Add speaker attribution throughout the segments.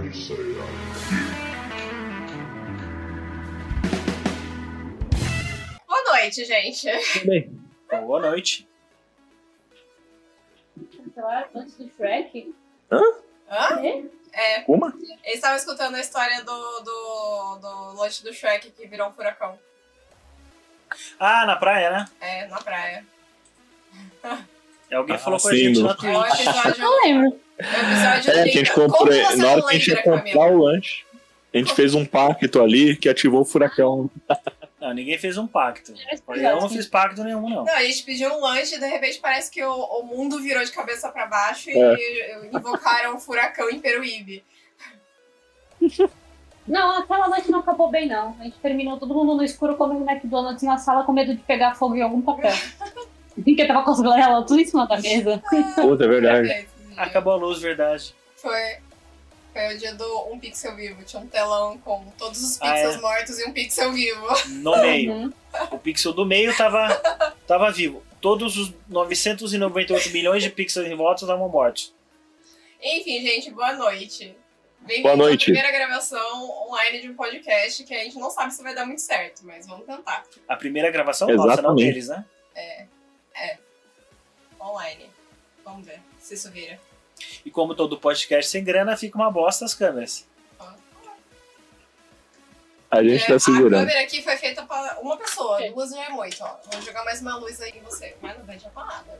Speaker 1: Odisseia.
Speaker 2: Boa noite, gente.
Speaker 3: Tudo bem. Então, boa noite.
Speaker 4: antes do Shrek?
Speaker 2: Hã?
Speaker 4: É?
Speaker 2: É,
Speaker 3: Uma?
Speaker 2: eles estavam escutando a história do, do, do lanche do Shrek que virou um furacão.
Speaker 3: Ah, na praia, né? É,
Speaker 2: É, na praia.
Speaker 3: Alguém
Speaker 5: Ah,
Speaker 3: falou com a
Speaker 5: sim,
Speaker 3: gente
Speaker 5: no-
Speaker 3: na
Speaker 2: É o
Speaker 3: Twitch.
Speaker 2: episódio.
Speaker 4: Não lembro.
Speaker 2: é o episódio
Speaker 5: É, a gente
Speaker 2: 30.
Speaker 5: comprou.
Speaker 2: Como você
Speaker 5: Na hora
Speaker 2: não
Speaker 5: que a gente ia
Speaker 2: lembra, Camila?
Speaker 5: comprar o lanche, a gente fez um pacto ali que ativou o furacão.
Speaker 3: Não, ninguém fez um pacto. Eu não fiz pacto nenhum, não.
Speaker 2: Não, a gente pediu um lanche e de repente parece que o, o mundo virou de cabeça pra baixo e
Speaker 5: É.
Speaker 2: invocaram um furacão em Peruíbe.
Speaker 4: Não, aquela noite não acabou bem, não. A gente terminou todo mundo no escuro comendo McDonald's na sala com medo de pegar fogo em algum papel. Porque tava com as glorielas tudo em cima da mesa.
Speaker 5: Puta, é verdade.
Speaker 2: É, esse dia.
Speaker 3: Acabou a luz, verdade.
Speaker 2: Foi, foi o dia do um pixel vivo. Tinha um telão com todos os
Speaker 3: Ah,
Speaker 2: pixels
Speaker 3: é.
Speaker 2: mortos e um pixel vivo.
Speaker 3: No meio.
Speaker 4: Uhum.
Speaker 3: O pixel do meio tava, tava vivo. Todos os 998 milhões de pixels em volta estavam mortos.
Speaker 2: Enfim, gente, boa noite. Bem-vindos
Speaker 5: Boa noite.
Speaker 2: à primeira gravação online de um podcast que a gente não sabe se vai dar muito certo, mas vamos tentar.
Speaker 3: A primeira gravação nossa, não
Speaker 5: Exatamente.
Speaker 3: deles, né?
Speaker 2: Online. Vamos ver se isso vira.
Speaker 3: E como todo podcast sem grana, fica uma bosta as câmeras.
Speaker 5: A gente
Speaker 2: É,
Speaker 5: tá
Speaker 2: A
Speaker 5: segurando.
Speaker 2: câmera aqui foi feita pra uma pessoa,
Speaker 4: Sim.
Speaker 2: duas não é muito, ó. Vou jogar mais uma luz aí em você, mas não vai adiantar nada.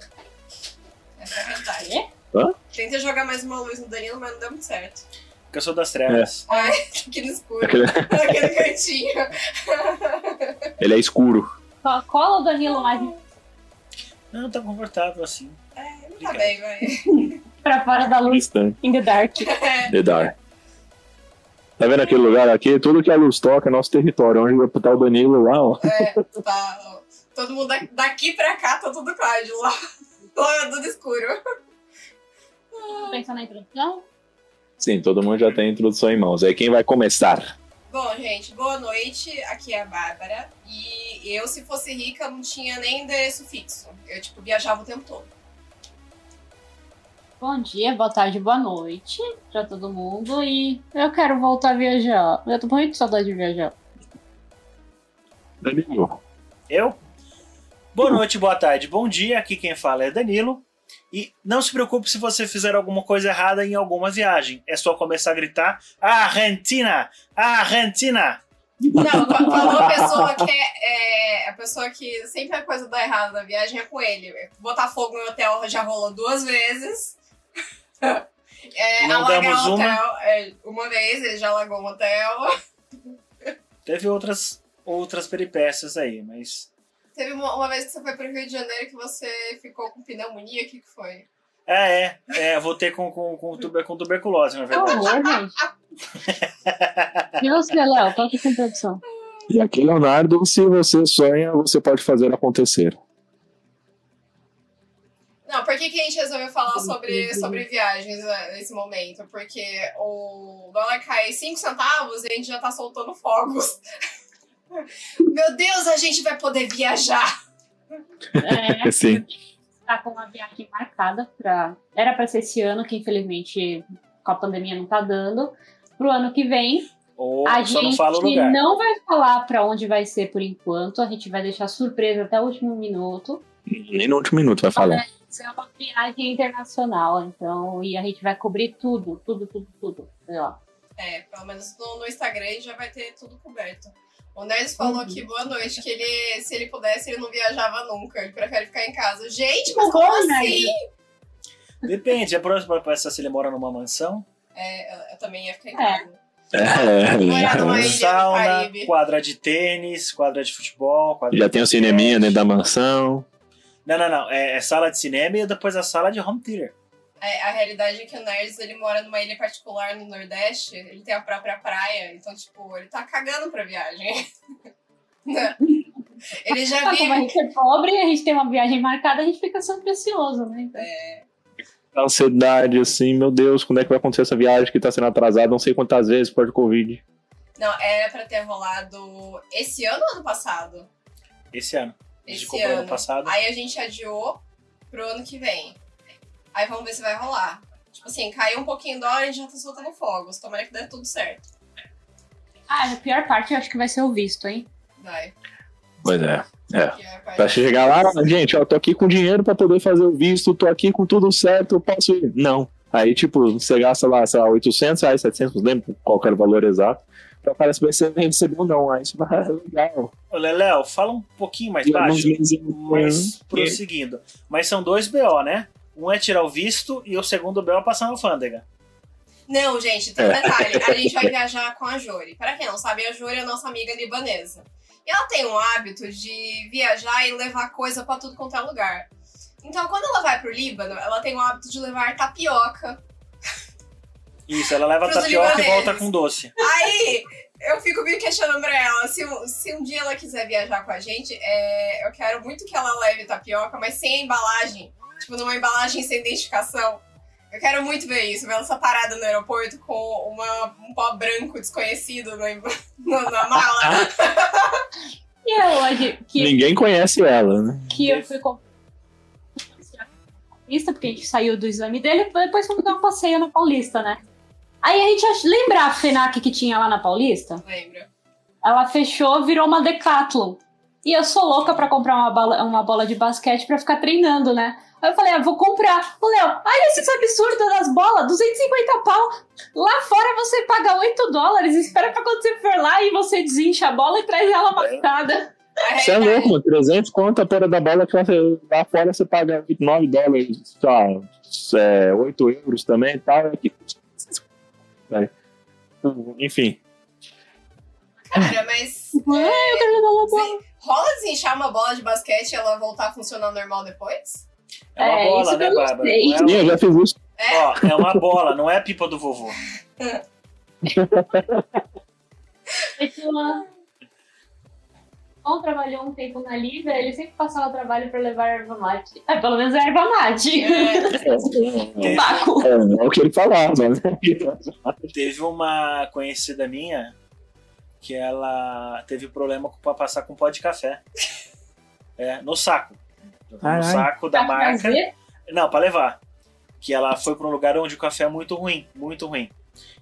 Speaker 2: Essa é a verdade.
Speaker 4: Quê?
Speaker 5: Hã?
Speaker 2: Tentei jogar mais uma luz no Danilo, mas não deu muito certo.
Speaker 3: Porque eu sou das trevas.
Speaker 2: Aqui no escuro,
Speaker 5: Aquele-
Speaker 2: naquele cantinho.
Speaker 5: Ele é escuro.
Speaker 4: Co- Cola o Danilo mais
Speaker 5: É.
Speaker 3: Não, tá confortável assim.
Speaker 2: É, não tá
Speaker 3: Obrigado.
Speaker 2: bem, vai.
Speaker 4: pra fora da luz
Speaker 5: Instante.
Speaker 4: in the dark.
Speaker 5: The Dark. Tá vendo aquele lugar aqui? Tudo que a luz toca é nosso território. Onde vai botar o Danilo lá, ó.
Speaker 2: É, tá. ó. Todo mundo da- daqui pra cá tá tudo claro, de lá. Lá é tudo escuro.
Speaker 4: Pensando na introdução?
Speaker 5: Sim, todo mundo já tem a introdução em mãos. Aí quem vai começar?
Speaker 2: Bom, gente, boa noite. Aqui é a Bárbara. E eu, se fosse rica, não tinha nem endereço fixo. Eu, tipo, viajava o tempo todo.
Speaker 4: Bom dia, boa tarde, boa noite pra todo mundo. E eu quero voltar a viajar. Eu tô muito de saudade de viajar.
Speaker 5: Danilo.
Speaker 3: Eu? Boa noite, boa tarde, bom dia. Aqui quem fala é Danilo. E não se preocupe se você fizer alguma coisa errada em alguma viagem. É só começar a gritar: Argentina! Argentina!
Speaker 2: Não, fa- falou a pessoa que é, é, A pessoa que sempre a coisa dá errada na viagem é com ele. Botar fogo no hotel já rolou duas vezes. É,
Speaker 3: Não
Speaker 2: alagar
Speaker 3: damos
Speaker 2: o
Speaker 3: uma.
Speaker 2: hotel é, uma vez, ele já alagou um hotel.
Speaker 3: Teve outras, outras peripécias aí, mas.
Speaker 2: Teve uma, uma vez que você foi pro Rio de Janeiro que você ficou com pneumonia, o que, que foi?
Speaker 3: É, é, é, eu voltei com, com, com, tuber, com tuberculose, na
Speaker 4: Que
Speaker 3: verdade.
Speaker 4: horror, gente. E você, Léo? Qual que é a sua introdução?
Speaker 5: E aqui, Leonardo, se você sonha, você pode fazer acontecer.
Speaker 2: Não, por que, que a gente resolveu falar sobre, sobre viagens né, nesse momento? Porque o dólar cai 5 centavos e a gente já tá soltando fogos. Meu Deus, a gente vai poder viajar!
Speaker 4: É,
Speaker 5: Sim.
Speaker 4: tá com uma viagem marcada pra. Era pra ser esse ano, que infelizmente com a pandemia não tá dando. Pro ano que vem.
Speaker 3: Ou
Speaker 4: a
Speaker 3: só não
Speaker 4: gente
Speaker 3: fala o lugar.
Speaker 4: não vai falar pra onde vai ser por enquanto. A gente vai deixar surpresa até o último minuto.
Speaker 5: Nem no último minuto vai falar.
Speaker 4: Isso é uma viagem internacional, então, e a gente vai cobrir tudo, tudo, tudo, tudo. Sei lá.
Speaker 2: É, pelo menos no, no Instagram a gente já vai ter tudo coberto. O Nerds falou
Speaker 4: Uhum.
Speaker 2: que boa noite, que ele, se ele pudesse, ele não viajava nunca. Ele prefere ficar em casa. Gente, mas como
Speaker 4: Nerds.
Speaker 2: assim?
Speaker 3: Depende, é próximo pra se ele mora numa mansão.
Speaker 2: É, eu, eu também ia ficar em
Speaker 4: É.
Speaker 2: casa.
Speaker 5: É,
Speaker 2: Mas-
Speaker 5: é.
Speaker 2: Ilha do
Speaker 3: Sauna,
Speaker 2: Caribe.
Speaker 3: quadra de tênis, quadra de futebol. Quadra
Speaker 5: Já
Speaker 3: de
Speaker 5: tem o
Speaker 3: basquete.
Speaker 5: cineminha né, dentro da mansão.
Speaker 3: Não, não, não. É, é sala de cinema e depois a sala de home theater.
Speaker 2: É, a realidade é que o Nerds ele mora numa ilha particular no Nordeste, ele tem a própria praia, então, tipo, ele tá cagando pra viagem. ele já
Speaker 4: Ah, como a
Speaker 2: vive.
Speaker 4: gente é pobre, a gente tem uma viagem marcada, a gente fica sempre ansioso, né? Então,
Speaker 5: Ansiedade, assim, meu Deus, quando é que vai acontecer essa viagem que tá sendo atrasada não sei quantas vezes por causa do Covid.
Speaker 2: Não, era pra ter rolado esse ano ou ano passado?
Speaker 3: Esse ano. A gente
Speaker 2: Esse
Speaker 3: comprou ano
Speaker 2: ano.
Speaker 3: passado.
Speaker 2: Aí a gente adiou pro ano que vem. Aí vamos ver se vai rolar. Tipo assim, caiu um pouquinho o dólar e já tá soltando fogos. Tomara que dê tudo certo.
Speaker 4: Ah, a pior parte eu acho que vai ser o visto, hein?
Speaker 2: Vai.
Speaker 5: Pois é. É.
Speaker 2: Que é a parte-
Speaker 5: Pra chegar lá, gente, ó, tô aqui com dinheiro pra poder fazer o visto, tô aqui com tudo certo, eu posso ir. Não. Aí, tipo, você gasta lá, sei lá, 800 reais, 700, não lembro qual que era o valor exato, pra cara saber se você recebeu ou não. Aí você vai, ah, legal.
Speaker 3: Olha, Léo, fala um pouquinho mais
Speaker 5: E eu não
Speaker 3: baixo.
Speaker 5: fiz isso.
Speaker 3: Mas prosseguindo. Mas são dois BO, né? Um é tirar o visto e o segundo BO é passar na alfândega.
Speaker 2: Não, gente, tem um detalhe. A gente vai viajar com a Jori. Para quem não sabe, a Jori é a nossa amiga libanesa. E ela tem um hábito de viajar e levar coisa pra tudo quanto é lugar. Então, quando ela vai pro Líbano, ela tem o hábito de levar tapioca.
Speaker 3: Isso, ela leva
Speaker 2: Pros
Speaker 3: tapioca e
Speaker 2: libaneses.
Speaker 3: volta com doce.
Speaker 2: Aí, eu fico me questionando pra ela. Se, um- se um dia ela quiser viajar com a gente, é, eu quero muito que ela leve tapioca, mas sem a embalagem. Tipo, numa embalagem sem identificação. Eu quero muito ver isso, ver essa parada no aeroporto com uma- um pó branco desconhecido na, em- na- na mala.
Speaker 4: E eu hoje, que,
Speaker 5: Ninguém conhece ela, né?
Speaker 4: que eu fui com. Paulista, Porque a gente saiu do exame dele e depois fomos dar um passeio na Paulista, né? Aí a gente ach- lembra a FENAC que tinha lá na Paulista?
Speaker 2: Lembra?
Speaker 4: Ela fechou, virou uma Decathlon. E eu sou louca pra comprar uma bola, uma bola de basquete pra ficar treinando, né? Aí eu falei, ah, vou comprar. O Léo, olha esses absurdos das bolas, 250 pau. Lá fora você paga 8 dólares, espera pra quando você for lá e você desincha a bola e traz ela matada.
Speaker 2: A
Speaker 5: Você é
Speaker 2: realidade-
Speaker 5: louco, mano. 300 conto a pera da bola que lá lá fora você paga 29 dólares, só, é, 8 euros também e tal. é Aqui- Vai. Enfim.
Speaker 2: Cara, mas
Speaker 4: Ah, eu quero jogar uma bola.
Speaker 2: rola desinchar uma bola de basquete e ela voltar a funcionar normal depois?
Speaker 3: É uma
Speaker 4: É,
Speaker 3: bola,
Speaker 4: isso que
Speaker 3: né,
Speaker 4: eu não
Speaker 3: Bárbara?
Speaker 4: sei.
Speaker 3: Não
Speaker 5: Sim,
Speaker 3: é,
Speaker 5: eu já fiz isso.
Speaker 3: ó, é uma bola, não é a pipa do vovô.
Speaker 4: Pessoa. Bom, trabalhou um tempo na Libra, ele sempre passava trabalho pra levar erva mate. É, pelo menos é erva mate.
Speaker 2: É.
Speaker 5: É,
Speaker 4: Um Baco.
Speaker 5: é o que ele falava, né?
Speaker 3: Teve uma conhecida minha que ela teve problema com- pra passar com pó de café. É, no saco. No
Speaker 5: Caralho.
Speaker 3: saco da marca.
Speaker 4: Prazer.
Speaker 3: Não, pra levar. Que ela foi pra um lugar onde o café é muito ruim, muito ruim.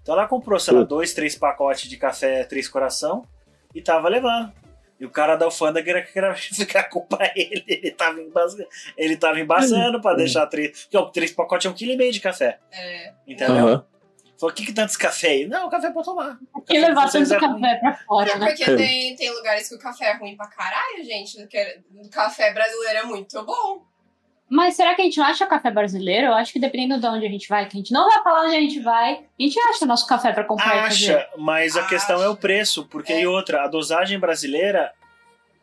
Speaker 3: Então ela comprou, sei lá, dois, três pacotes de café Três Coração e tava levando. E o cara da alfândega era que era ficar com pra ele. Ele tava embaçando, ele tava embaçando pra deixar três. Porque ó, três pacotes é um quilo e meio de café.
Speaker 2: É.
Speaker 3: Entendeu? Falou, o que que tantos café aí? Não, o café é pra tomar. O café
Speaker 4: Que
Speaker 3: de
Speaker 4: levar
Speaker 3: vocês
Speaker 4: tanto
Speaker 3: é ruim.
Speaker 4: café pra fora,
Speaker 2: É
Speaker 4: né?
Speaker 2: porque tem, tem lugares que o café é ruim pra caralho, gente. que O café brasileiro é muito bom.
Speaker 4: Mas será que a gente não acha café brasileiro? Eu acho que dependendo de onde a gente vai, que a gente não vai falar onde a gente vai, a gente acha nosso café pra comprar e fazer.
Speaker 3: Acha, mas a
Speaker 2: Acha.
Speaker 3: questão é o preço, porque
Speaker 2: É.
Speaker 3: e outra, a dosagem brasileira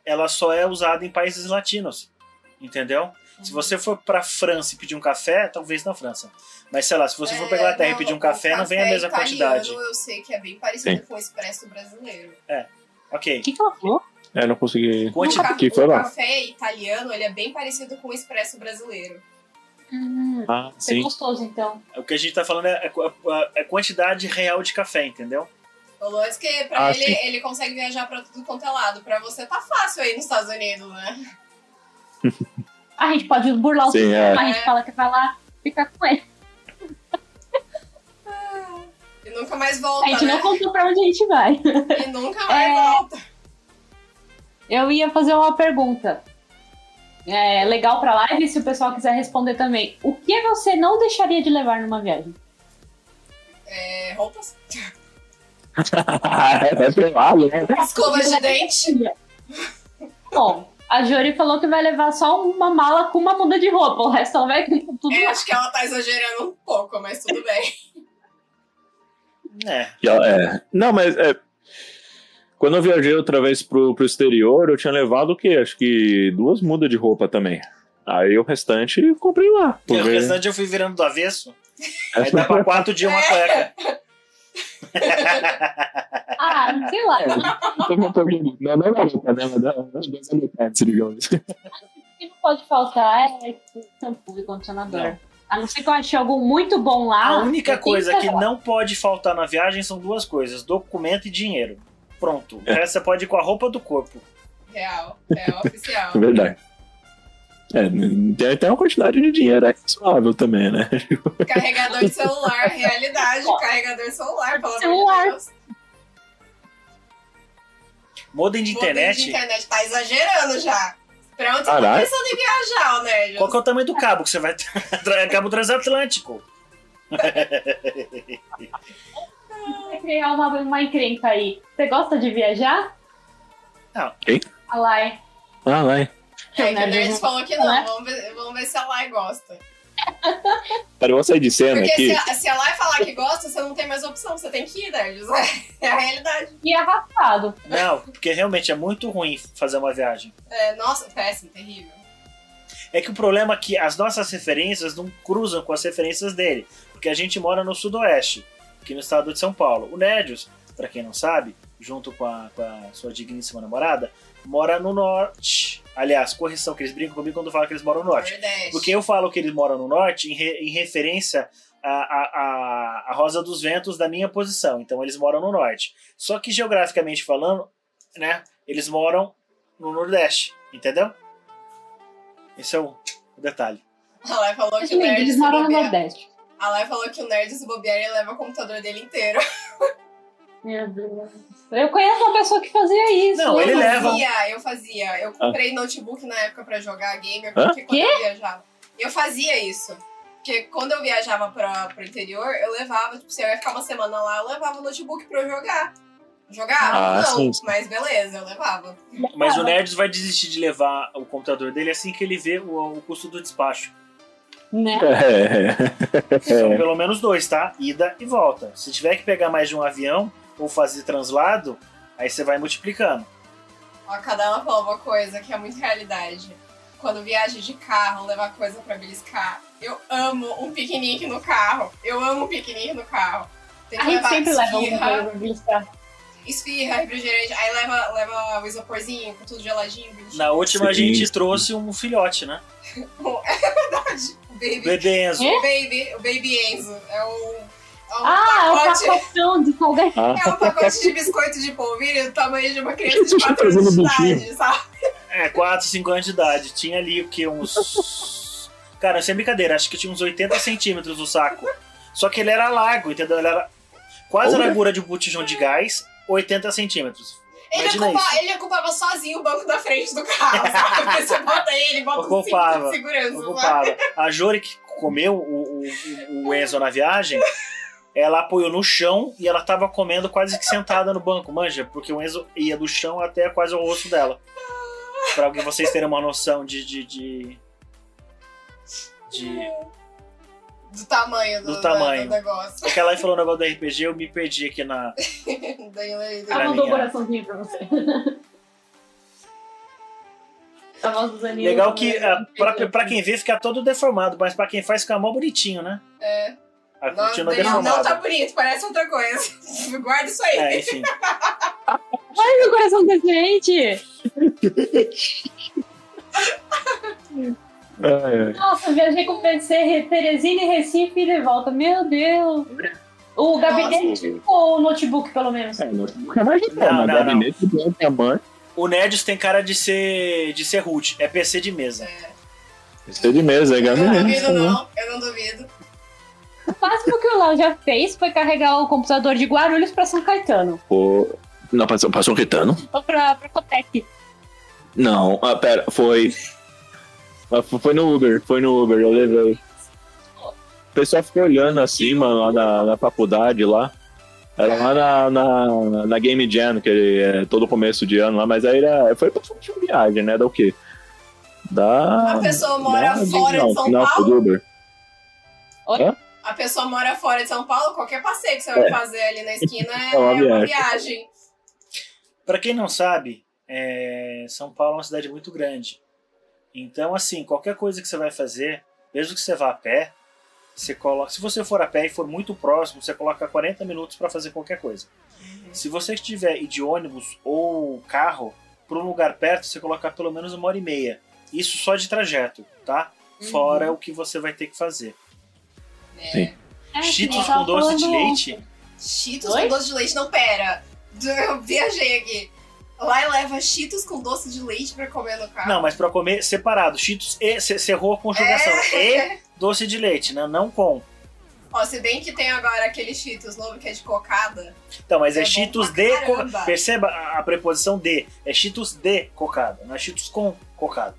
Speaker 3: ela só é usada em países latinos, entendeu? Se você for pra França e pedir um café, talvez na França. Mas sei lá, se você
Speaker 2: É,
Speaker 3: for pra Inglaterra e pedir um café, não vem a mesma quantidade.
Speaker 2: Eu sei que é bem parecido com o expresso brasileiro.
Speaker 4: O
Speaker 3: Ok.
Speaker 4: que, que ela falou?
Speaker 5: É, Eu não consegui.
Speaker 2: O,
Speaker 3: Quanti-
Speaker 2: ca-
Speaker 5: que
Speaker 2: o
Speaker 5: foi lá?
Speaker 2: café italiano ele é bem parecido com o expresso brasileiro.
Speaker 4: Hum,
Speaker 5: Ah,
Speaker 4: foi
Speaker 5: sim.
Speaker 4: gostoso, então.
Speaker 3: O que a gente tá falando é a, qu- a- a quantidade real de café, entendeu?
Speaker 2: O Lutz que pra
Speaker 5: Ah,
Speaker 2: ele,
Speaker 5: sim.
Speaker 2: ele consegue viajar pra tudo quanto é lado. Pra você tá fácil aí nos Estados Unidos, né?
Speaker 4: A gente pode burlar o
Speaker 5: Sim,
Speaker 4: sistema,
Speaker 5: é.
Speaker 4: a gente fala que vai lá ficar com ele.
Speaker 2: E nunca mais
Speaker 4: A
Speaker 2: volta,
Speaker 4: gente não
Speaker 2: né?
Speaker 4: contou pra onde a gente vai.
Speaker 2: E nunca mais
Speaker 4: É.
Speaker 2: volta.
Speaker 4: Eu ia fazer uma pergunta. É legal pra live, se o pessoal quiser responder também. O que você não deixaria de levar numa viagem?
Speaker 2: É, roupas.
Speaker 5: é pelado, né?
Speaker 2: Escova de dente.
Speaker 4: Bom, a Jori falou que vai levar só uma mala com uma muda de roupa. O resto ela vai com tudo.
Speaker 2: É, acho que ela tá exagerando um pouco, mas tudo bem.
Speaker 3: É.
Speaker 5: Já- é. Não, mas é. Quando eu viajei outra vez pro, pro exterior, eu tinha levado o quê? Acho que duas mudas de roupa também. Aí o restante eu comprei lá.
Speaker 3: Porque É, o
Speaker 5: Porque-
Speaker 3: restante eu fui virando do avesso.
Speaker 5: É.
Speaker 3: Aí dá pra quatro dias uma
Speaker 2: É.
Speaker 3: cueca.
Speaker 4: Ah, sei
Speaker 3: É.
Speaker 4: lá.
Speaker 5: Não, não, não, é não, não, não, não, não, digamos.
Speaker 4: O que não pode faltar é shampoo e condicionador.
Speaker 3: Não.
Speaker 4: A não ser que eu achei algum muito bom lá.
Speaker 3: A
Speaker 4: eu
Speaker 3: única
Speaker 4: tenho
Speaker 3: coisa Ah, que
Speaker 4: levar.
Speaker 3: não pode faltar na viagem são duas coisas: documento e dinheiro. Pronto. Essa pode ir com a roupa do corpo.
Speaker 2: Real. É oficial.
Speaker 5: É verdade. É, tem, tem uma quantidade de dinheiro razoável também, né?
Speaker 2: Carregador de celular, realidade. Carregador de celular, pelo
Speaker 4: Celular.
Speaker 2: amor de Deus.
Speaker 3: Modem de
Speaker 2: Modem de
Speaker 3: internet.
Speaker 2: internet. Tá exagerando já. Pra onde você tá
Speaker 5: Caralho.
Speaker 2: pensando em viajar, né?
Speaker 3: Qual que é o tamanho do cabo que você vai ter? Cabo transatlântico.
Speaker 4: Vai criar uma, uma encrenca aí. Você gosta de viajar?
Speaker 3: Não.
Speaker 5: Quem?
Speaker 4: A Lai.
Speaker 5: Ah, vai.
Speaker 2: É, que o
Speaker 4: Né,
Speaker 2: Nerds
Speaker 4: gente?
Speaker 2: falou que não.
Speaker 4: Não é?
Speaker 2: Vamos ver, vamos ver se a Lai gosta.
Speaker 5: Cara, eu vou sair de cena
Speaker 2: Porque
Speaker 5: aqui.
Speaker 2: se a, se a Lai falar que gosta, você não tem mais opção. Você tem que ir, Nerds. É a realidade.
Speaker 4: E arrastado.
Speaker 3: Não, porque realmente é muito ruim fazer uma viagem.
Speaker 2: É, nossa, péssimo, terrível.
Speaker 3: É que o problema é que as nossas referências não cruzam com as referências dele. Porque a gente mora no Sudoeste, aqui no estado de São Paulo. O Nédios, pra quem não sabe, junto com a, com a sua digníssima namorada, mora no Norte. Aliás, correção, que eles brincam comigo quando falam que eles moram no Norte.
Speaker 2: Nordeste.
Speaker 3: Porque eu falo que eles moram no norte em, re- em referência à, à, à- à Rosa dos Ventos da minha posição. Então eles moram no norte. Só que geograficamente falando, né? Eles moram no Nordeste, entendeu? Esse é o o detalhe.
Speaker 2: A Lai falou que o
Speaker 4: Lindo,
Speaker 2: Nerd
Speaker 4: eles
Speaker 2: se
Speaker 4: moram no
Speaker 2: bobear.
Speaker 4: Nordeste.
Speaker 2: A Lai falou que o Nerd se bobear e leva o computador dele inteiro.
Speaker 4: Meu Deus. Eu conheço uma pessoa que fazia isso. né?
Speaker 3: Não, ele
Speaker 2: eu
Speaker 3: leva.
Speaker 2: fazia, eu fazia. Eu comprei notebook na época pra jogar gamer,
Speaker 5: Ah. Hã?
Speaker 2: porque quando
Speaker 4: Quê?
Speaker 2: eu viajava. Eu fazia isso. Porque quando eu viajava pra, pro interior, eu levava, tipo, se eu ia ficar uma semana lá, eu levava o notebook pra eu jogar. Jogava?
Speaker 5: Ah,
Speaker 2: não,
Speaker 5: sim, sim.
Speaker 2: mas beleza, eu levava.
Speaker 3: Mas o Nerds vai desistir de levar o computador dele assim que ele vê o, o custo do despacho.
Speaker 4: Né?
Speaker 5: É.
Speaker 3: São pelo menos dois, tá? Ida e volta. Se tiver que pegar mais de um avião ou fazer translado, aí você vai multiplicando.
Speaker 2: Ó, cada uma falou uma coisa que é muito realidade. Quando viaja de carro, levar coisa pra beliscar. Eu amo um piquenique no carro. Eu amo um piquenique no carro. Tem
Speaker 4: A
Speaker 2: que
Speaker 4: gente
Speaker 2: levar
Speaker 4: sempre leva um
Speaker 2: esfirra,
Speaker 4: pra beliscar.
Speaker 2: esfirra, refrigerante, aí leva, leva o isoporzinho com tudo geladinho, bonitinho.
Speaker 3: Na última a
Speaker 5: Sim.
Speaker 3: gente trouxe um filhote, né?
Speaker 2: O baby,
Speaker 3: Bebê Enzo.
Speaker 4: É?
Speaker 2: o baby, o baby Enzo. É o. É um
Speaker 4: Ah, é o
Speaker 2: pacote.
Speaker 4: pacotão de salgadinho.
Speaker 5: Ah,
Speaker 2: É um pacote de biscoito de polvilho do tamanho de uma criança de
Speaker 5: Deixa eu
Speaker 2: 4 anos de
Speaker 5: fazer um
Speaker 2: idade, sabe?
Speaker 3: É, 4, 5 anos de idade. Tinha ali o que? Uns. Cara, sem brincadeira, acho que tinha uns 80 centímetros o saco. Só que ele era largo, entendeu? Ele era quase a
Speaker 5: Olha.
Speaker 3: largura de um botijão de gás, 80 centímetros.
Speaker 2: Ele
Speaker 3: Imagina
Speaker 2: ocupava,
Speaker 3: isso.
Speaker 2: ele ocupava sozinho o banco da frente do carro, sabe? Porque você bota ele, bota o cinto
Speaker 3: Ocupava,
Speaker 2: de segurança, sabe?
Speaker 3: Ocupava. A Jori que comeu o, o, o Enzo na viagem, ela apoiou no chão e ela tava comendo quase que sentada no banco, manja, porque o Enzo ia do chão até quase o rosto dela. Pra que vocês terem uma noção de- de- de, de
Speaker 2: Do tamanho do,
Speaker 3: Do tamanho.
Speaker 2: do negócio.
Speaker 3: É que ela aí falou o negócio do RPG, eu me perdi aqui na.
Speaker 2: Daí-
Speaker 4: Ela
Speaker 3: Pra
Speaker 4: mandou
Speaker 3: mim,
Speaker 4: um
Speaker 3: é.
Speaker 4: coraçãozinho pra você. A voz dos animais.
Speaker 3: Legal
Speaker 2: né?
Speaker 3: que ah, pra, pra quem vê fica todo deformado, mas pra quem faz fica mó bonitinho, né?
Speaker 2: É.
Speaker 3: A
Speaker 2: Não,
Speaker 3: continua
Speaker 2: daí- não,
Speaker 3: deformada.
Speaker 2: tá bonito, parece outra coisa. Guarda isso aí.
Speaker 3: É, enfim.
Speaker 4: Olha o coração tá da gente!
Speaker 5: é, é.
Speaker 4: Nossa, viajei com o PC, Teresina e Recife e de volta. Meu Deus! O gabinete ou o notebook, pelo menos?
Speaker 5: É, não- nunca mais de
Speaker 3: Não,
Speaker 5: cena.
Speaker 3: não,
Speaker 5: Gabinete do Blanca Mãe.
Speaker 3: O Nerds tem cara de ser de ser rude, é PC de mesa.
Speaker 5: Isso é de mesa, é
Speaker 2: Eu não
Speaker 5: gabinete.
Speaker 2: duvido,
Speaker 5: né?
Speaker 2: não. Eu não duvido.
Speaker 4: O máximo que o Léo já fez foi carregar o computador de Guarulhos pra São Caetano.
Speaker 5: Pô, Não, passou, passou um retano?
Speaker 4: Ou pra, pra Cotec.
Speaker 5: Não, ah, pera, foi. Ah, fo- Foi no Uber, foi no Uber, eu levei. O pessoal ficou olhando assim, mano, lá na, na faculdade lá. Era lá na, na, na Game Jam, que é todo começo de ano lá, mas aí era, foi pra fazer uma viagem, né? Da o quê? Da.
Speaker 2: A pessoa mora
Speaker 5: da-
Speaker 2: fora
Speaker 5: não,
Speaker 2: de São
Speaker 5: não, foi
Speaker 2: Paulo.
Speaker 5: do Uber.
Speaker 2: A pessoa mora fora de São Paulo, qualquer passeio que você vai fazer ali na esquina é,
Speaker 5: É uma
Speaker 2: uma
Speaker 5: viagem.
Speaker 2: viagem.
Speaker 3: Pra quem não sabe, é, São Paulo é uma cidade muito grande. Então, assim, qualquer coisa que você vai fazer, mesmo que você vá a pé, você coloca. Se você for a pé e for muito próximo, você coloca 40 minutos pra fazer qualquer coisa. Se você estiver ir de ônibus ou carro para um lugar perto, você colocar pelo menos uma hora e meia. Isso só de trajeto, tá? Fora o que você vai ter que fazer.
Speaker 2: É.
Speaker 5: Sim.
Speaker 3: Cheetos
Speaker 4: tá
Speaker 3: com doce de leite?
Speaker 2: Cheetos
Speaker 4: Oi?
Speaker 2: com doce de leite, não, pera. Eu viajei aqui. Lá e leva cheetos com doce de leite pra comer no carro.
Speaker 3: Não, mas pra comer separado. Cheetos e. Você você errou a conjugação. E
Speaker 2: É.
Speaker 3: doce de leite, né? Não com.
Speaker 2: Ó, se bem que tem agora aquele cheetos novo que é de cocada.
Speaker 3: Então, mas é,
Speaker 2: É bom
Speaker 3: Cheetos
Speaker 2: pra
Speaker 3: de. co-
Speaker 2: caramba.
Speaker 3: Perceba a a preposição de. É Cheetos de cocada. Não é Cheetos com cocada.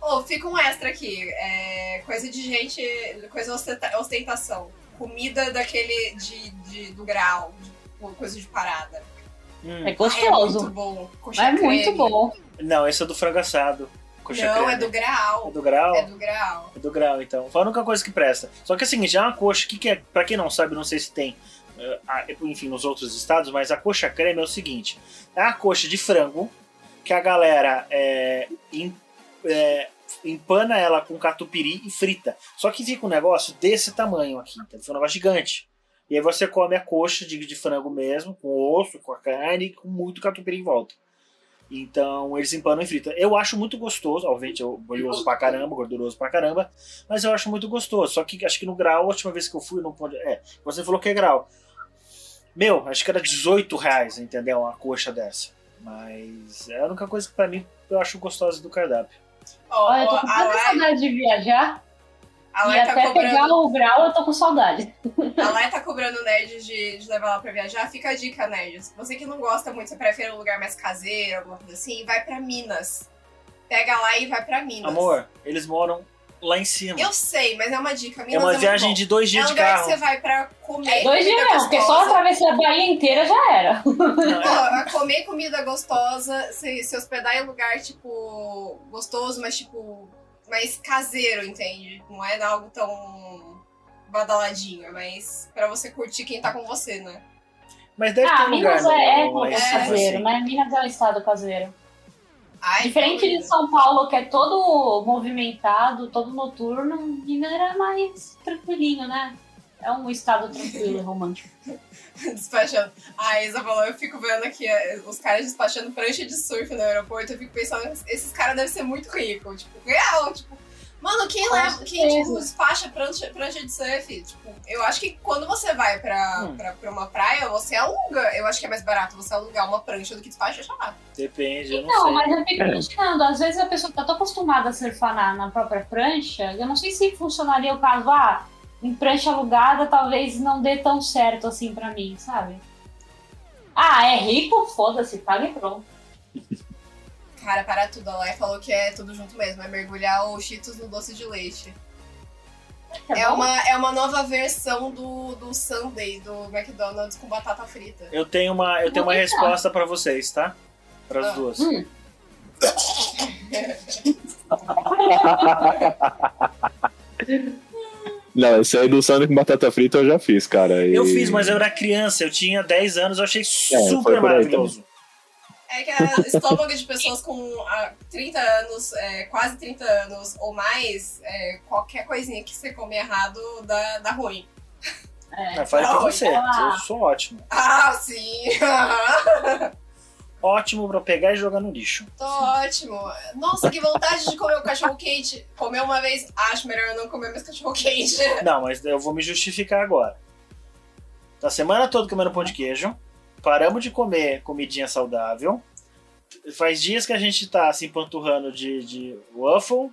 Speaker 2: Ô, fica um extra aqui. É coisa de gente. Coisa ostenta- ostentação. Comida daquele. De, de- do grau. de- coisa de parada.
Speaker 3: Hum.
Speaker 4: É
Speaker 2: Ai, é muito
Speaker 4: gostoso.
Speaker 2: bom. Com
Speaker 4: É
Speaker 2: chacreme.
Speaker 4: muito bom.
Speaker 3: Não, esse é do frango assado. Coxa
Speaker 2: Não,
Speaker 3: creme.
Speaker 2: é do
Speaker 3: É
Speaker 2: grau.
Speaker 3: do grau?
Speaker 2: É do grau.
Speaker 3: É do grau, então. Foi a única coisa que presta. Só que assim, já é uma coxa, que, que é, pra quem não sabe, não sei se tem, eh, a- enfim, nos outros estados, mas a coxa creme é o seguinte: é a coxa de frango, que a galera eh, em- eh, empana ela com catupiry e frita. Só que fica um negócio desse tamanho aqui, então fica um negócio gigante. E aí você come a coxa de, de frango mesmo, com osso, com a carne, e com muito catupiry em volta. Então eles empanam e fritam. Eu acho muito gostoso, obviamente, eu bolhoso pra caramba, gorduroso pra caramba. Mas eu acho muito gostoso. Só que acho que no grau, a última vez que eu fui, não pode. É, você falou que é grau. Meu, acho que era 18 reais, entendeu? Uma coxa dessa. Mas é a única coisa que pra mim eu acho gostosa do cardápio.
Speaker 2: Ó,
Speaker 4: Olha, eu
Speaker 2: ó,
Speaker 4: tô com
Speaker 2: a
Speaker 4: tanta
Speaker 2: Lai,
Speaker 4: saudade de viajar.
Speaker 2: a
Speaker 4: e
Speaker 2: Lai tá
Speaker 4: até pegar
Speaker 2: cobrando.
Speaker 4: o grau, eu tô com saudade.
Speaker 2: A Lai tá cobrando o nerd de, de levar ela pra viajar. Fica a dica, nerds. Você que não gosta muito, você prefere um lugar mais caseiro, alguma coisa assim, vai pra Minas. Pega lá e vai pra Minas.
Speaker 3: Amor, eles moram lá em cima.
Speaker 2: Eu sei, mas é uma dica.
Speaker 3: é
Speaker 2: Minas
Speaker 3: uma
Speaker 2: muito
Speaker 3: viagem
Speaker 2: bom.
Speaker 3: de
Speaker 2: É
Speaker 3: dois
Speaker 2: um
Speaker 3: dias de
Speaker 2: lugar que
Speaker 3: carro.
Speaker 2: você vai pra comer.
Speaker 4: É Dois
Speaker 2: comida
Speaker 4: dias não, porque só
Speaker 2: É, tá gostosa.
Speaker 4: atravessar a Bahia inteira já era.
Speaker 3: Não, é-
Speaker 2: Ó, a comer comida gostosa, se, se hospedar em lugar, tipo, gostoso, mas tipo, mais caseiro, entende? Não é algo tão badaladinho, é mais pra você curtir quem tá com você, né?
Speaker 3: Mas deve ter
Speaker 4: ah,
Speaker 3: um lugar
Speaker 4: Minas é, é,
Speaker 3: no- lá em
Speaker 4: é
Speaker 3: cima,
Speaker 4: caseiro,
Speaker 3: assim.
Speaker 4: né? Minas é um estado caseiro.
Speaker 2: Ai, então,
Speaker 4: Diferente
Speaker 2: que
Speaker 4: de São Paulo, que é todo movimentado, todo noturno, Minas era mais tranquilinho, né? É um estado tranquilo e romântico.
Speaker 2: despachando. A Isa falou, eu fico vendo aqui eh, os caras despachando prancha de surf no aeroporto, eu fico pensando, esses caras devem ser muito ricos, tipo, real, tipo. Mano, quem
Speaker 4: Com
Speaker 2: leva, quem
Speaker 4: certeza.
Speaker 2: tipo, despacha prancha, prancha de surf? Tipo, eu acho que quando você vai pra,
Speaker 3: Hum.
Speaker 2: pra, pra uma praia, você aluga. Eu acho que é mais barato você alugar uma prancha do que despacha lá.
Speaker 3: Depende, eu não,
Speaker 4: Não,
Speaker 3: sei.
Speaker 4: Então, mas eu fico
Speaker 5: É.
Speaker 4: questionando. Às vezes a pessoa tá tão acostumada a surfar na, na própria prancha, eu não sei se funcionaria o caso, ah, em prancha alugada talvez não dê tão certo assim pra mim, sabe? Ah, é rico? Foda-se, paga e pronto.
Speaker 2: Cara, para tudo. A Lai falou que é tudo junto mesmo. É mergulhar o Cheetos no doce de leite.
Speaker 4: Tá
Speaker 2: é,
Speaker 4: bom?
Speaker 2: uma, é uma nova versão do, do Sunday, do McDonald's com batata frita.
Speaker 3: Eu tenho uma, eu tenho
Speaker 4: Vou
Speaker 3: uma
Speaker 4: tentar.
Speaker 3: resposta pra vocês, tá? Para as
Speaker 2: Ah.
Speaker 3: duas.
Speaker 4: Hum.
Speaker 5: Não, esse aí do Sandro com batata frita eu já fiz, cara. e-
Speaker 3: Eu fiz, mas eu era criança, eu tinha 10 anos, eu achei
Speaker 5: É, foi por
Speaker 3: super
Speaker 5: aí
Speaker 3: maravilhoso.
Speaker 2: É que a estômago de pessoas com ah, 30 anos, é, quase 30 anos ou mais, é, qualquer coisinha que você come errado dá, dá ruim.
Speaker 4: É.
Speaker 3: Ah, Fale pra
Speaker 2: Não,
Speaker 3: você,
Speaker 4: ela-
Speaker 3: eu sou ótimo.
Speaker 2: Ah, sim! aham,
Speaker 3: Ótimo pra pegar e jogar no lixo.
Speaker 2: Tô ótimo! Nossa, que vontade de comer o cachorro quente! Comer uma vez, acho melhor eu não comer mais cachorro quente.
Speaker 3: Não, mas eu vou me justificar agora. A semana toda comendo pão de queijo, paramos de comer comidinha saudável. Faz dias que a gente tá se empanturrando de, de waffle,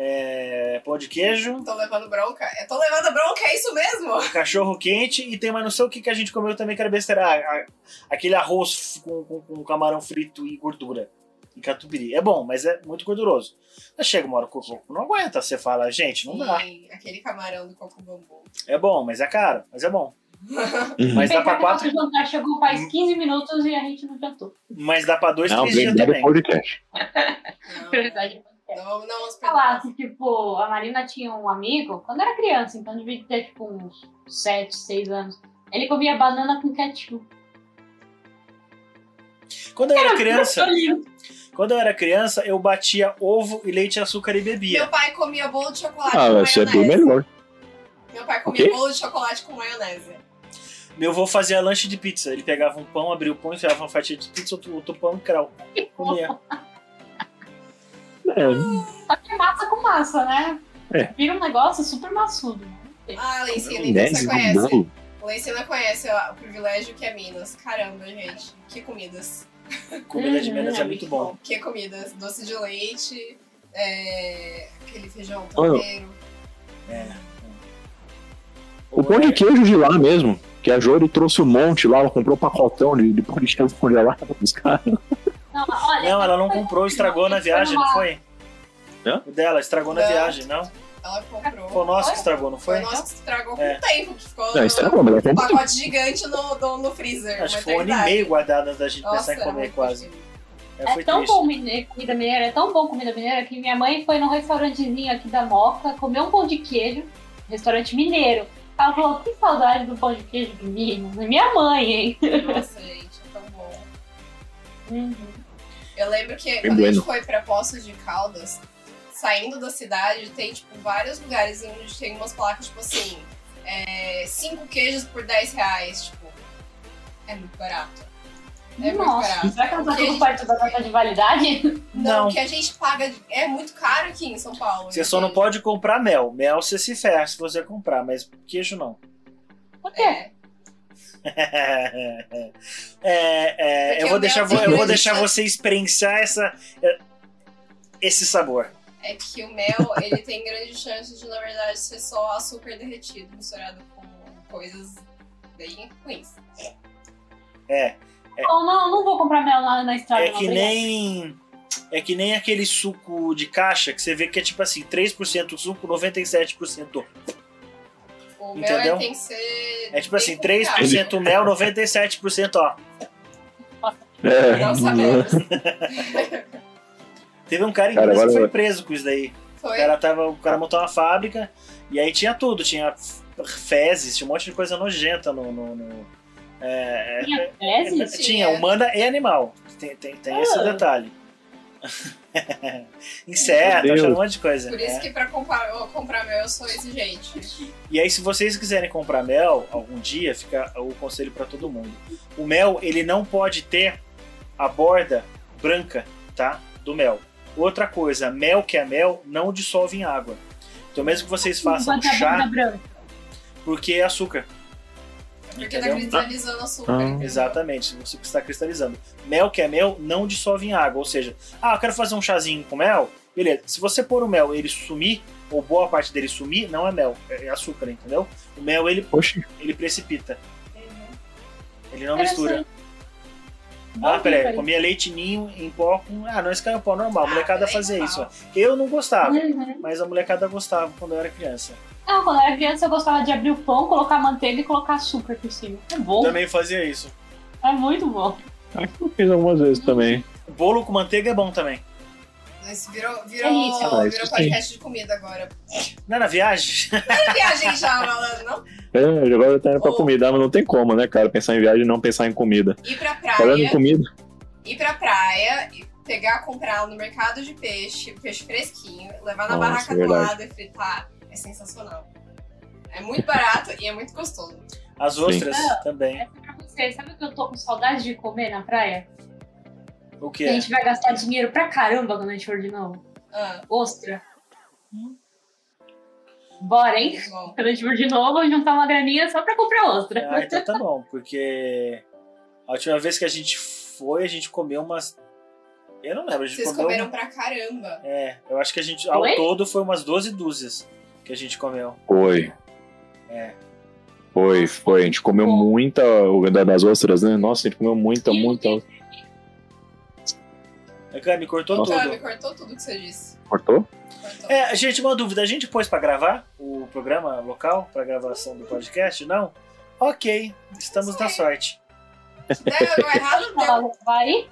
Speaker 3: é, pão de queijo,
Speaker 2: Tô levando bronca. Eu tô levando bronca, é isso mesmo?
Speaker 3: cachorro quente e tem mais não sei o que que a gente comeu também que era besteira. Ah, ah, Aquele arroz f- com, com- com camarão frito e gordura. E catupiry. É bom, mas é muito gorduroso. Mas chega uma hora que o corpo não aguenta. Você fala, gente, não dá.
Speaker 2: Sim, aquele camarão do coco bambu.
Speaker 3: É bom, mas é caro. Mas é bom.
Speaker 5: Uhum.
Speaker 3: Mas dá pra
Speaker 4: Pecado
Speaker 3: quatro
Speaker 4: nosso jantar chegou faz 15 minutos e a gente não jantou.
Speaker 3: Mas dá pra dois,
Speaker 5: Não,
Speaker 3: três dias
Speaker 5: verdade é
Speaker 3: também.
Speaker 5: podcast.
Speaker 2: Não,
Speaker 4: Prioridade
Speaker 2: Não, vamos- não vamos
Speaker 4: falar
Speaker 2: perder.
Speaker 4: que, tipo, a Marina tinha um amigo, quando era criança, então devia ter, tipo, uns 7, 6 anos. Ele comia banana com ketchup.
Speaker 3: Quando eu era criança,
Speaker 4: Eu lembro.
Speaker 3: quando eu era criança, eu batia ovo e leite, açúcar e bebia.
Speaker 2: Meu pai comia bolo de chocolate
Speaker 5: Ah,
Speaker 2: com
Speaker 5: vai
Speaker 2: maionese.
Speaker 5: ser bem melhor.
Speaker 2: Meu pai
Speaker 5: O
Speaker 2: comia
Speaker 5: quê?
Speaker 2: bolo de chocolate com maionese.
Speaker 3: Meu avô fazia lanche de pizza. Ele pegava um pão, abria o pão, enfiava uma fatia de pizza, outro, outro pão e crau. Comia.
Speaker 5: É,
Speaker 4: Só que é massa com massa, né?
Speaker 5: É.
Speaker 4: Vira um negócio super maçudo.
Speaker 2: Ah, Lindsay,
Speaker 5: ideia
Speaker 2: Lindsay,
Speaker 5: de
Speaker 2: você
Speaker 5: um
Speaker 2: conhece.
Speaker 5: bolo.
Speaker 2: O Leicina conhece ó, o privilégio que é Minas. Caramba, gente. Que comidas.
Speaker 3: Comida de Minas é
Speaker 4: Uhum.
Speaker 3: muito bom.
Speaker 2: Que comidas. Doce de leite, é, aquele feijão
Speaker 5: Olha.
Speaker 2: tropeiro.
Speaker 5: O pão de queijo de lá mesmo. Que a Jory trouxe um monte lá, ela comprou um pacotão de, de pão de queijo congelado pros caras.
Speaker 4: Não, olha, é
Speaker 3: Não, ela não comprou, estragou na viagem, não foi?
Speaker 5: Hã?
Speaker 3: O dela estragou na
Speaker 2: Não.
Speaker 3: viagem, não?
Speaker 2: Ela
Speaker 3: Foi o
Speaker 2: comprou.
Speaker 3: nosso que estragou, não
Speaker 2: Foi
Speaker 3: foi?
Speaker 2: nós que estragou com
Speaker 3: É.
Speaker 2: o tempo, que ficou
Speaker 5: Não, isso é bom, mas ela
Speaker 2: um
Speaker 5: comprou.
Speaker 2: pacote gigante no, no, no freezer.
Speaker 3: Acho
Speaker 2: uma
Speaker 3: que foi um ano e
Speaker 2: eternidade.
Speaker 3: meio guardado antes da gente
Speaker 2: é Nossa,
Speaker 3: pensar em comer
Speaker 2: era
Speaker 3: quase.
Speaker 2: muito difícil.
Speaker 3: É,
Speaker 4: É
Speaker 3: foi
Speaker 4: tão
Speaker 3: triste.
Speaker 4: bom mine- comida mineira, é tão bom comida mineira que minha mãe foi num restaurantezinho aqui da Moca, comeu um pão de queijo, restaurante mineiro. Ela falou, que saudade do pão de queijo do Minas. Minha mãe, hein?
Speaker 2: Nossa, gente, é tão bom. Eu lembro que
Speaker 5: Bem
Speaker 2: quando a
Speaker 5: bueno.
Speaker 2: gente foi pra Poços de Caldas, saindo da cidade, tem tipo vários lugares onde tem umas placas, tipo assim, 5 queijos por 10 reais, tipo. É muito barato. É muito
Speaker 4: Nossa,
Speaker 2: barato.
Speaker 4: será que ela
Speaker 2: O
Speaker 4: tá
Speaker 2: que a
Speaker 4: tudo
Speaker 2: gente-
Speaker 4: perto da data de validade?
Speaker 2: Não,
Speaker 3: Não.
Speaker 2: o que a gente paga de- é muito caro aqui em São Paulo. né?
Speaker 3: Você só não
Speaker 2: entende?
Speaker 3: pode comprar mel. Mel você se ferra se você comprar, mas queijo não.
Speaker 4: Por quê?
Speaker 2: É.
Speaker 3: É, é,
Speaker 2: Porque
Speaker 3: eu vou
Speaker 2: o
Speaker 3: deixar,
Speaker 2: mel
Speaker 3: vo-
Speaker 2: tem
Speaker 3: eu vou
Speaker 2: gosto,
Speaker 3: deixar
Speaker 2: né?
Speaker 3: você experienciar essa, é, esse sabor.
Speaker 2: É que o mel, ele tem grande chance de, na verdade, ser só açúcar derretido misturado com coisas bem ruins.
Speaker 3: É,
Speaker 4: Não, não, não vou comprar mel lá na estrada.
Speaker 3: é
Speaker 4: não,
Speaker 3: que
Speaker 4: Tá obrigada.
Speaker 3: nem é que nem aquele suco de caixa que você vê que é tipo assim, 3% suco, 97%
Speaker 2: O mel
Speaker 3: Entendeu?
Speaker 2: ele tem que ser.
Speaker 3: É tipo assim,
Speaker 2: bem complicado.
Speaker 3: 3% mel, 97% ó.
Speaker 5: É,
Speaker 2: Não sabemos.
Speaker 3: Teve um cara em
Speaker 5: Cara,
Speaker 3: Minas que
Speaker 5: agora-
Speaker 3: foi preso com isso daí. O
Speaker 2: Foi.
Speaker 3: cara, tava, o cara montou uma fábrica e aí tinha tudo, tinha fezes, tinha um monte de coisa nojenta no. no- no- é, é,
Speaker 4: Minha fezes?
Speaker 3: tinha humana e animal. Tem, tem, tem esse
Speaker 4: Ah.
Speaker 3: detalhe.
Speaker 5: Meu
Speaker 3: Inseto,
Speaker 5: Deus.
Speaker 3: achando um monte de coisa.
Speaker 2: Por isso
Speaker 3: né?
Speaker 2: que pra comprar, eu comprar mel eu sou exigente.
Speaker 3: E aí, se vocês quiserem comprar mel algum dia, fica o conselho pra todo mundo. O mel, ele não pode ter a borda branca, tá? Do mel. Outra coisa, mel que é mel não dissolve em água. Então, mesmo que vocês façam
Speaker 4: Enquanto a
Speaker 3: chá,
Speaker 4: bunda branca.
Speaker 3: porque é açúcar.
Speaker 2: Porque tá
Speaker 3: Entendeu?
Speaker 2: cristalizando açúcar.
Speaker 5: Ah.
Speaker 2: entendeu?
Speaker 3: Exatamente, você está cristalizando. Mel que é mel não dissolve em água, ou seja, ah, eu quero fazer um chazinho com mel, beleza. Se você pôr o mel e ele sumir, ou boa parte dele sumir, não é mel, é açúcar, entendeu? O mel ele,
Speaker 5: Oxi,
Speaker 3: ele precipita,
Speaker 2: Uhum.
Speaker 3: ele não
Speaker 4: um
Speaker 3: mistura. Ah, peraí, eu comia leite ninho em pó com. Ah, não, esse é pó normal, a
Speaker 2: Ah,
Speaker 3: molecada
Speaker 2: é
Speaker 3: fazia
Speaker 2: normal.
Speaker 3: isso. ó. Eu não gostava,
Speaker 4: Uhum.
Speaker 3: mas a molecada gostava quando eu era criança.
Speaker 4: Ah, quando eu era criança eu gostava de abrir o pão, colocar manteiga e colocar açúcar por cima. É bom,
Speaker 3: Também fazia isso.
Speaker 4: é muito bom.
Speaker 5: aqui eu fiz algumas vezes também.
Speaker 3: Bolo com manteiga é bom também.
Speaker 2: Isso virou, virou,
Speaker 4: É isso.
Speaker 5: Ah,
Speaker 2: virou
Speaker 5: isso
Speaker 2: podcast de comida agora.
Speaker 3: Não era viagem?
Speaker 2: Não é viagem já, malandro, não?
Speaker 5: É, agora tá indo pra
Speaker 2: Ô.
Speaker 5: comida, mas não tem como, né, cara? Pensar em viagem e não pensar em comida.
Speaker 2: Ir pra
Speaker 5: Falando em
Speaker 2: praia,
Speaker 5: comida.
Speaker 2: ir pra praia, e pegar, comprar no mercado de peixe, peixe fresquinho, levar na
Speaker 5: Nossa,
Speaker 2: barraca
Speaker 5: é
Speaker 2: do
Speaker 5: verdade.
Speaker 2: lado e fritar. É sensacional. É muito barato e é muito gostoso.
Speaker 3: As ostras
Speaker 4: Não.
Speaker 3: também.
Speaker 4: Essa é pra vocês. Sabe o que eu tô com saudade de comer na praia?
Speaker 3: O que
Speaker 4: Que
Speaker 3: é?
Speaker 4: a gente vai gastar dinheiro pra caramba quando a gente for de novo.
Speaker 2: Ah,
Speaker 4: Ostra. Bora, hein?
Speaker 2: muito bom.
Speaker 4: Quando a gente for de novo, juntar uma graninha só pra comprar ostra.
Speaker 3: Ah, então tá bom, porque a última vez que a gente foi, a gente comeu umas. Eu não lembro, a gente
Speaker 2: Vocês
Speaker 3: comeu.
Speaker 2: comeram pra caramba.
Speaker 3: É, eu acho que a gente, ao
Speaker 4: Foi?
Speaker 3: todo, foi umas 12 dúzias que a gente comeu.
Speaker 5: Foi.
Speaker 3: É.
Speaker 5: Foi, foi. A gente comeu
Speaker 4: Bom.
Speaker 5: muita o da- das ostras, né? Nossa, a gente comeu muita,
Speaker 4: Sim,
Speaker 5: muita.
Speaker 4: sim.
Speaker 3: É, Cara, me cortou
Speaker 5: Nossa.
Speaker 2: Cara, me
Speaker 3: tudo.
Speaker 2: cortou tudo que você disse.
Speaker 5: Cortou?
Speaker 2: Cortou.
Speaker 3: É, gente, uma dúvida. A gente pôs pra gravar o programa local, pra gravação do podcast? Não? Ok, estamos na sorte.
Speaker 2: Deu algo errado? Deu.
Speaker 4: Vai?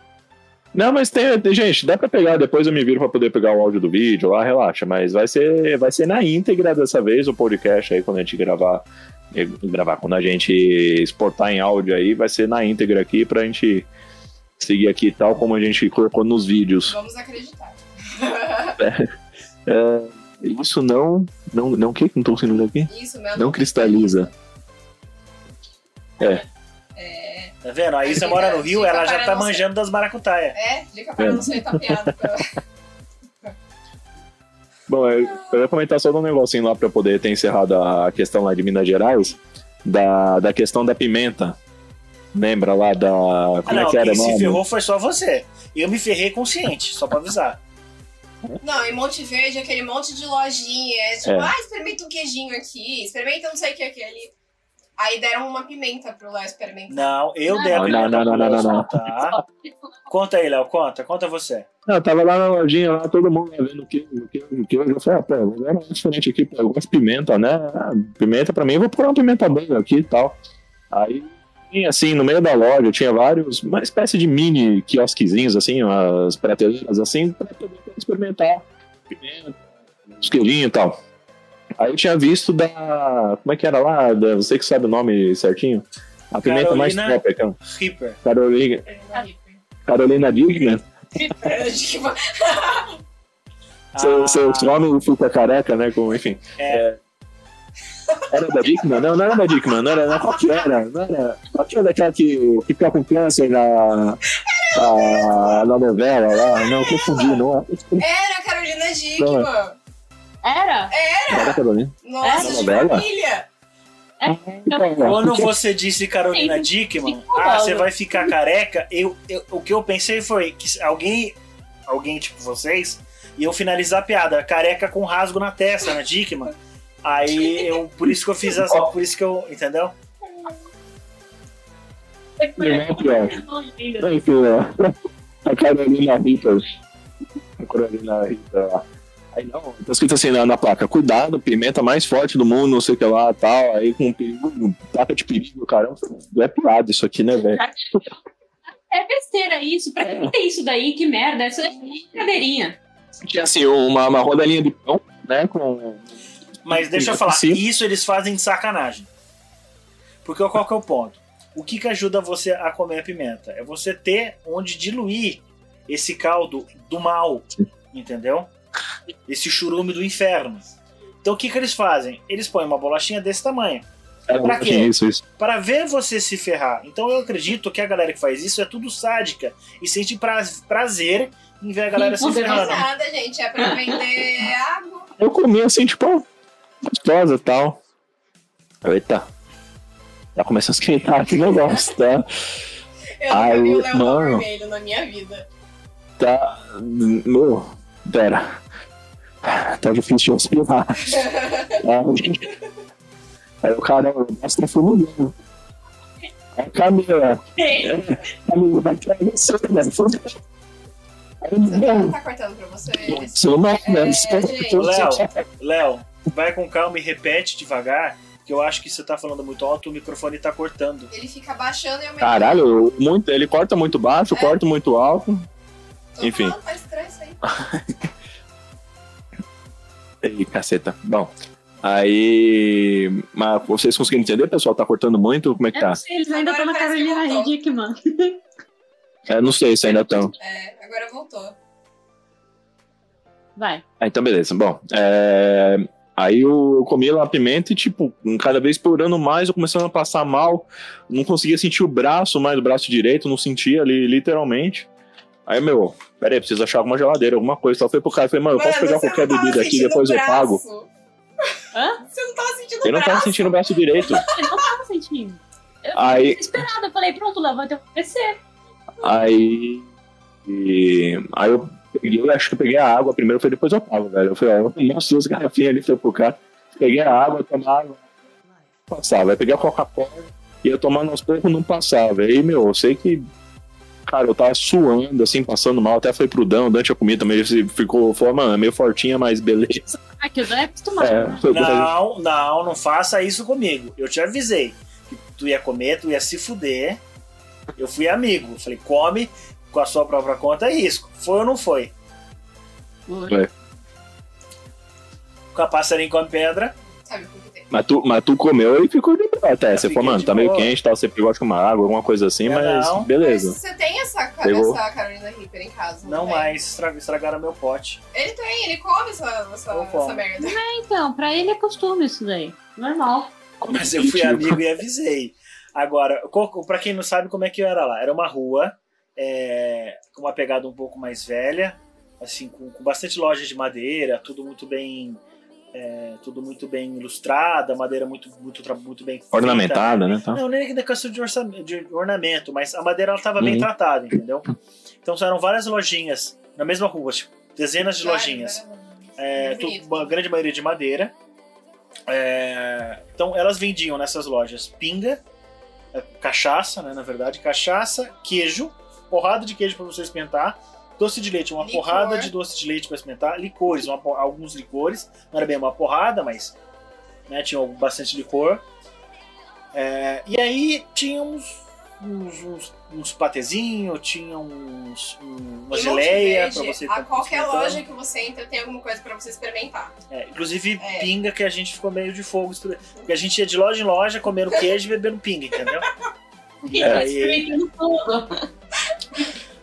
Speaker 5: Não, mas tem, tem- gente, dá pra pegar, depois eu me viro pra poder pegar o áudio do vídeo lá, relaxa, mas vai ser, vai ser na íntegra dessa vez o podcast aí quando a gente gravar, eh, gravar quando a gente exportar em áudio aí, vai ser na íntegra aqui pra gente seguir aqui tal como a gente colocou nos vídeos.
Speaker 2: Vamos acreditar.
Speaker 5: Isso não, não, não o que não tô conseguindo ler aqui?
Speaker 2: Isso, meu
Speaker 5: Não cristaliza.
Speaker 2: É,
Speaker 3: Tá vendo? A Isa mora no Rio, ela já tá manjando das maracutaia.
Speaker 2: é, dica para não ser tapeada.
Speaker 5: é, Bom, eu, eu ia comentar só de um negocinho lá pra poder ter encerrado a questão lá de Minas Gerais. da, da questão da pimenta. Lembra lá da. Como
Speaker 3: Ah, não,
Speaker 5: é que era o
Speaker 3: quem se
Speaker 5: nome?
Speaker 3: ferrou foi só você. Eu me ferrei consciente, só pra avisar.
Speaker 2: Não, em Monte Verde, aquele monte de lojinha. Tipo,
Speaker 5: É.
Speaker 2: ah, experimenta um queijinho aqui, experimenta não sei o que aqui ali. Aí deram uma pimenta pro Léo experimentar.
Speaker 3: Não, eu
Speaker 4: Não,
Speaker 3: dei a
Speaker 5: não,
Speaker 3: pimenta
Speaker 5: não, não,
Speaker 3: pro
Speaker 5: não,
Speaker 3: Léo,
Speaker 5: não, não.
Speaker 3: tá? Conta aí, Léo, conta, conta você.
Speaker 5: Não, Ah, tava lá na lojinha, lá, todo mundo lá vendo o que, o que, o que. Eu falei, ah, pô, agora é um diferente aqui, pô, eu gosto de pimenta, né? Ah, Pimenta pra mim, eu vou procurar uma pimenta boa aqui e tal. Aí, tinha, assim, no meio da loja, tinha vários, uma espécie de mini quiosquezinhos, assim, umas prateleiras, assim, pra poder experimentar pimenta, os queijinhos e tal. Aí eu tinha visto da. Como é que era lá? Da, você que sabe o nome certinho? A pimenta mais
Speaker 3: Carolina-
Speaker 5: própria, então.
Speaker 3: Reaper.
Speaker 5: Carolina, Carolina Digna.
Speaker 2: tipo,
Speaker 5: Seu, seu nome fica careca, né? Com, enfim.
Speaker 3: Ah. É.
Speaker 5: É. Era da Dickman? Não, não era da Dickman, não era. Não, qual que era? Não era. Qual que era daquela que, que fica com câncer na, na, na novela lá? Não, confundi, não.
Speaker 2: Era a Carolina
Speaker 5: é.
Speaker 2: Dickman.
Speaker 4: Era?
Speaker 5: Era Carolina.
Speaker 2: Nossa, de
Speaker 5: Novela?
Speaker 2: família.
Speaker 3: Quando você disse Carolina
Speaker 4: Sim,
Speaker 3: Dickman,
Speaker 4: sim,
Speaker 3: ah,
Speaker 4: logo.
Speaker 3: você vai ficar careca, eu, eu- o que eu pensei foi que alguém, alguém tipo vocês, iam finalizar a piada, careca com rasgo na testa, na Dickman. Aí eu, por isso que eu fiz essa, por isso que eu, entendeu?
Speaker 5: Enfim, né? A Carolina Rita. A Carolina Rita lá. Aí não, tá escrito assim na, na placa, cuidado, pimenta mais forte do mundo, não sei o que lá, tal, aí com um perigo, placa de perigo, caramba, é piada isso aqui, né, velho?
Speaker 4: É besteira isso. Pra
Speaker 3: É.
Speaker 4: que tem isso daí? Que merda. Isso é brincadeirinha.
Speaker 5: Tinha assim, uma, uma rodelinha de pão, né, com...
Speaker 3: Mas deixa eu
Speaker 5: Sim.
Speaker 3: falar, isso eles fazem de sacanagem. Porque qual que é o ponto? O que, que ajuda você a comer a pimenta? É você ter onde diluir esse caldo do mal, entendeu? Esse churume do inferno. Então o que, que eles fazem? Eles põem uma bolachinha desse tamanho.
Speaker 5: Era
Speaker 3: Pra
Speaker 5: um-
Speaker 3: quê?
Speaker 5: Isso, isso.
Speaker 3: Para ver você se ferrar. Então eu acredito que a galera que faz isso é tudo sádica e sente pra- prazer em ver a galera se
Speaker 4: Não, não,
Speaker 2: Não é
Speaker 3: ferrando.
Speaker 2: nada, gente. É pra vender Ah, água.
Speaker 5: Eu comi assim, tipo, gostosa e tal. Eita. Tá começando a esquentar aqui o negócio, tá?
Speaker 2: Eu nunca vi o
Speaker 5: Ai,
Speaker 2: Léo tão
Speaker 5: mano.
Speaker 2: vermelho na minha vida.
Speaker 5: Tá. Meu, pera. Tá difícil de respirar. Aí aí o cara, o braço tá fulminando. Aí Camila, Camila, vai cair você, né? Fudeu. Aí, não,
Speaker 2: Tá cortando pra você?
Speaker 5: Isso não é, né? Isso
Speaker 2: É, gente.
Speaker 5: é-
Speaker 3: Léo, vai com calma e repete devagar, que eu acho que você tá falando muito alto, o microfone tá cortando.
Speaker 2: Ele fica baixando e aumentando.
Speaker 5: Caralho, muito, ele corta muito baixo,
Speaker 2: É.
Speaker 5: corta muito alto.
Speaker 2: Tô
Speaker 5: enfim.
Speaker 2: falando, faz estranho isso aí.
Speaker 5: Ei, caceta. Bom, aí. Mas vocês conseguiram entender, pessoal? Tá cortando muito? Como é que
Speaker 4: Eu
Speaker 5: tá?
Speaker 4: não sei, eles ainda estão na
Speaker 2: Agora parece que
Speaker 4: Carolina
Speaker 2: voltou.
Speaker 4: Dickman.
Speaker 5: É, não sei se ainda estão.
Speaker 2: É, agora voltou.
Speaker 4: Vai.
Speaker 5: Ah, então beleza. Bom, é, aí eu comi lá a pimenta e, tipo, cada vez piorando mais, eu começando a passar mal. Não conseguia sentir o braço mais, o braço direito, não sentia ali, literalmente. Aí, meu, peraí, preciso achar alguma geladeira, alguma coisa. Só foi pro cara, eu falei, mano, eu posso pegar
Speaker 2: você
Speaker 5: qualquer
Speaker 2: não tava
Speaker 5: bebida aqui,
Speaker 2: sentindo
Speaker 5: depois
Speaker 2: o
Speaker 5: eu
Speaker 2: braço.
Speaker 5: pago.
Speaker 4: Hã?
Speaker 2: Você não tava sentindo o
Speaker 5: Eu não tava
Speaker 2: braço.
Speaker 5: sentindo o braço direito.
Speaker 4: Eu não tava sentindo. Eu fiquei
Speaker 5: Aí-
Speaker 4: desesperada. Eu falei, pronto, levanta o PC.
Speaker 5: Aí. e- aí eu peguei, acho que eu peguei a água primeiro, foi depois eu pago, velho. Eu fui, ó, umas duas garrafinhas ali, foi pro cara. Peguei a água, tomava, não passava. Aí peguei a Coca-Cola, ia tomando aos poucos, não passava. Aí, meu, eu sei que. Cara, eu tava suando, assim, passando mal. Até foi pro Dan, o Dan tinha comido também. ele Ficou, falou, mano, é meio fortinha, mas beleza.
Speaker 4: Aqui, eu já é acostumado.
Speaker 5: É, foi pra-
Speaker 3: Não, não, não faça isso comigo. Eu te avisei que tu ia comer, tu ia se fuder. Eu fui amigo. Falei, come com a sua própria conta é risco. Foi ou não foi? Com a passarinho come pedra.
Speaker 2: Sabe por que tem?
Speaker 5: Mas tu, mas tu comeu e ficou de boa até. Você
Speaker 3: Fiquei
Speaker 5: falou, mano,
Speaker 3: de
Speaker 5: tá meio
Speaker 3: boa.
Speaker 5: quente e tal. Você pegou acho que uma água, alguma coisa assim,
Speaker 3: É,
Speaker 5: mas
Speaker 3: não.
Speaker 5: beleza.
Speaker 2: Mas você tem essa, ca-
Speaker 5: Pegou.
Speaker 2: essa Carolina Reaper em casa?
Speaker 3: Não
Speaker 2: tem?
Speaker 3: mais, estraga- estragaram meu pote.
Speaker 2: Ele tem, ele come essa, essa,
Speaker 3: Eu
Speaker 2: essa
Speaker 3: como.
Speaker 2: merda.
Speaker 4: Então, pra ele é costume isso daí. Normal.
Speaker 3: Mas eu fui amigo e avisei. Agora, co- pra quem não sabe como é que era lá, era uma rua é, com uma pegada um pouco mais velha, assim, com, com bastante lojas de madeira, tudo muito bem é, tudo muito bem ilustrada, madeira muito, muito, tra- muito bem feita.
Speaker 5: Ornamentada, né? Tá.
Speaker 3: Não, nem na questão de, orçam- de ornamento, mas a madeira ela estava bem
Speaker 5: Uhum.
Speaker 3: tratada, entendeu? Então eram várias lojinhas na mesma rua, tipo, dezenas de
Speaker 2: né?
Speaker 3: lojinhas. É, tu-
Speaker 2: Uhum. Bonito.
Speaker 3: uma grande maioria de madeira. É, então elas vendiam nessas lojas pinga, é, cachaça, né, na verdade, cachaça, queijo, porrada de queijo para você experimentar, doce de leite, uma
Speaker 2: Licor.
Speaker 3: porrada de doce de leite para experimentar, licores, uma por- alguns licores, não era bem uma porrada, mas né, tinha bastante licor. É, e aí tinha uns, uns, uns, uns patezinhos, tinha uns, um- uma
Speaker 2: Em
Speaker 3: geleia para
Speaker 2: Monte
Speaker 3: você
Speaker 2: Verde, A qualquer
Speaker 3: experimentar.
Speaker 2: loja que você entra tem alguma coisa pra você experimentar.
Speaker 3: É, inclusive,
Speaker 2: É.
Speaker 3: pinga que a gente ficou meio de fogo. estudando. Porque a gente ia de loja em loja, comendo queijo e bebendo pinga, entendeu?
Speaker 5: É.
Speaker 4: Tá
Speaker 3: aí-
Speaker 4: experimentando tudo.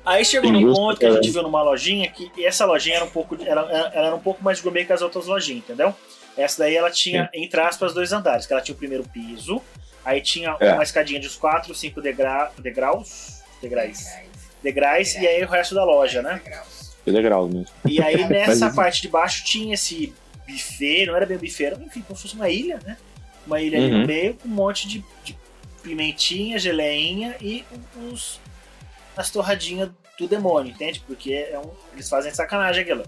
Speaker 3: Aí chegou num
Speaker 5: Pinguço,
Speaker 3: ponto que a gente
Speaker 5: caralho.
Speaker 3: viu numa lojinha que e essa lojinha era um pouco, ela, ela era um pouco mais gourmet que as outras lojinhas, entendeu? Essa daí ela tinha, entre aspas, dois andares, que ela tinha o primeiro piso, aí tinha
Speaker 5: É.
Speaker 3: uma escadinha de uns 4, 5 degra, degraus, degrais,
Speaker 2: Degraus.
Speaker 3: degrais, e aí o resto da loja, né?
Speaker 2: Degraus.
Speaker 5: Que legal mesmo.
Speaker 3: E aí nessa
Speaker 5: Mas-
Speaker 3: parte de baixo tinha esse buffet, não era bem buffet, era, enfim, como se fosse uma ilha, né? Uma ilha ali no
Speaker 5: Uhum.
Speaker 3: meio, com um monte de, de pimentinha, geleinha e uns, as torradinhas do demônio, entende? Porque é um- eles fazem sacanagem aquilo.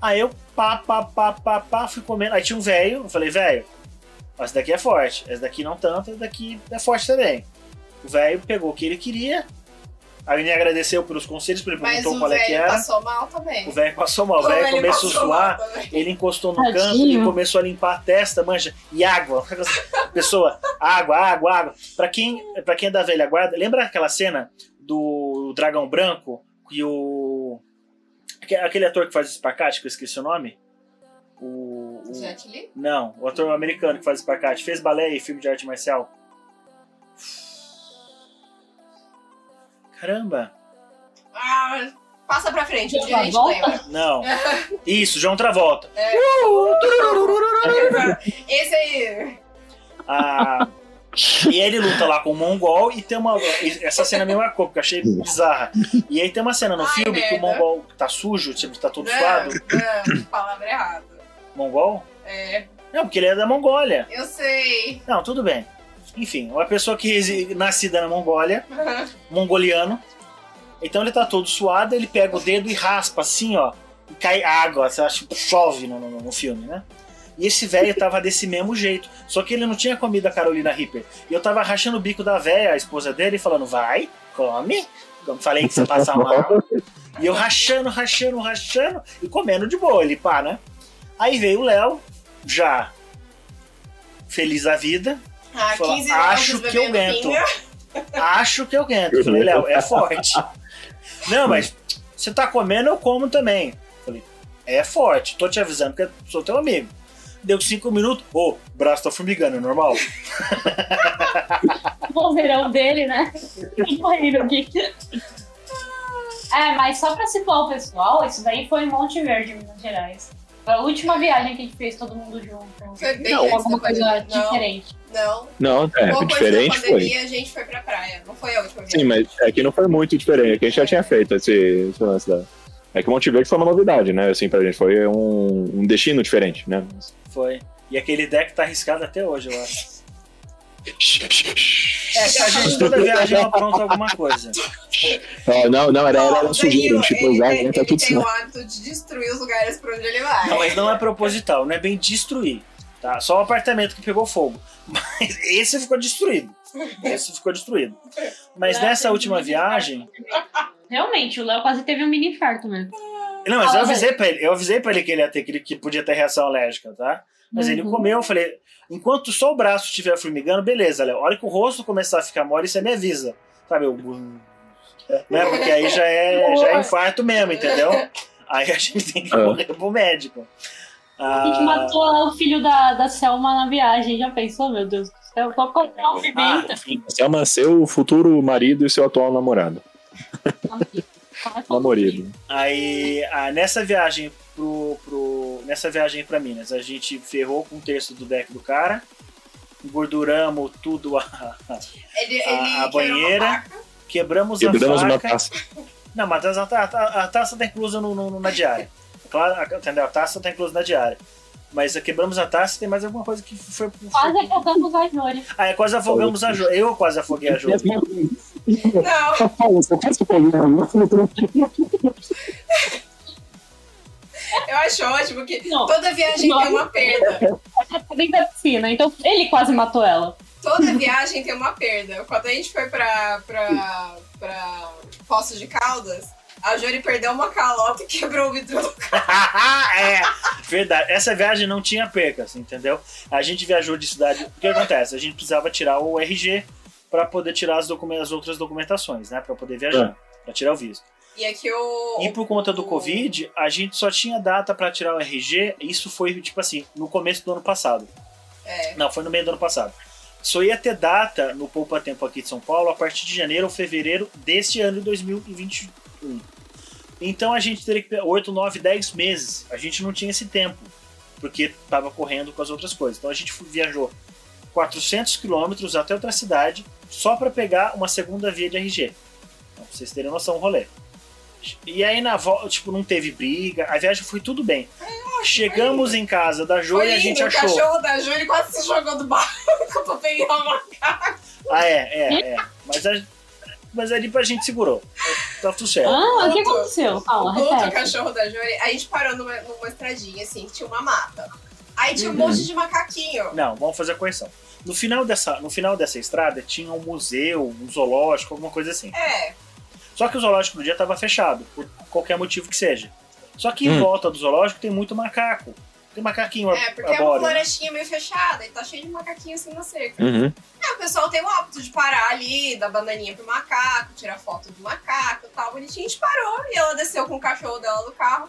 Speaker 3: Aí eu pá, pá, pá, pá, pá, fui comendo. Aí tinha um velho, eu falei, velho, essa daqui é forte, essa daqui não tanto, essa daqui é forte também. O velho pegou o que ele queria, aí me agradeceu pelos conselhos, porque ele
Speaker 2: Mas
Speaker 3: perguntou
Speaker 2: o
Speaker 3: qual é que
Speaker 2: velho
Speaker 3: era.
Speaker 2: passou mal também.
Speaker 3: O velho passou mal, o
Speaker 2: Como
Speaker 3: velho
Speaker 2: ele
Speaker 3: começou a
Speaker 2: passou
Speaker 3: suar,
Speaker 2: mal também.
Speaker 3: ele encostou no
Speaker 4: Tadinho.
Speaker 3: canto, ele começou a limpar a testa, manja, e água. Pessoa, água, água, água. Pra quem, pra quem é da velha guarda, lembra aquela cena do dragão branco e o. aque- Aquele ator que faz o espacate, que eu esqueci o nome? O. o-
Speaker 2: Jet Li?
Speaker 3: não, o ator americano que faz espacate. Fez balé e filme de arte marcial. Caramba!
Speaker 2: Ah, passa pra frente, o
Speaker 4: Deu
Speaker 2: gerente
Speaker 4: uma volta?
Speaker 2: lembra.
Speaker 3: Não. Isso, João Travolta.
Speaker 2: Esse aí.
Speaker 3: Ah, e ele luta lá com o Mongol e tem uma. Essa cena é me marcou, porque eu achei bizarra. E aí tem uma cena no
Speaker 2: Ai,
Speaker 3: filme que o
Speaker 2: merda.
Speaker 3: Mongol tá sujo, tipo, tá todo
Speaker 2: Não,
Speaker 3: suado.
Speaker 2: não, Né? É, palavra errada.
Speaker 3: Mongol?
Speaker 2: É,
Speaker 3: Não, porque ele é da Mongólia.
Speaker 2: eu sei.
Speaker 3: Não, tudo bem. Enfim, uma pessoa que resi- nascida na Mongólia, mongoliano. Então ele tá todo suado, ele pega o dedo e raspa assim, ó. E cai água, você acha que chove no, no- no filme, né? E esse velho tava desse mesmo jeito. Só que ele não tinha comido a Carolina Reaper. E eu tava rachando o bico da véia, a esposa dele, e falando: vai, come. Como falei que você passar mal. E eu rachando, rachando, rachando e comendo de boa, ele pá, né? Aí veio o Léo, já feliz da vida,
Speaker 2: Ah,
Speaker 3: Fala,
Speaker 2: 15
Speaker 3: acho
Speaker 2: jogos
Speaker 3: que eu
Speaker 2: bebendo
Speaker 3: aguento.
Speaker 2: pinga.
Speaker 3: acho que eu aguento. Eu Falei, Léo, é forte. Não, mas você tá comendo, eu como também. Eu Falei, é forte, tô te avisando porque eu sou teu amigo. Deu cinco minutos, ô, o braço tá formigando, é normal?
Speaker 4: O vozeirão dele, né? Morrendo aqui. É, mas só pra situar o pessoal, isso daí foi em Monte Verde, Minas Gerais. Foi a última viagem que a gente fez todo mundo junto.
Speaker 2: Foi bem
Speaker 4: Não,
Speaker 2: antes
Speaker 4: alguma
Speaker 2: da
Speaker 4: coisa
Speaker 2: pandemia. Não.
Speaker 4: diferente.
Speaker 2: Não,
Speaker 5: Não, é,
Speaker 2: pouco
Speaker 5: foi
Speaker 2: antes
Speaker 5: diferente,
Speaker 2: da
Speaker 5: foi.
Speaker 2: pandemia a gente foi pra praia. Não foi a última vez.
Speaker 5: Sim, mas é que não foi muito diferente. É que a gente já tinha feito esse, esse lance da. É que Monte Verde foi uma novidade, né? Assim, pra gente. Foi um, um destino diferente, né?
Speaker 3: Foi. E aquele deck tá arriscado até hoje, eu acho. É, que a gente toda viagem apronta alguma coisa.
Speaker 5: Ah, não, não, era, era,
Speaker 2: Ó,
Speaker 5: era
Speaker 2: o
Speaker 5: sujeira. A gente
Speaker 2: Danilo,
Speaker 5: pousava,
Speaker 2: ele, tem-
Speaker 5: né? Tá
Speaker 2: ele tem
Speaker 5: tudo certo.
Speaker 2: o hábito de destruir os lugares pra onde ele vai.
Speaker 3: Não, mas não é proposital, não é bem destruir. Tá? Só o apartamento que pegou fogo. Mas esse ficou destruído. Esse ficou destruído. Mas
Speaker 4: Léo
Speaker 3: nessa
Speaker 4: teve
Speaker 3: última
Speaker 4: um mini
Speaker 3: viagem.
Speaker 4: infarto. Realmente, o Léo quase teve um mini infarto mesmo.
Speaker 3: Não, mas eu
Speaker 4: Fala,
Speaker 3: avisei pra ele. Eu avisei pra ele que ele ia ter que, ele- que podia ter reação alérgica, tá? Mas ele
Speaker 4: Uhum.
Speaker 3: comeu, eu falei, enquanto só o braço estiver formigando, beleza, Léo. A hora que o rosto começar a ficar mole, você me avisa. Sabe? Eu... "Hum." Né? Porque aí já é, já é infarto mesmo, entendeu? Aí a gente tem que
Speaker 5: Ah.
Speaker 3: correr pro médico.
Speaker 4: A gente
Speaker 3: Ah.
Speaker 4: matou o filho da, da Selma na viagem, já pensou, meu Deus do céu? Só comprar um
Speaker 3: ah,
Speaker 4: pimenta.
Speaker 5: Selma, seu futuro marido e seu atual namorado. Ah. Namorido.
Speaker 3: Aí, ah, nessa viagem pro, pro- nessa viagem para Minas, a gente ferrou com um terço do deck do cara, engorduramos tudo, a-
Speaker 2: Ele,
Speaker 3: A-
Speaker 2: ele
Speaker 3: a
Speaker 2: quebrou
Speaker 3: banheira.
Speaker 2: uma faca.
Speaker 3: quebramos a
Speaker 5: Quebramos é uma
Speaker 3: faca.
Speaker 5: taça.
Speaker 3: Não, mas a, ta- a ta- a taça tá inclusa no- no- na diária. Claro, a- entendeu? A taça tá inclusa na diária. Mas é, quebramos a taça, tem mais alguma coisa que foi. foi-
Speaker 4: Quase acabamos a Jori.
Speaker 3: Ah, é, quase afogamos a Jô. Eu quase afoguei a Jô.
Speaker 2: Não,
Speaker 5: Tá
Speaker 2: eu acho ótimo que
Speaker 4: Não.
Speaker 2: toda viagem tem uma perda.
Speaker 4: Dentro da piscina, então ele quase matou ela.
Speaker 2: Toda viagem tem uma perda. Quando a gente foi pra, pra, pra Poço de Caldas, a Jori perdeu uma calota e quebrou o vidro do carro.
Speaker 3: é, verdade. Essa viagem não tinha percas, entendeu? A gente viajou de cidade. O que acontece? A gente precisava tirar o RG pra poder tirar as, documen- as outras documentações, né? Pra poder viajar,
Speaker 5: É.
Speaker 3: pra tirar o visto.
Speaker 2: E aqui o.
Speaker 3: E por conta do Covid, a gente só tinha data pra tirar o RG. Isso foi, tipo assim, no começo do ano passado.
Speaker 2: É.
Speaker 3: Não, foi no meio do ano passado. Só ia ter data no Poupa Tempo aqui de São Paulo a partir de janeiro ou fevereiro deste ano de 2021. Então a gente teria que ter 8, 9, 10 meses. A gente não tinha esse tempo, porque estava correndo com as outras coisas. Então a gente fu- viajou 400 quilômetros até outra cidade só para pegar uma segunda via de RG. Então, pra vocês terem noção, o rolê. E aí na volta, tipo, não teve briga, a viagem foi tudo bem. Chegamos em casa da Jo
Speaker 2: Foi
Speaker 3: e a
Speaker 2: lindo,
Speaker 3: gente
Speaker 2: o
Speaker 3: achou.
Speaker 2: cachorro da Júlia quase se jogou do barco pra pegar uma
Speaker 3: Ah, é, é, é. Mas, a, mas é ali pra gente segurou. Tá tudo certo.
Speaker 4: Ah, o que
Speaker 2: Outro-
Speaker 4: aconteceu? Fala,
Speaker 2: Outro
Speaker 4: repete.
Speaker 2: cachorro da Júlia, a gente parou numa, numa estradinha, assim, que tinha uma mata. Aí tinha um
Speaker 5: Uhum.
Speaker 2: monte de macaquinho.
Speaker 3: Não, vamos fazer a correção. No final, dessa, no final dessa estrada tinha um museu, um zoológico, alguma coisa assim.
Speaker 2: É,
Speaker 3: Só que o zoológico do dia tava fechado, por qualquer motivo que seja. Só que em
Speaker 5: Hum.
Speaker 3: volta do zoológico tem muito macaco. Tem macaquinho
Speaker 2: é, porque é uma
Speaker 3: arbóreo.
Speaker 2: florestinha meio fechada e tá cheio de macaquinho assim na cerca.
Speaker 5: Uhum.
Speaker 2: Aí É, o pessoal tem o hábito de parar ali, dar bananinha pro macaco, tirar foto do macaco e tal, bonitinho. A gente parou e ela desceu com o cachorro dela do carro.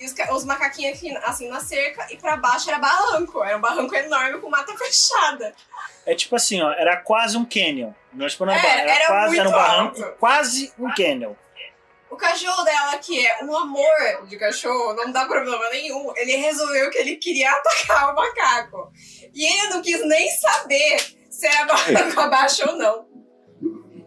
Speaker 2: E os, ca- os macaquinhos aqui, assim, na cerca, e pra baixo era barranco. Era um barranco enorme com mata fechada.
Speaker 3: É tipo assim, ó, era quase um canyon. Não é tipo não,
Speaker 2: É,
Speaker 3: era,
Speaker 2: era
Speaker 3: quase, era um
Speaker 2: muito
Speaker 3: barranco,
Speaker 2: alto.
Speaker 3: quase um canyon.
Speaker 2: O cachorro dela, que é um amor de cachorro, não dá problema nenhum. Ele resolveu que ele queria atacar o macaco. E ele não quis nem saber se era macaco abaixo ou não.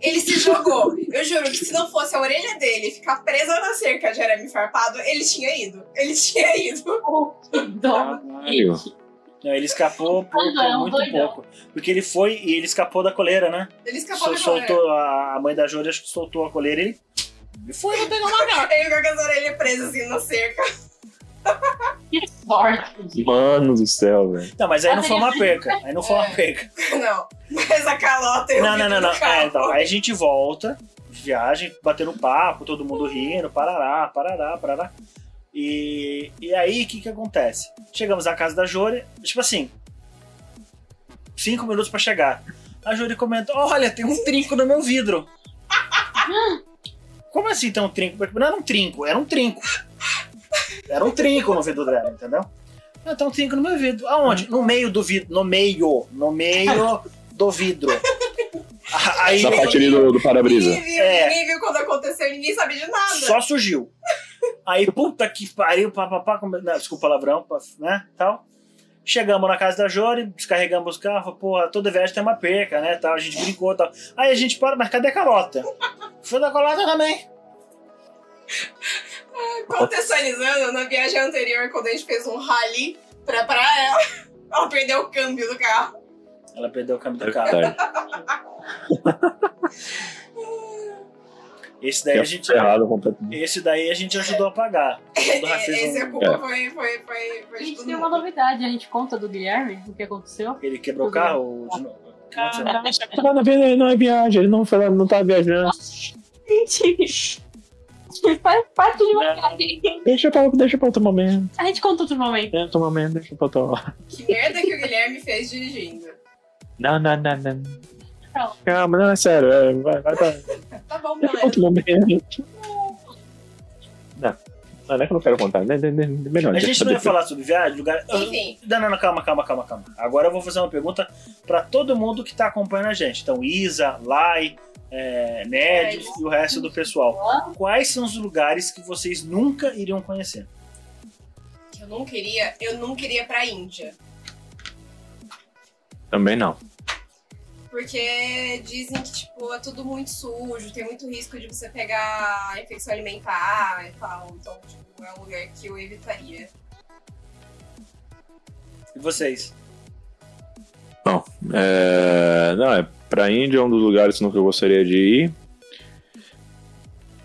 Speaker 2: Ele se jogou. Eu juro que se não fosse a orelha dele ficar presa na cerca de arame farpado, ele tinha ido. Ele tinha ido.
Speaker 4: Oh, que dó.
Speaker 5: Caralho.
Speaker 3: Não, ele escapou por, por
Speaker 2: é um
Speaker 4: Doidão,
Speaker 3: muito
Speaker 4: doidão.
Speaker 3: pouco. Porque ele foi e ele escapou da coleira, né?
Speaker 2: Ele escapou
Speaker 3: Sol-
Speaker 2: da coleira.
Speaker 3: soltou a a mãe da Júlia, acho que soltou a coleira e ele. E foi pra pegar o macaco.
Speaker 2: Ele ficou com as orelhas presas assim na cerca.
Speaker 4: Que sorte.
Speaker 5: Mano do céu, velho.
Speaker 3: Não, mas aí não foi uma perca. Aí não foi uma
Speaker 2: É.
Speaker 3: perca.
Speaker 2: Não. Mas a calota eu
Speaker 3: Não,
Speaker 2: vi
Speaker 3: não, não,
Speaker 2: no
Speaker 3: não.
Speaker 2: carro.
Speaker 3: É, então, aí a gente volta, viagem, batendo papo, todo mundo rindo, parará, parará, parará. E, e aí, o que que acontece? Chegamos na casa da Júlia, tipo assim, cinco minutos pra chegar. A Júlia comenta: Olha, tem um trinco no meu vidro. Como assim tem um trinco? Não era um trinco, era um trinco. Era um trinco no vidro dela, entendeu? Ah, tem um trinco no meu vidro. Aonde? No meio do vidro. No meio. No meio do vidro. A- Aí
Speaker 5: Na
Speaker 2: um
Speaker 5: parte ali do, do para-brisa.
Speaker 2: Ninguém viu,
Speaker 3: É.
Speaker 2: ninguém viu quando aconteceu, ninguém sabia de nada.
Speaker 3: só surgiu. Aí, puta que pariu, papapá, come... não, desculpa o palavrão, pa- né, tal. Chegamos na casa da Jori, descarregamos o carro, porra, toda viagem tem uma perca, né, tal, a gente brincou, tal. Aí a gente para, mas cadê a calota? Foi da calota também.
Speaker 2: Contextualizando, na viagem anterior, quando a gente fez um rally pra praia, ela perdeu o câmbio do carro.
Speaker 3: Ela perdeu o caminho do carro.
Speaker 5: Tá,
Speaker 3: Esse daí a gente...
Speaker 5: é errado completamente.
Speaker 3: Esse daí a gente ajudou a pagar. Todo mundo fez
Speaker 2: Esse é
Speaker 3: um-
Speaker 2: culpa foi, foi, foi,
Speaker 4: A
Speaker 2: foi de
Speaker 4: gente
Speaker 2: todo
Speaker 4: tem
Speaker 2: mundo.
Speaker 4: uma novidade, a gente conta do Guilherme, o que aconteceu.
Speaker 3: Ele quebrou o carro de novo. Ah,
Speaker 5: Tá na verdade, não é viagem, ele não, foi- não tá viajando.
Speaker 4: Gente, faz parte de uma viagem.
Speaker 5: Deixa pra, deixa pra outro momento.
Speaker 4: A gente conta outro momento.
Speaker 5: Deixa pra outro momento, deixa pra outro.
Speaker 2: Que merda que o Guilherme fez dirigindo.
Speaker 5: Não, não, não, não.
Speaker 4: Não.
Speaker 5: Calma, não, é sério. é, vai, vai pra
Speaker 2: Tá bom,
Speaker 5: deixa pra
Speaker 3: é.
Speaker 2: galera.
Speaker 5: outro momento. Não. Não, não é que eu não quero contar. né, né, né, Melhor.
Speaker 3: A
Speaker 5: deixa
Speaker 3: gente
Speaker 5: pra
Speaker 3: não ia
Speaker 5: depois.
Speaker 3: falar sobre viagem, lugar. Ah,
Speaker 2: Enfim.
Speaker 3: Não, não, não, calma, calma, calma, calma. Agora eu vou fazer uma pergunta pra todo mundo que tá acompanhando a gente. Então, Isa, Lai, é, Ned e o resto do pessoal. Quais são os lugares que vocês nunca iriam conhecer?
Speaker 2: que Eu não queria, eu não queria pra Índia.
Speaker 3: é
Speaker 5: Também não.
Speaker 2: Porque dizem que, tipo, é tudo muito sujo, tem muito risco de você pegar infecção alimentar e tal. Então, tipo, é um lugar que eu evitaria.
Speaker 3: E vocês?
Speaker 5: Não, é... não, é pra Índia é um dos lugares no que eu gostaria de ir.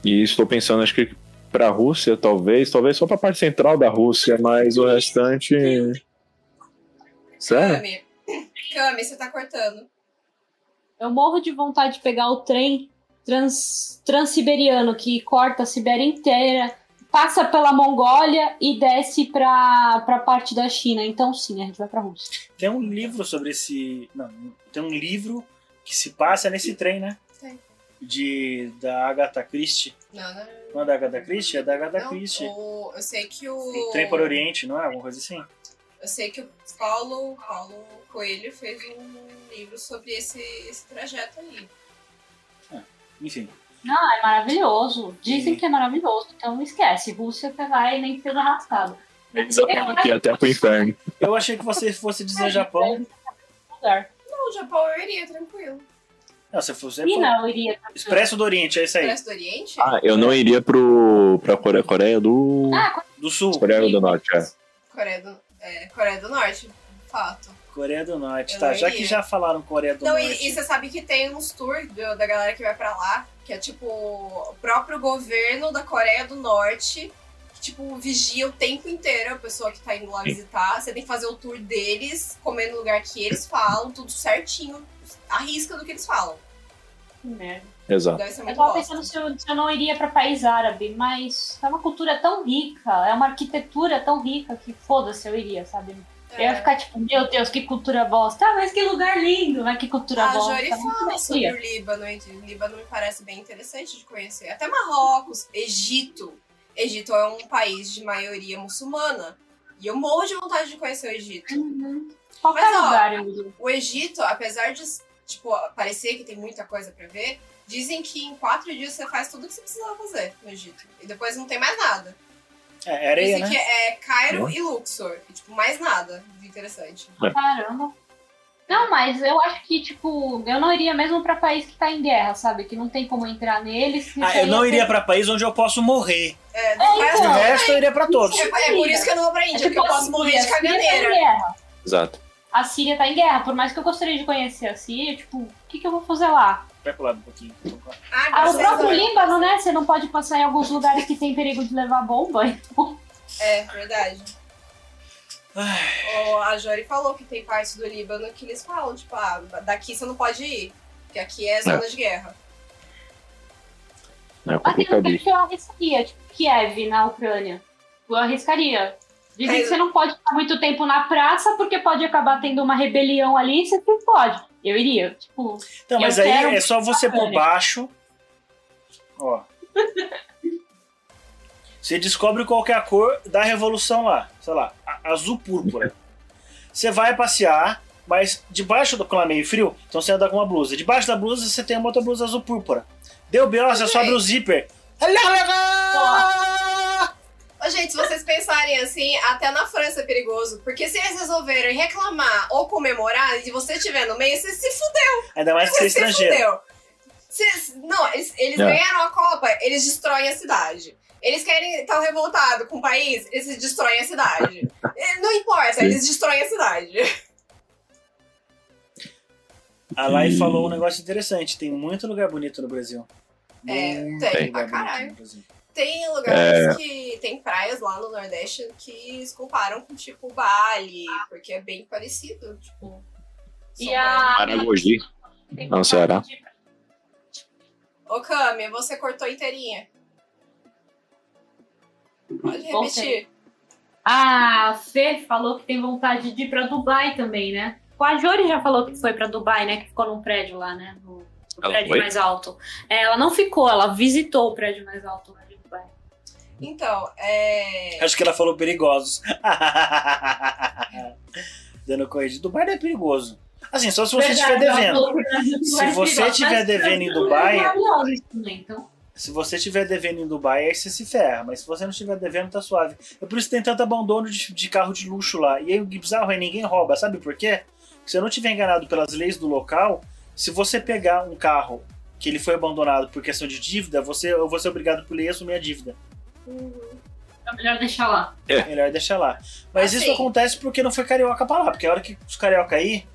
Speaker 5: E estou pensando, acho que pra Rússia, talvez, talvez só pra parte central da Rússia, mas o restante. Sério?
Speaker 2: Cami, Cami, você tá cortando.
Speaker 4: Eu morro de vontade de pegar o trem trans, transsiberiano que corta a Sibéria inteira, passa pela Mongólia e desce pra, pra parte da China. Então, sim, a gente vai pra Rússia.
Speaker 3: Tem um livro sobre esse. Não, tem um livro que se passa nesse trem, né?
Speaker 2: Tem.
Speaker 3: De, da Agatha Christie.
Speaker 2: Não, não.
Speaker 3: Não é da Agatha Christie? É da Agatha
Speaker 2: não.
Speaker 3: Christie.
Speaker 2: O- eu sei que o.
Speaker 3: O... Trem para o Oriente, não é? Alguma coisa assim?
Speaker 2: Eu sei que o Paulo, Paulo Coelho fez um livro sobre esse, esse trajeto aí.
Speaker 3: Enfim.
Speaker 4: Não, é maravilhoso. Dizem
Speaker 3: Sim.
Speaker 4: que é maravilhoso, então não esquece. Rússia você vai nem pelo arrastado.
Speaker 5: Exatamente, até pro inferno.
Speaker 3: Eu achei que você fosse dizer Japão.
Speaker 4: Lugar.
Speaker 2: Não, o Japão eu iria, tranquilo.
Speaker 3: Não, se fosse.
Speaker 4: China, eu iria.
Speaker 3: Expresso do Oriente, é isso aí.
Speaker 2: Parece do Oriente?
Speaker 5: Ah, eu não iria pro, pra Core- Coreia do.
Speaker 4: Ah,
Speaker 3: Do Sul,
Speaker 5: Coreia do Norte, é.
Speaker 2: Coreia, do, é, Coreia do Norte, fato.
Speaker 3: Coreia do Norte.
Speaker 2: Eu
Speaker 3: Tá,
Speaker 2: não
Speaker 3: já que
Speaker 2: iria.
Speaker 3: já falaram Coreia do
Speaker 2: Não,
Speaker 4: assim.
Speaker 2: e, e
Speaker 3: Norte.
Speaker 2: você sabe que tem uns tours do- da galera que vai pra lá, que é tipo o próprio governo da Coreia do Norte, que tipo vigia o tempo inteiro a pessoa que tá indo lá visitar. Você tem que fazer o tour deles, comer no lugar que eles falam, tudo certinho, a risca do que eles falam.
Speaker 4: que merda.
Speaker 5: Exato.
Speaker 2: Deve ser
Speaker 4: Eu
Speaker 2: muito
Speaker 4: tava
Speaker 2: bom.
Speaker 4: pensando se eu, se eu não iria pra país árabe, mas é uma cultura tão rica, é uma arquitetura tão rica que foda-se, eu iria, sabe? Eu
Speaker 2: É.
Speaker 4: ia ficar tipo, meu Deus, que cultura bosta. Ah, mas que lugar lindo, mas que cultura
Speaker 2: A
Speaker 4: bosta.
Speaker 2: Jori
Speaker 4: Mas eu
Speaker 2: Ah, fala
Speaker 4: iria.
Speaker 2: sobre o Líbano, e o Líbano me parece bem interessante de conhecer. Até Marrocos, Egito. Egito é um país de maioria muçulmana. E eu morro de vontade de conhecer o Egito.
Speaker 4: Uhum. Qualquer
Speaker 2: Mas, ó,
Speaker 4: lugar eu iria.
Speaker 2: O Egito, apesar de tipo, parecer que tem muita coisa pra ver, dizem que em quatro dias você faz tudo o que você precisava fazer no Egito. E depois não tem mais nada.
Speaker 3: É, é areia,
Speaker 2: Dizem
Speaker 3: né?
Speaker 2: que é Cairo e Luxor. E, tipo, mais nada de interessante.
Speaker 4: Caramba. Não, mas eu acho que, tipo, eu não iria mesmo pra país que tá em guerra, sabe? Que não tem como entrar neles. que
Speaker 3: Ah,
Speaker 4: isso aí
Speaker 3: eu não
Speaker 4: é-
Speaker 3: iria pra país onde eu posso morrer.
Speaker 2: É, do
Speaker 4: É,
Speaker 2: resto,
Speaker 3: O
Speaker 4: então.
Speaker 3: resto eu iria pra todos.
Speaker 2: é, é por isso que eu não vou pra
Speaker 4: É
Speaker 2: Índia,
Speaker 4: tipo
Speaker 2: porque eu posso
Speaker 4: a
Speaker 2: morrer de
Speaker 4: Síria. A Síria tá em
Speaker 2: caganeira.
Speaker 4: guerra.
Speaker 5: Exato.
Speaker 4: A Síria tá em guerra. Por mais que eu gostaria de conhecer a Síria, tipo, o que, que eu vou fazer lá?
Speaker 2: é-
Speaker 3: Vai pro lado um pouquinho.
Speaker 4: Ah, o
Speaker 2: graças a
Speaker 4: próprio
Speaker 2: Deus.
Speaker 4: Líbano, né? Você não pode passar em alguns lugares que tem perigo de levar bomba. Então,
Speaker 2: É, verdade.
Speaker 3: Ai,
Speaker 2: Ó, a Jori falou que tem partes do Líbano que eles falam, tipo, ah, daqui você não pode ir, porque aqui é zona de guerra.
Speaker 5: É
Speaker 4: mas tem lugar
Speaker 5: complicadíssimo.
Speaker 4: que eu arriscaria, tipo, Kiev, na Ucrânia. Eu arriscaria. Dizem que
Speaker 2: Mas-
Speaker 4: você não pode ficar muito tempo na praça, porque pode acabar tendo uma rebelião ali e você não pode. Eu iria, tipo,
Speaker 3: Então,
Speaker 4: Eu
Speaker 3: mas aí
Speaker 4: quero-
Speaker 3: é só você por
Speaker 4: Olha.
Speaker 3: baixo. Ó. Você descobre qual que é a cor da revolução lá. Sei lá, a- azul púrpura. Você vai passear, mas debaixo do. Como é meio frio, então você anda com uma blusa. Debaixo da blusa você tem uma outra blusa azul púrpura. Deu B.O., você
Speaker 2: Tudo
Speaker 3: sobe
Speaker 2: bem.
Speaker 3: o zíper.
Speaker 2: Ô, gente, se vocês pensarem assim, até na França é perigoso, porque se eles resolverem reclamar ou comemorar, e você estiver no meio, você se fudeu,
Speaker 3: Ainda mais que você é
Speaker 2: você se
Speaker 3: estrangeiro.
Speaker 2: fudeu. Vocês- não, eles, eles
Speaker 5: É.
Speaker 2: ganharam a Copa, eles destroem a cidade. Eles querem estar revoltados com o país, eles destroem a cidade. Eh, Não importa,
Speaker 5: Sim.
Speaker 2: eles destroem a cidade.
Speaker 3: A Lai falou um negócio interessante. Tem muito lugar bonito no Brasil.
Speaker 2: É,
Speaker 3: Muito
Speaker 2: tem,
Speaker 3: lugar
Speaker 2: pra
Speaker 3: bonito
Speaker 2: caralho.
Speaker 3: no Brasil.
Speaker 2: Tem lugares que tem praias lá no Nordeste que se comparam com, tipo, Bali, porque é bem parecido, tipo...
Speaker 4: E
Speaker 2: são
Speaker 4: a-
Speaker 5: Maragogi.
Speaker 4: Tem
Speaker 5: Não,
Speaker 4: que
Speaker 5: Ceará.
Speaker 4: partir pra-
Speaker 2: praias- Ô, Cami, você cortou inteirinha. Pode repetir.
Speaker 4: Voltei. Ah, a Fê falou que tem vontade de ir pra Dubai também, né? O Ajori já falou que foi pra Dubai, né? Que ficou num prédio lá, né? No, no
Speaker 5: Ela
Speaker 4: prédio
Speaker 5: foi?
Speaker 4: mais alto. É, ela não ficou, ela visitou o prédio mais alto lá de Dubai.
Speaker 2: Então, é...
Speaker 3: Acho que ela falou perigosos. Dando corrigida. Dubai não é perigoso. Assim, só se você estiver
Speaker 4: Verdade, ela
Speaker 3: devendo.
Speaker 4: falou que o prédio do
Speaker 3: Se
Speaker 4: Dubai é
Speaker 3: você
Speaker 4: perigoso,
Speaker 3: tiver
Speaker 4: mas
Speaker 3: devendo em
Speaker 4: é um
Speaker 3: Dubai-
Speaker 4: lugar maravilhoso também, então.
Speaker 3: Se você estiver devendo em Dubai, aí você se ferra. Mas se você não estiver devendo, tá suave. É por isso que tem tanto abandono de, de carro de luxo lá. E aí o bizarro é ninguém rouba. Sabe por quê? Porque Se eu não estiver enganado pelas leis do local, se você pegar um carro que ele foi abandonado por questão de dívida, você, eu vou ser obrigado por lei a assumir a dívida.
Speaker 2: Uhum.
Speaker 4: É melhor deixar lá.
Speaker 3: Melhor deixar lá. Mas
Speaker 2: Assim.
Speaker 3: isso acontece porque não foi carioca pra lá, porque a hora que os carioca aí.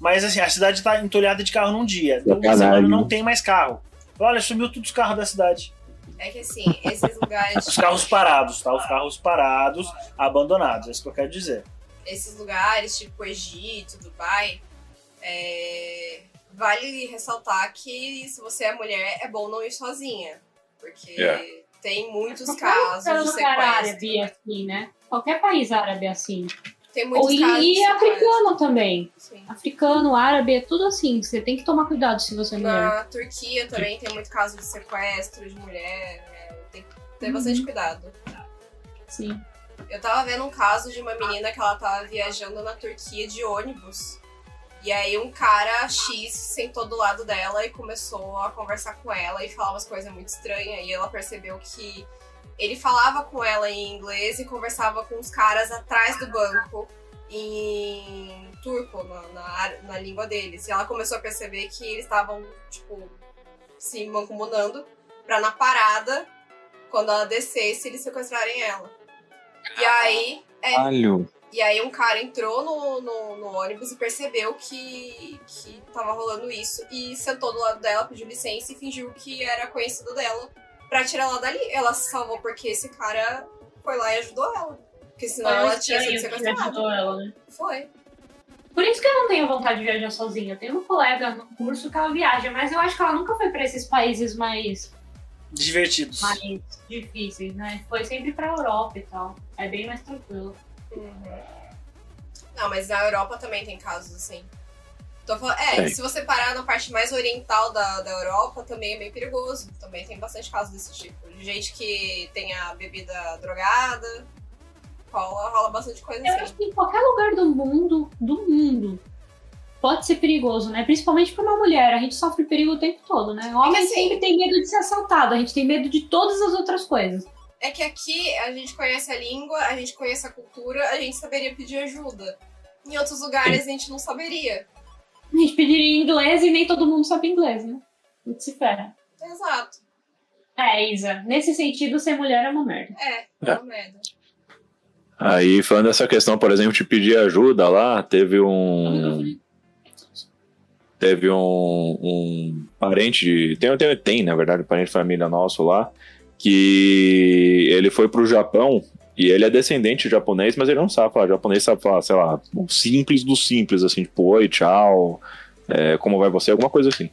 Speaker 3: Mas assim, a cidade tá entulhada de carro num dia. Então, uma
Speaker 5: Sacanagem. né?
Speaker 3: semana não tem mais carro. Olha, sumiu todos os carros da cidade.
Speaker 2: É que assim, esses lugares.
Speaker 3: Os carros parados, tá? Os carros parados, abandonados. É isso que eu quero dizer.
Speaker 2: esses lugares, tipo Egito, Dubai, é, vale ressaltar que se você é mulher, é bom não ir sozinha. Porque
Speaker 5: É.
Speaker 2: tem muitos
Speaker 4: Qualquer
Speaker 2: casos de
Speaker 4: lugar
Speaker 2: sequestro.
Speaker 4: árabe é assim, né? Qualquer país árabe é assim.
Speaker 2: Tem muitos
Speaker 4: Ou, e
Speaker 2: casos de
Speaker 4: e
Speaker 2: sequestro.
Speaker 4: africano também.
Speaker 2: Sim.
Speaker 4: Africano, árabe, é tudo assim. Você tem que tomar cuidado se você é mulher.
Speaker 2: Na Turquia também tem muito caso de sequestro de mulher. né? Tem que ter bastante cuidado.
Speaker 4: Sim.
Speaker 2: Eu tava vendo um caso de uma menina que ela tava viajando na Turquia de ônibus. E aí um cara X sentou do lado dela e começou a conversar com ela e falar umas coisas muito estranhas. E ela percebeu que ele falava com ela em inglês e conversava com os caras atrás do banco em turco, na, na- na língua deles. E ela começou a perceber que eles estavam, tipo, se mancomunando pra na parada, quando ela descesse, eles sequestrarem ela. E aí,
Speaker 5: Caralho.
Speaker 2: e aí um cara entrou no, no, no ônibus e percebeu que, que tava rolando isso e sentou do lado dela, pediu licença e fingiu que era conhecido dela pra tirar ela dali. Ela se salvou porque esse cara foi lá e ajudou ela. Porque senão ela tinha sido sequestrada.
Speaker 4: ela, um né?
Speaker 2: Foi.
Speaker 4: Por isso que eu não tenho vontade de viajar sozinha. Eu tenho uma colega no curso que ela viaja, mas eu acho que ela nunca foi pra esses países mais,
Speaker 3: Divertidos.
Speaker 4: mais difíceis, né? Foi sempre pra Europa e tal. É bem mais tranquilo.
Speaker 2: Não, mas na Europa também tem casos assim. Tô falando, é,
Speaker 5: Tem.
Speaker 2: se você parar na parte mais oriental da, da Europa, também é bem perigoso. Também tem bastante casos desse tipo. De gente que tem a bebida drogada, rola, rola bastante coisa
Speaker 4: Eu
Speaker 2: assim.
Speaker 4: acho que em qualquer lugar do mundo, do mundo, pode ser perigoso, né? Principalmente pra uma mulher. A gente sofre perigo o tempo todo, né? O homem
Speaker 2: assim-
Speaker 4: sempre tem medo de ser assaltado, a gente tem medo de todas as outras coisas.
Speaker 2: É que aqui a gente conhece a língua, a gente conhece a cultura, a gente saberia pedir ajuda. Em outros lugares a gente não saberia.
Speaker 4: A gente pediria inglês e nem todo mundo sabe inglês, né? A gente se ferra.
Speaker 2: Exato.
Speaker 4: É, Isa, nesse sentido, ser mulher é uma merda.
Speaker 2: É, é uma merda.
Speaker 5: Aí, falando dessa questão, por exemplo, de pedir ajuda lá, teve
Speaker 4: Uhum.
Speaker 5: um. teve um, um parente de. Tem, tem, tem, na verdade, um parente de família nosso lá, que ele foi pro Japão e ele é descendente de japonês, mas ele não sabe falar japonês, sabe falar, sei lá, um simples do simples, assim, tipo, oi, tchau, é, como vai você, alguma coisa assim.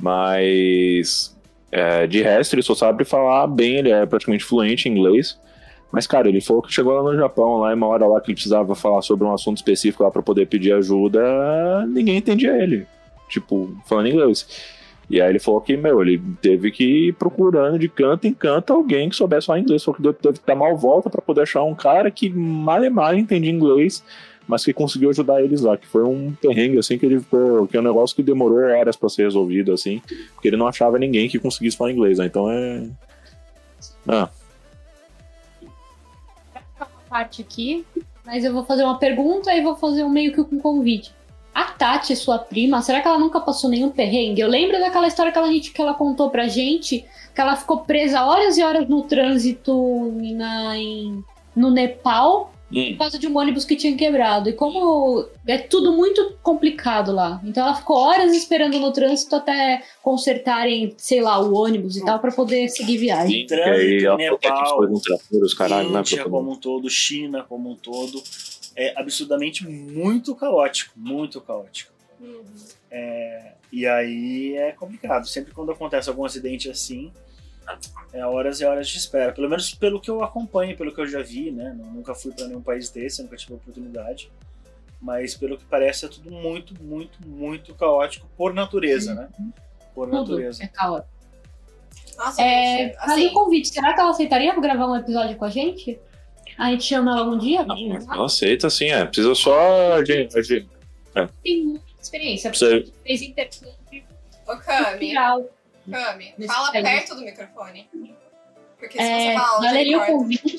Speaker 5: Mas é, de resto, ele só sabe falar bem, ele é praticamente fluente em inglês. Mas, cara, ele falou que chegou lá no Japão, lá em uma hora lá que ele precisava falar sobre um assunto específico lá pra poder pedir ajuda, ninguém entendia ele tipo, falando inglês. E aí ele falou que, meu, ele teve que ir procurando de canto em canto alguém que soubesse falar inglês. Falou que deu- teve que dar mal volta pra poder achar um cara que mal e mal entendia inglês, mas que conseguiu ajudar eles lá. Que foi um perrengue, assim, que ele ficou. Que é um negócio que demorou horas pra ser resolvido, assim. Porque ele não achava ninguém que conseguisse falar inglês, né? Então é.
Speaker 4: parte aqui, mas eu vou fazer uma pergunta e vou fazer um meio que um convite. A Tati, sua prima, será que ela nunca passou nenhum perrengue? Eu lembro daquela história que ela, gente, que ela contou pra gente, que ela ficou presa horas e horas no trânsito na- em- no Nepal
Speaker 5: Hum,
Speaker 4: por causa de um ônibus que tinha quebrado. E como é tudo muito complicado lá. Então ela ficou horas esperando no trânsito até consertarem, sei lá, o ônibus e tal, pra poder seguir viagem.
Speaker 5: Sim, que aí ela falou que
Speaker 3: Nepal,
Speaker 5: aqueles dois não tratam os caralho, né?
Speaker 3: Índia como um todo, China como um todo. É absurdamente muito caótico. Muito caótico.
Speaker 2: Uhum.
Speaker 3: E aí é complicado. Sempre quando acontece algum acidente assim, é horas e horas de espera. Pelo menos pelo que eu acompanho, pelo que eu já vi, né? Nu- Nunca fui para nenhum país desse, nunca tive a oportunidade. Mas pelo que parece, é tudo muito, muito, muito caótico por natureza, né? Por
Speaker 4: Tudo
Speaker 3: natureza.
Speaker 4: é caótico.
Speaker 2: Nossa,
Speaker 4: É,
Speaker 2: gente,
Speaker 4: faz um
Speaker 2: assim,
Speaker 4: convite. Será que ela aceitaria gravar um episódio com a gente? A gente chama ela um dia?
Speaker 5: Não aceita, assim, é. Precisa só. De, de-
Speaker 4: Tem muita experiência. porque
Speaker 5: precisa-
Speaker 4: Fez intercâmbio
Speaker 2: ô Cami,
Speaker 4: cultural.
Speaker 2: Cami,
Speaker 4: Nesse
Speaker 2: fala
Speaker 4: país.
Speaker 2: perto do microfone. Porque se
Speaker 4: É,
Speaker 2: você falar longe, ele
Speaker 4: valeria o
Speaker 2: corta.
Speaker 4: convite.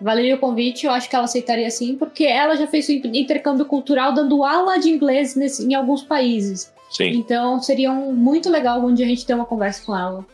Speaker 4: Valeria o convite, eu acho que ela aceitaria sim, porque ela já fez o intercâmbio cultural dando aula de inglês nesse- em alguns países.
Speaker 5: Sim.
Speaker 4: Então seria um- muito legal algum dia a gente ter uma conversa com ela.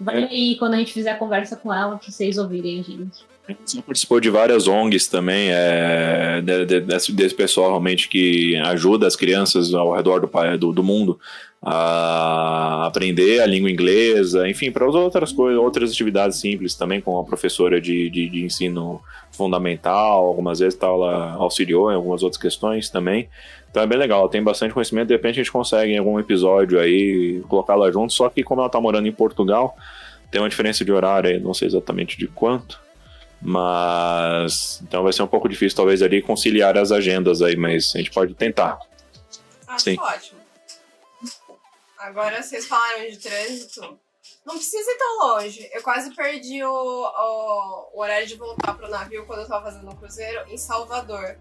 Speaker 4: Vai aí quando a gente fizer a conversa com ela pra vocês ouvirem a gente.
Speaker 5: Você participou de várias ONGs também, é, de- de- desse, desse pessoal realmente que ajuda as crianças ao redor do, pa- do, do mundo a aprender a língua inglesa, enfim, para as outras coisas, outras atividades simples também, com a professora de, de, de ensino fundamental, algumas vezes tal, ela auxiliou em algumas outras questões também. Então é bem legal, ela tem bastante conhecimento, de repente a gente consegue em algum episódio aí colocá-la junto, só que como ela tá morando em Portugal, tem uma diferença de horário aí, não sei exatamente de quanto. Mas. Então vai ser um pouco difícil, talvez, ali conciliar as agendas aí, mas a gente pode tentar.
Speaker 2: Ah,
Speaker 5: Sim.
Speaker 2: tá ótimo. Agora vocês falaram de trânsito. Não precisa ir tão longe. Eu quase perdi o, o- o horário de voltar pro navio quando eu tava fazendo o cruzeiro em Salvador.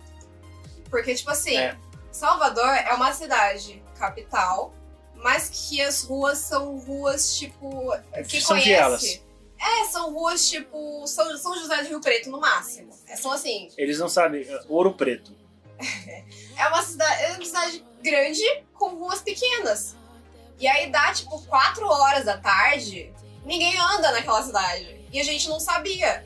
Speaker 2: Porque, tipo assim,
Speaker 3: É.
Speaker 2: Salvador é uma cidade capital, mas que as ruas são ruas, tipo. Que
Speaker 3: É São
Speaker 2: conhece.
Speaker 3: vielas.
Speaker 2: É, são ruas tipo São, são José do Rio Preto no máximo. É, são assim,
Speaker 3: Eles não sabem. é, Ouro Preto.
Speaker 2: é uma cidade, é uma cidade grande com ruas pequenas. E aí dá tipo 4 horas da tarde, ninguém anda naquela cidade. E a gente não sabia.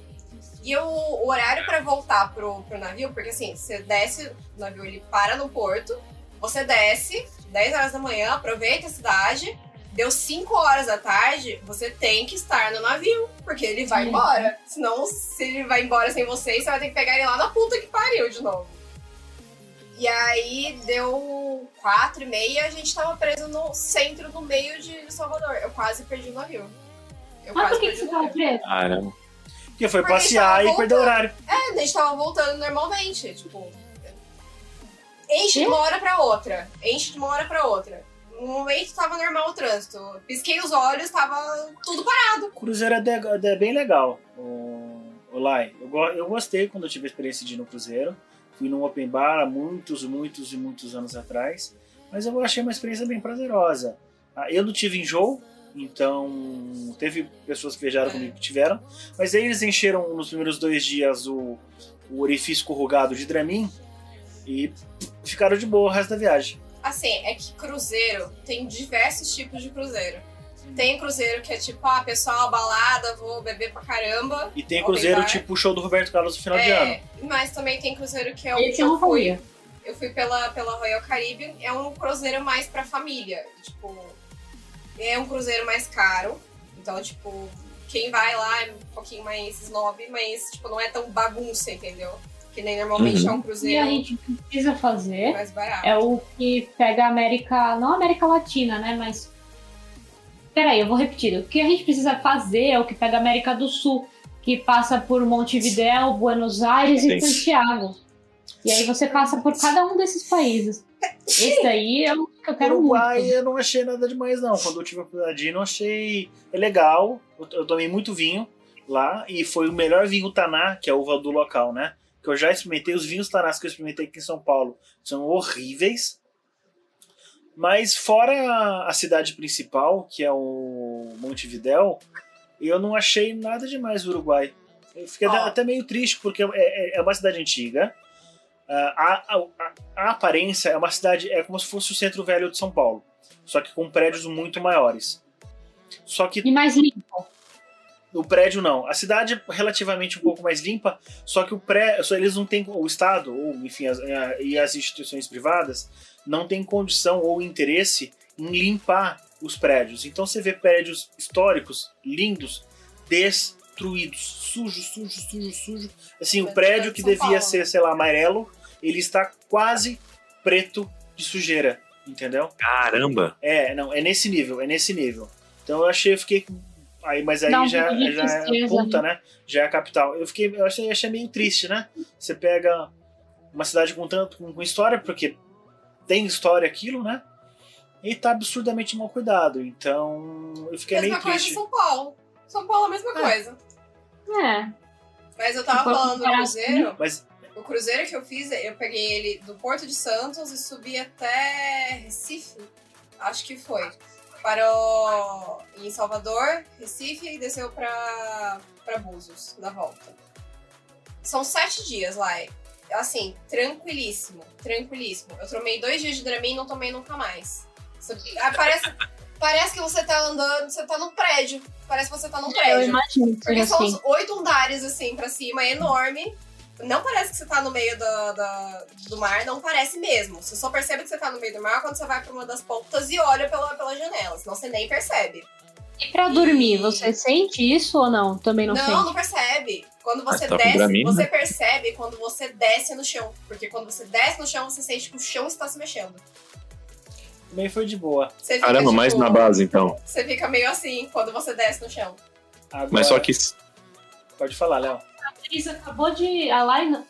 Speaker 2: E eu- o horário pra voltar pro, pro navio, porque assim, você desce, o navio ele para no porto, você desce, 10 horas da manhã, aproveita a cidade, deu 5 horas da tarde, você tem que estar no navio, porque ele vai
Speaker 4: Hum.
Speaker 2: embora. Senão, se ele vai embora sem você, você vai ter que pegar ele lá na puta que pariu de novo. E aí deu quatro e meia, a gente tava preso no centro, no meio de Salvador. Eu quase perdi o navio. Eu quase
Speaker 4: Mas por que, que
Speaker 2: perdi
Speaker 4: você
Speaker 2: o
Speaker 4: tava
Speaker 2: navio.
Speaker 4: preso?
Speaker 5: Caramba.
Speaker 3: Que foi
Speaker 2: Porque eles
Speaker 3: passear e
Speaker 2: estavam
Speaker 3: perdeu o horário.
Speaker 2: É, a gente tava voltando normalmente, tipo. Enche de uma hora pra outra. Enche de uma hora pra outra. No momento tava normal o trânsito. Pisquei os olhos, tava tudo parado.
Speaker 3: O Cruzeiro é, de- é bem legal. O, o Lai. Eu, go- eu gostei quando eu tive a experiência de ir no Cruzeiro. Fui num open bar há muitos, muitos e muitos anos atrás. Mas eu achei uma experiência bem prazerosa. Ah, Eu não tive enjoo, então teve pessoas que viajaram comigo que tiveram. Mas aí eles encheram nos primeiros dois dias o, o orifício corrugado de Dramin e ficaram de boa o resto da viagem.
Speaker 2: Assim, é que cruzeiro tem diversos tipos de cruzeiro. Tem cruzeiro que é tipo, ah, pessoal, balada, vou beber pra caramba.
Speaker 3: E tem
Speaker 2: Open
Speaker 3: Cruzeiro
Speaker 2: bar.
Speaker 3: tipo o show do Roberto Carlos no final de ano.
Speaker 2: É, mas também tem cruzeiro que é o
Speaker 4: Esse
Speaker 2: que
Speaker 4: eu não
Speaker 2: eu fui.
Speaker 4: faria.
Speaker 2: Eu fui pela, pela Royal Caribbean, é um cruzeiro mais pra família. Tipo, é um cruzeiro mais caro. Então, tipo, quem vai lá é um pouquinho mais snob, mas tipo, não é tão bagunça, entendeu? Que nem
Speaker 3: Uhum.
Speaker 2: normalmente é um
Speaker 4: E a
Speaker 2: cruzeiro
Speaker 4: gente precisa fazer
Speaker 2: mais barato.
Speaker 4: é o que pega a América, não a América Latina, né? Mas. Peraí, eu vou repetir. O que a gente precisa fazer é o que pega a América do Sul, que passa por Montevidéu, Buenos Aires
Speaker 5: Sim.
Speaker 4: e Santiago. E aí você passa por cada um desses países. Esse daí é o que eu quero
Speaker 3: Uruguai
Speaker 4: muito.
Speaker 3: eu não achei nada demais, não. Quando eu tive a oportunidade de ir, não achei. É legal. Eu, eu tomei muito vinho lá e foi o melhor vinho Taná, que é a uva do local, né? Que eu já experimentei. Os vinhos Tanás que eu experimentei aqui em São Paulo são horríveis. Mas fora a cidade principal, que é o Montevidéu, eu não achei nada demais do Uruguai. Eu fiquei
Speaker 2: Ó.
Speaker 3: até- até meio triste, porque é, é- é uma cidade antiga. Ah, a- a- a aparência é uma cidade, é como se fosse o centro velho de São Paulo, só que com prédios muito maiores. Só que
Speaker 4: E mais lindo.
Speaker 3: o prédio não. A cidade é relativamente um pouco mais limpa, só que o pré, só eles não têm o estado ou enfim as- eh, e as instituições privadas não têm condição ou interesse em limpar os prédios. Então você vê prédios históricos lindos destruídos, sujo, sujo, sujo, sujo. Assim, o
Speaker 2: Mas
Speaker 3: prédio
Speaker 2: é
Speaker 3: que
Speaker 2: São
Speaker 3: devia
Speaker 2: Paulo.
Speaker 3: ser, sei lá, amarelo, ele está quase preto de sujeira, entendeu?
Speaker 5: Caramba!
Speaker 3: É, não, é nesse nível, é nesse nível. Então eu achei, eu fiquei. Aí, mas aí
Speaker 4: Dá um
Speaker 3: já,
Speaker 4: pouco de
Speaker 3: já é a
Speaker 4: tristeza,
Speaker 3: ponta, né? Já é a capital. Eu fiquei, eu achei, achei meio triste, né? Você pega uma cidade com tanto com, com história, porque tem história aquilo, né? E tá absurdamente mal cuidado. Então eu fiquei
Speaker 2: mesma
Speaker 3: meio
Speaker 2: coisa
Speaker 3: triste.
Speaker 2: em São Paulo. São Paulo é a mesma
Speaker 4: Ah.
Speaker 3: É.
Speaker 2: coisa.
Speaker 4: É.
Speaker 2: Mas eu tava
Speaker 4: Então,
Speaker 2: falando do
Speaker 4: era
Speaker 2: cruzeiro.
Speaker 3: Mas
Speaker 2: O cruzeiro que eu fiz, eu peguei ele do Porto de Santos e subi até Recife, acho que foi. Parou em Salvador, Recife e desceu pra, pra Búzios, na volta. São sete dias lá, é- assim, tranquilíssimo, tranquilíssimo. Eu tomei dois dias de Dramin e não tomei nunca mais. Isso- ah, Parece, Parece que você tá andando, você tá num prédio. Parece que você tá num
Speaker 4: Eu
Speaker 2: prédio.
Speaker 4: imagino que
Speaker 2: Porque
Speaker 4: seja
Speaker 2: são
Speaker 4: assim.
Speaker 2: uns oito andares, assim, pra cima, é enorme. Não parece que você tá no meio da, da- do mar, não parece mesmo. Você só percebe que você tá no meio do mar quando você vai pra uma das pontas e olha pela, pela janela, senão você nem percebe.
Speaker 4: E pra dormir, você sente isso ou não? Também não,
Speaker 2: não,
Speaker 4: sente.
Speaker 2: não percebe. Quando você
Speaker 5: Mas tá com
Speaker 2: desce,
Speaker 5: Dramin,
Speaker 2: você percebe quando você desce no chão. Porque quando você desce no chão, você sente que o chão está se mexendo.
Speaker 3: Também foi de boa.
Speaker 2: Você fica,
Speaker 5: Caramba,
Speaker 2: tipo,
Speaker 5: mais na base então.
Speaker 2: Você fica meio assim quando você desce no chão.
Speaker 3: Agora,
Speaker 5: Mas só que.
Speaker 3: Pode falar, Léo.
Speaker 4: A Isa acabou de. A Lai. não-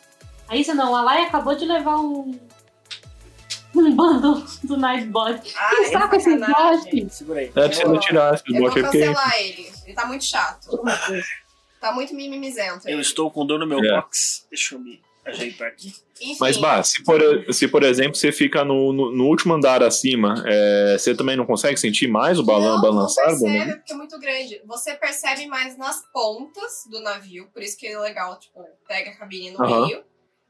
Speaker 4: A Isa não, a Lai acabou de levar um. Um bando do Nightbot.
Speaker 2: Ai,
Speaker 4: Que saco Ah, tá esse
Speaker 2: Ah, tá é sacanagem.
Speaker 4: Nightbot?
Speaker 3: Segura aí.
Speaker 5: É pra você não tirar esse
Speaker 2: tipo, Eu vou
Speaker 5: bloco aí, porque.
Speaker 2: cancelar ele. Ele tá muito chato. Tá muito mimimizento.
Speaker 3: Eu estou com dor no meu
Speaker 5: É.
Speaker 3: box. Deixa eu me ajeitar aqui.
Speaker 2: Enfim,
Speaker 5: Mas, Bah, se por, se por exemplo você fica no, no, no último andar acima, é, você também não consegue sentir mais o balan né?
Speaker 2: não,
Speaker 5: balançar?
Speaker 2: Não percebe,
Speaker 5: Bruno?
Speaker 2: porque é muito grande. Você percebe mais nas pontas do navio, por isso que é legal, tipo, pega a cabine no
Speaker 5: Aham.
Speaker 2: meio.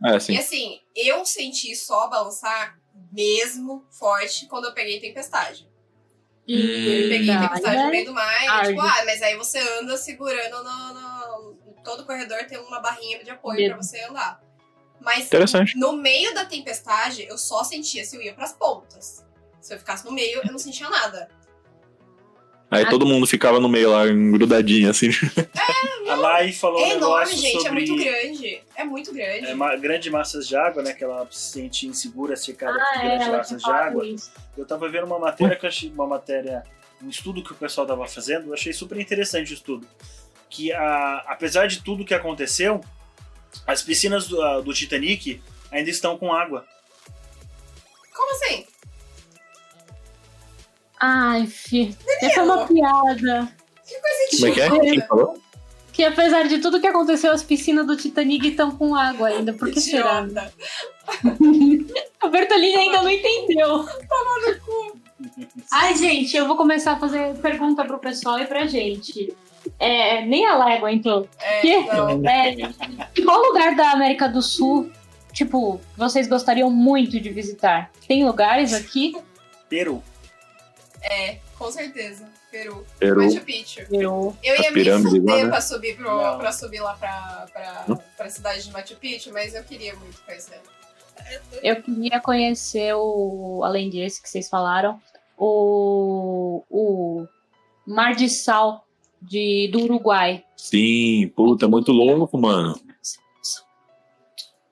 Speaker 5: É, sim.
Speaker 2: E assim, eu senti só balançar mesmo forte quando eu peguei tempestade. Eu peguei
Speaker 4: Tá,
Speaker 2: tempestade no
Speaker 4: né?
Speaker 2: meio do mar, e,
Speaker 4: Ai.
Speaker 2: tipo, ah, mas aí você anda segurando no, no- todo corredor tem uma barrinha de apoio
Speaker 4: Medo.
Speaker 2: pra você andar. Mas
Speaker 5: Interessante.
Speaker 2: no meio da tempestade, eu só sentia se eu ia pras pontas. Se eu ficasse no meio, eu não sentia nada.
Speaker 5: Aí todo mundo ficava no meio lá, grudadinho, assim.
Speaker 3: A Lai falou
Speaker 2: É
Speaker 3: um
Speaker 2: enorme,
Speaker 3: negócio
Speaker 2: gente, é
Speaker 3: sobre
Speaker 2: muito grande. É muito grande.
Speaker 3: é, ma- grandes massas de água, né? Que ela se sente insegura, cercada
Speaker 4: Ah,
Speaker 3: por
Speaker 4: é,
Speaker 3: grandes
Speaker 4: ela tinha
Speaker 3: massas de
Speaker 4: falado
Speaker 3: água.
Speaker 4: isso.
Speaker 3: Eu tava vendo uma matéria que eu achei uma matéria, um estudo que o pessoal tava fazendo, eu achei super interessante o estudo. Que a, apesar de tudo que aconteceu, as piscinas do, ah, do Titanic ainda estão com água.
Speaker 2: Como assim?
Speaker 4: Ai, fi. Essa é uma piada.
Speaker 2: Que coisa
Speaker 5: Como é que é? Quem falou?
Speaker 4: Que apesar de tudo que aconteceu, as piscinas do Titanic estão com água ainda. Por que será?
Speaker 2: Idiota.
Speaker 4: A Bertolini ainda não entendeu. Ai, gente, eu vou começar a fazer pergunta pro pessoal e pra gente. É, nem a Lai aguentou.
Speaker 2: É,
Speaker 4: Que?
Speaker 2: não.
Speaker 4: É, qual lugar da América do Sul, tipo, vocês gostariam muito de visitar? Tem lugares aqui?
Speaker 3: Peru.
Speaker 2: É, com certeza. Peru.
Speaker 5: Peru.
Speaker 2: Machu Picchu.
Speaker 4: Eu.
Speaker 2: Eu
Speaker 5: As
Speaker 2: ia me
Speaker 5: pirâmides
Speaker 2: fuder
Speaker 5: lá, né?
Speaker 2: pra, subir pro-
Speaker 3: Não.
Speaker 2: pra subir lá pra, pra, pra cidade de Machu Picchu, mas eu queria muito conhecer.
Speaker 4: Eu queria conhecer o, além desse que vocês falaram, o, o Mar de Sal de, do Uruguai.
Speaker 5: Sim, puta, é muito louco, mano.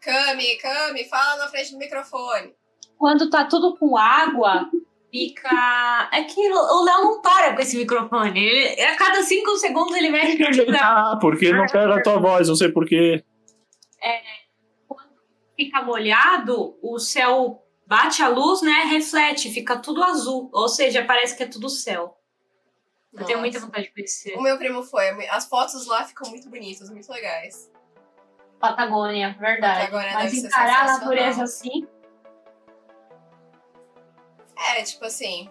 Speaker 2: Cami, Cami, fala na frente do microfone.
Speaker 4: Quando tá tudo com água, fica. É que o Léo não para com esse microfone. Ele- a cada cinco segundos ele mexe no microfone.
Speaker 5: Ah, porque não quero a tua voz, não sei porquê.
Speaker 4: fica molhado, o céu bate a luz, né? Reflete, fica tudo azul. Ou seja, parece que é tudo céu. Eu tenho muita
Speaker 2: Nossa.
Speaker 4: vontade de conhecer.
Speaker 2: O meu primo foi. As fotos lá ficam muito bonitas, muito legais.
Speaker 4: Patagônia, verdade.
Speaker 2: Patagônia
Speaker 4: Mas
Speaker 2: É, deve ser
Speaker 4: encarar a
Speaker 2: sensacional.
Speaker 4: natureza assim.
Speaker 2: É, tipo assim,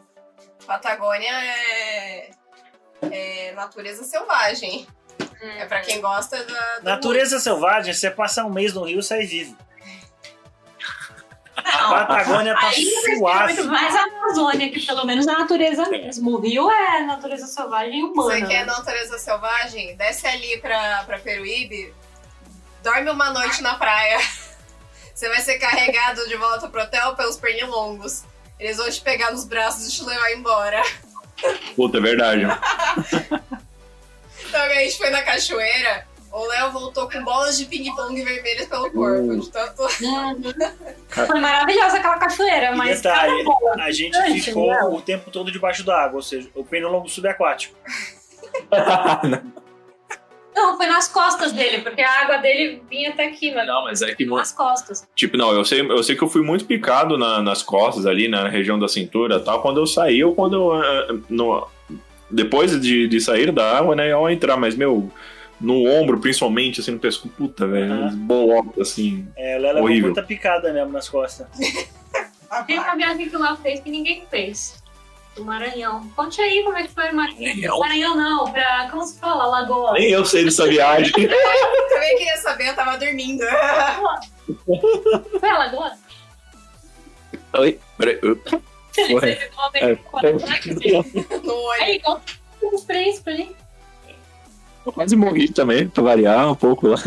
Speaker 2: Patagônia é, é natureza selvagem. É pra quem gosta da. do
Speaker 3: Natureza selvagem, você passar um mês no rio e sai vivo. A Patagônia tá
Speaker 4: Aí eu prefiro muito
Speaker 3: suave.
Speaker 4: mais a Amazônia, que pelo menos é a natureza mesmo. O rio é natureza selvagem e
Speaker 2: mundo. Você
Speaker 4: humana. né?
Speaker 2: quer natureza selvagem? Desce ali pra, pra Peruíbe, dorme uma noite na praia. Você vai ser carregado de volta pro hotel pelos pernilongos. Eles vão te pegar nos braços e te levar embora.
Speaker 5: Puta, é verdade. mano.
Speaker 2: Então a gente foi na cachoeira, o Léo voltou com bolas de ping-pong vermelhas pelo corpo. Então, De tanto
Speaker 4: Uhum. Foi maravilhosa aquela cachoeira,
Speaker 3: E
Speaker 4: mas
Speaker 3: detalhe,
Speaker 4: cada bola.
Speaker 3: a gente
Speaker 4: Gente,
Speaker 3: ficou
Speaker 4: não.
Speaker 3: o tempo todo debaixo da água, ou seja, o pernilongo subaquático.
Speaker 4: Não, foi nas costas dele, porque a água dele vinha até aqui, mano.
Speaker 5: Não, mas é que, mano,
Speaker 4: Nas costas.
Speaker 5: Tipo, não, eu sei, eu sei que eu fui muito picado na- nas costas ali, na região da cintura e tal, quando eu saí ou quando eu, eh, no- depois de, de sair da água, né, ao entrar, mas, meu, no ombro, principalmente, assim, no pescoço, puta, velho,
Speaker 3: Aham.
Speaker 5: uhum. bolotas, assim.
Speaker 3: É, ela levou
Speaker 5: Horrível.
Speaker 3: muita picada mesmo nas costas.
Speaker 4: Tem uma viagem que o Léo fez que ninguém fez. Do Maranhão. Conte aí como é que foi o Maranhão.
Speaker 5: Maranhão?
Speaker 4: Maranhão não, pra. Como se fala? Lagoa.
Speaker 5: Nem eu sei dessa viagem.
Speaker 2: Também queria saber, eu tava dormindo.
Speaker 4: Foi a Lagoa?
Speaker 5: Oi, peraí, eu- Porra.
Speaker 4: Vocês vão
Speaker 5: É,
Speaker 4: ter que comprar que tem.
Speaker 2: No olho.
Speaker 4: Aí, igual uns três pra mim.
Speaker 5: Eu quase morri também, pra variar um pouco lá.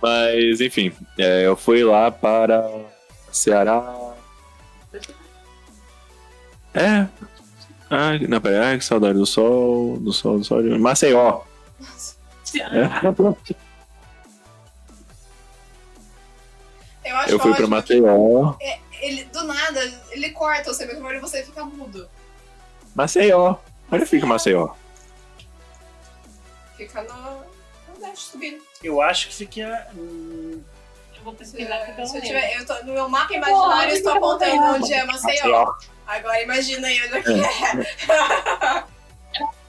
Speaker 5: Mas, enfim, é, eu fui lá para Ceará. É. Ah, não, pera, ah, que saudade do sol, do sol, do sol. de- Maceió. É.
Speaker 2: Eu acho é
Speaker 5: Eu fui pra
Speaker 2: ótimo
Speaker 5: Maceió.
Speaker 2: que Ele, do nada, ele corta você mesmo e você fica mudo.
Speaker 5: Maceió. Onde fica Maceió?
Speaker 2: Fica no. no Nordeste subindo.
Speaker 3: Eu acho que fica. hum,
Speaker 4: Eu vou
Speaker 2: Se,
Speaker 4: pesquisar porque eu
Speaker 2: se
Speaker 4: não
Speaker 2: eu
Speaker 4: lembro.
Speaker 2: tiver, eu tô, no meu mapa imaginário, eu estou
Speaker 4: fica
Speaker 2: apontando
Speaker 4: Maceió.
Speaker 2: onde é Maceió.
Speaker 5: Maceió.
Speaker 2: Agora imagina aí onde é que é.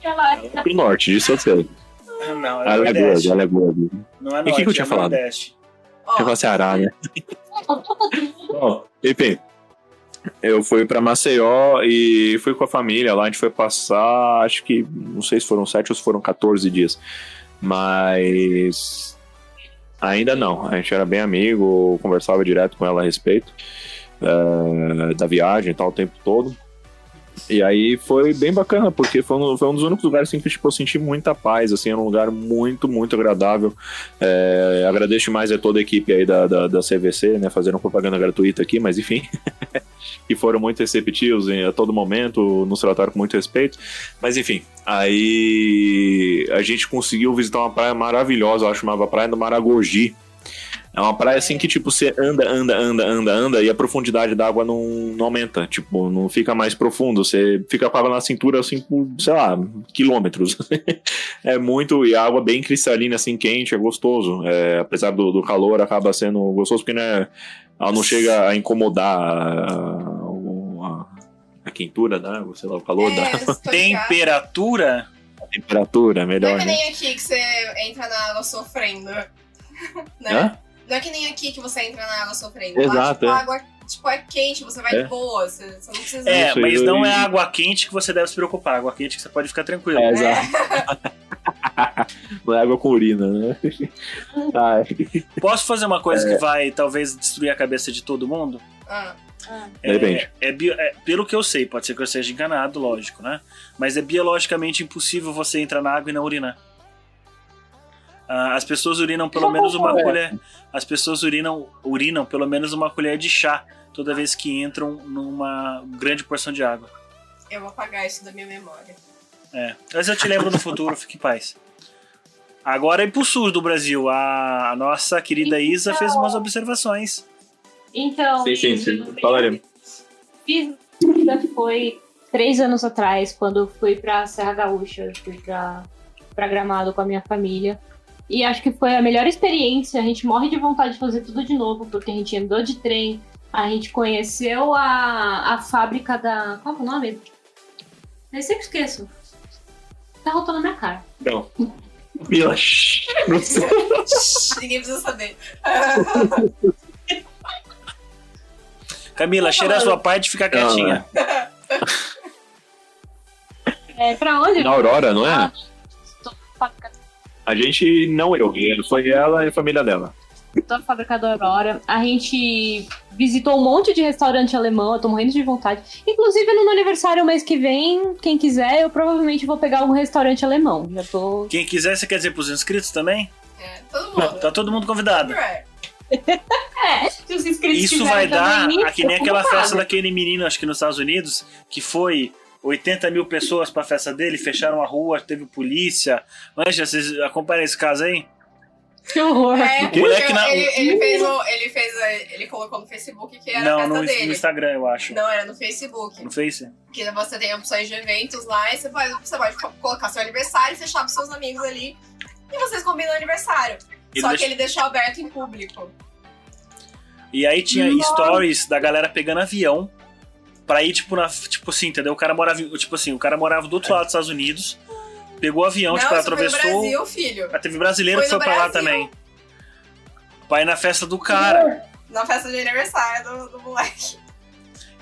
Speaker 4: Ela-
Speaker 5: É Pro norte, disso eu sei.
Speaker 3: Não, é
Speaker 5: Alagoas,
Speaker 3: Nordeste.
Speaker 5: Alagoas.
Speaker 3: Não
Speaker 5: Ah, E
Speaker 3: é
Speaker 5: o que
Speaker 3: norte,
Speaker 5: que eu tinha
Speaker 3: é
Speaker 5: falado?
Speaker 3: Nordeste.
Speaker 2: Ó,
Speaker 5: Eu vou Ceará, né? Bom, enfim. Eu fui pra Maceió e fui com a família lá. A gente foi passar, acho que, não sei se foram 7 ou se foram 14 dias. Mas. Ainda não. A gente era bem amigo, conversava direto com ela a respeito eh, da viagem e tal, o tempo todo. E aí foi bem bacana, porque foi um, foi um dos únicos lugares assim, que tipo, eu senti muita paz. Assim, era um lugar muito, muito agradável. É, agradeço mais a toda a equipe aí da, da, da CVC, né? Fazendo propaganda gratuita aqui, mas enfim. que foram muito receptivos em- a todo momento, nos trataram com muito respeito. Mas enfim, aí a gente conseguiu visitar uma praia maravilhosa, eu acho que chamava Praia do Maragogi. É uma praia assim que, tipo, você anda, anda, anda, anda, anda, e a profundidade da água não, não aumenta. Tipo, não fica mais profundo. Você fica com a água na cintura, assim, por, sei lá, quilômetros. É muito, e a água bem cristalina, assim, quente, é gostoso. É, apesar do, do calor, acaba sendo gostoso, porque não é- ela não chega a incomodar a, a- a quentura da água, sei lá, o calor da
Speaker 2: é, estou ligado.
Speaker 3: Temperatura?
Speaker 5: temperatura,
Speaker 2: Não é
Speaker 5: melhor,
Speaker 2: que
Speaker 5: né?
Speaker 2: nem aqui que você entra na água sofrendo. Né?
Speaker 5: Hã?
Speaker 2: Não é que nem aqui que você entra na água sofrendo. Lá,
Speaker 5: Exato,
Speaker 2: tipo, a
Speaker 5: é.
Speaker 2: água tipo, é quente, você vai
Speaker 5: É.
Speaker 2: de boa, você, você não precisa.
Speaker 3: É,
Speaker 5: Isso,
Speaker 3: mas
Speaker 5: eu-
Speaker 3: não é
Speaker 5: eu-
Speaker 3: água quente que você deve se preocupar. Água quente que você pode ficar tranquilo.
Speaker 5: É, exato. Não é água com urina, né? Ah,
Speaker 3: Posso fazer uma coisa
Speaker 5: É.
Speaker 3: que vai talvez destruir a cabeça de todo mundo?
Speaker 2: Ah,
Speaker 5: De repente.
Speaker 3: É, é bio- é, pelo que eu sei, pode ser que eu seja enganado, lógico, né? Mas é biologicamente impossível você entrar na água e não urinar. Ah, as pessoas urinam pelo menos uma colher. As pessoas urinam, urinam pelo menos uma colher de chá toda vez que entram numa grande porção de água.
Speaker 2: eu vou apagar isso da minha memória.
Speaker 3: É. Mas eu te lembro no futuro, fique em paz. Agora é pro sul do Brasil. A a nossa querida Isa fez umas observações.
Speaker 4: Então,
Speaker 5: Sim, sim,
Speaker 4: eu
Speaker 5: sim. Falaremos.
Speaker 4: fiz ainda foi três anos atrás, quando eu fui pra Serra Gaúcha, eu fui pra, pra Gramado com a minha família. E acho que foi a melhor experiência. A gente morre de vontade de fazer tudo de novo, porque a gente andou de trem, a gente conheceu a, a fábrica da. Qual que é o nome? Eu sempre esqueço. Tá rotando minha cara.
Speaker 5: Não. Mila, shh, Não sei.
Speaker 2: Ninguém precisa saber.
Speaker 3: Camila, cheira a sua parte e fica quietinha.
Speaker 5: né?
Speaker 4: É, pra onde?
Speaker 5: Na Aurora, não é?
Speaker 4: Tô- fábrica
Speaker 5: A gente não é, eu, foi ela e a família dela.
Speaker 4: da fábrica da Aurora. A gente visitou um monte de restaurante alemão, eu tô morrendo de vontade. Inclusive, no meu aniversário mês que vem, quem quiser, eu provavelmente vou pegar algum restaurante alemão. Já tô.
Speaker 3: Quem quiser, você quer dizer pros inscritos também?
Speaker 2: É, todo mundo.
Speaker 3: Tá todo mundo convidado.
Speaker 2: É.
Speaker 4: É, se os inscritos
Speaker 3: Isso vai dar
Speaker 4: também,
Speaker 3: a que nem
Speaker 4: eu
Speaker 3: aquela
Speaker 4: pago.
Speaker 3: festa daquele menino, acho que nos Estados Unidos, que foi 80 mil pessoas pra festa dele, fecharam a rua, teve polícia. Manja, vocês acompanham esse caso aí?
Speaker 4: Que horror.
Speaker 2: É,
Speaker 3: O moleque na-
Speaker 2: ele, ele fez o, ele fez a- ele colocou no Facebook que era É a
Speaker 3: Não,
Speaker 2: festa
Speaker 3: no, no
Speaker 2: dele.
Speaker 3: Instagram, eu acho.
Speaker 2: Não, era no Facebook.
Speaker 3: No Face?
Speaker 2: Que você tem opções de eventos lá e você pode, você pode co- colocar seu aniversário, fechar pros seus amigos ali e vocês combinam o aniversário.
Speaker 3: Ele
Speaker 2: Só
Speaker 3: deixa- Então, tipo,
Speaker 2: que ele deixou aberto em público.
Speaker 3: E aí tinha
Speaker 4: Nossa.
Speaker 3: stories da galera pegando avião pra ir, tipo, na, tipo assim, entendeu? O cara morava, em- tipo assim, o cara morava do outro lado dos Estados Unidos, pegou o avião,
Speaker 2: Não,
Speaker 3: tipo,
Speaker 2: isso foi no
Speaker 3: atravessou.
Speaker 2: Brasil, filho.
Speaker 3: A TV brasileira
Speaker 2: Foi
Speaker 3: foi,
Speaker 2: no
Speaker 3: pra lá
Speaker 2: Brasil.
Speaker 3: também. Pra ir na festa do cara.
Speaker 2: Na festa de aniversário do, do moleque.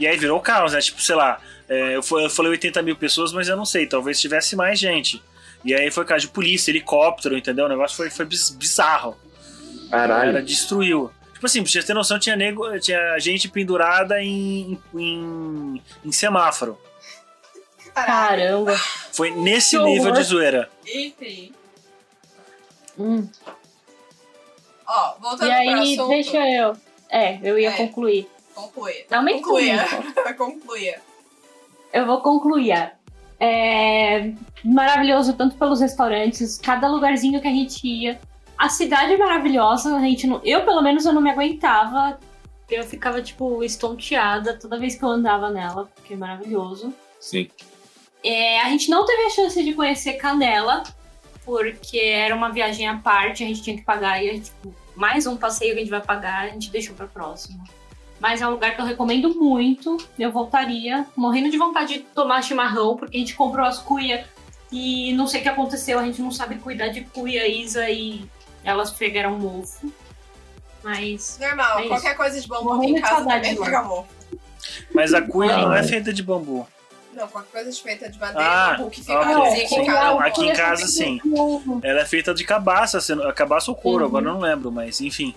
Speaker 3: E aí virou caos, né? Tipo, sei lá, é, eu, fa- eu falei 80 mil pessoas, mas eu não sei, talvez tivesse mais gente. E aí foi caso de polícia, helicóptero, entendeu? O negócio foi, foi biz- bizarro. A galera destruiu. Tipo Tipo assim, pra vocês terem noção, tinha, nego, tinha gente pendurada em, em, em semáforo.
Speaker 2: Caralho.
Speaker 4: Caramba.
Speaker 3: Foi nesse
Speaker 4: Que
Speaker 3: nível de
Speaker 4: horror.
Speaker 3: zoeira.
Speaker 2: Enfim.
Speaker 4: Hum.
Speaker 2: Ó,
Speaker 4: E
Speaker 2: voltando pro
Speaker 4: aí,
Speaker 2: assunto.
Speaker 4: deixa eu. É, eu ia
Speaker 2: É.
Speaker 4: concluir.
Speaker 2: Concluir.
Speaker 4: Também
Speaker 2: Concluir.
Speaker 4: comigo.
Speaker 2: Concluir.
Speaker 4: Eu vou concluir. É maravilhoso tanto pelos restaurantes, cada lugarzinho que a gente ia. A cidade é maravilhosa, a gente não, eu pelo menos eu não me aguentava. Eu ficava tipo estonteada toda vez que eu andava nela, porque é maravilhoso.
Speaker 5: Sim.
Speaker 4: É, a gente não teve a chance de conhecer Canela, porque era uma viagem à parte, a gente tinha que pagar e é, tipo, mais um passeio que a gente vai pagar, a gente deixou pra próxima. Mas é um lugar que eu recomendo muito, eu voltaria, morrendo de vontade de tomar chimarrão, porque a gente comprou as cuia e não sei o que aconteceu, a gente não sabe cuidar de cuia, Isa e elas pegaram um ovo. Mas
Speaker 2: Normal,
Speaker 4: É isso.
Speaker 2: qualquer coisa de bambu aqui
Speaker 4: Morrendo
Speaker 2: em
Speaker 4: de
Speaker 2: casa
Speaker 4: saudade
Speaker 2: também
Speaker 4: de lá.
Speaker 2: fica bom.
Speaker 3: Mas a cuia não é
Speaker 5: Ai.
Speaker 3: feita de bambu.
Speaker 2: Não, qualquer coisa de feita de madeira,
Speaker 3: Ah,
Speaker 2: bambu que fica
Speaker 3: ok.
Speaker 2: aqui
Speaker 3: Sim,
Speaker 2: em casa.
Speaker 3: não, aqui em
Speaker 4: É, cuia só
Speaker 3: casa, sim.
Speaker 4: tem um ovo.
Speaker 3: Ela é feita de cabaça, se não- cabaça ou couro,
Speaker 4: Uhum.
Speaker 3: agora eu não lembro, mas enfim.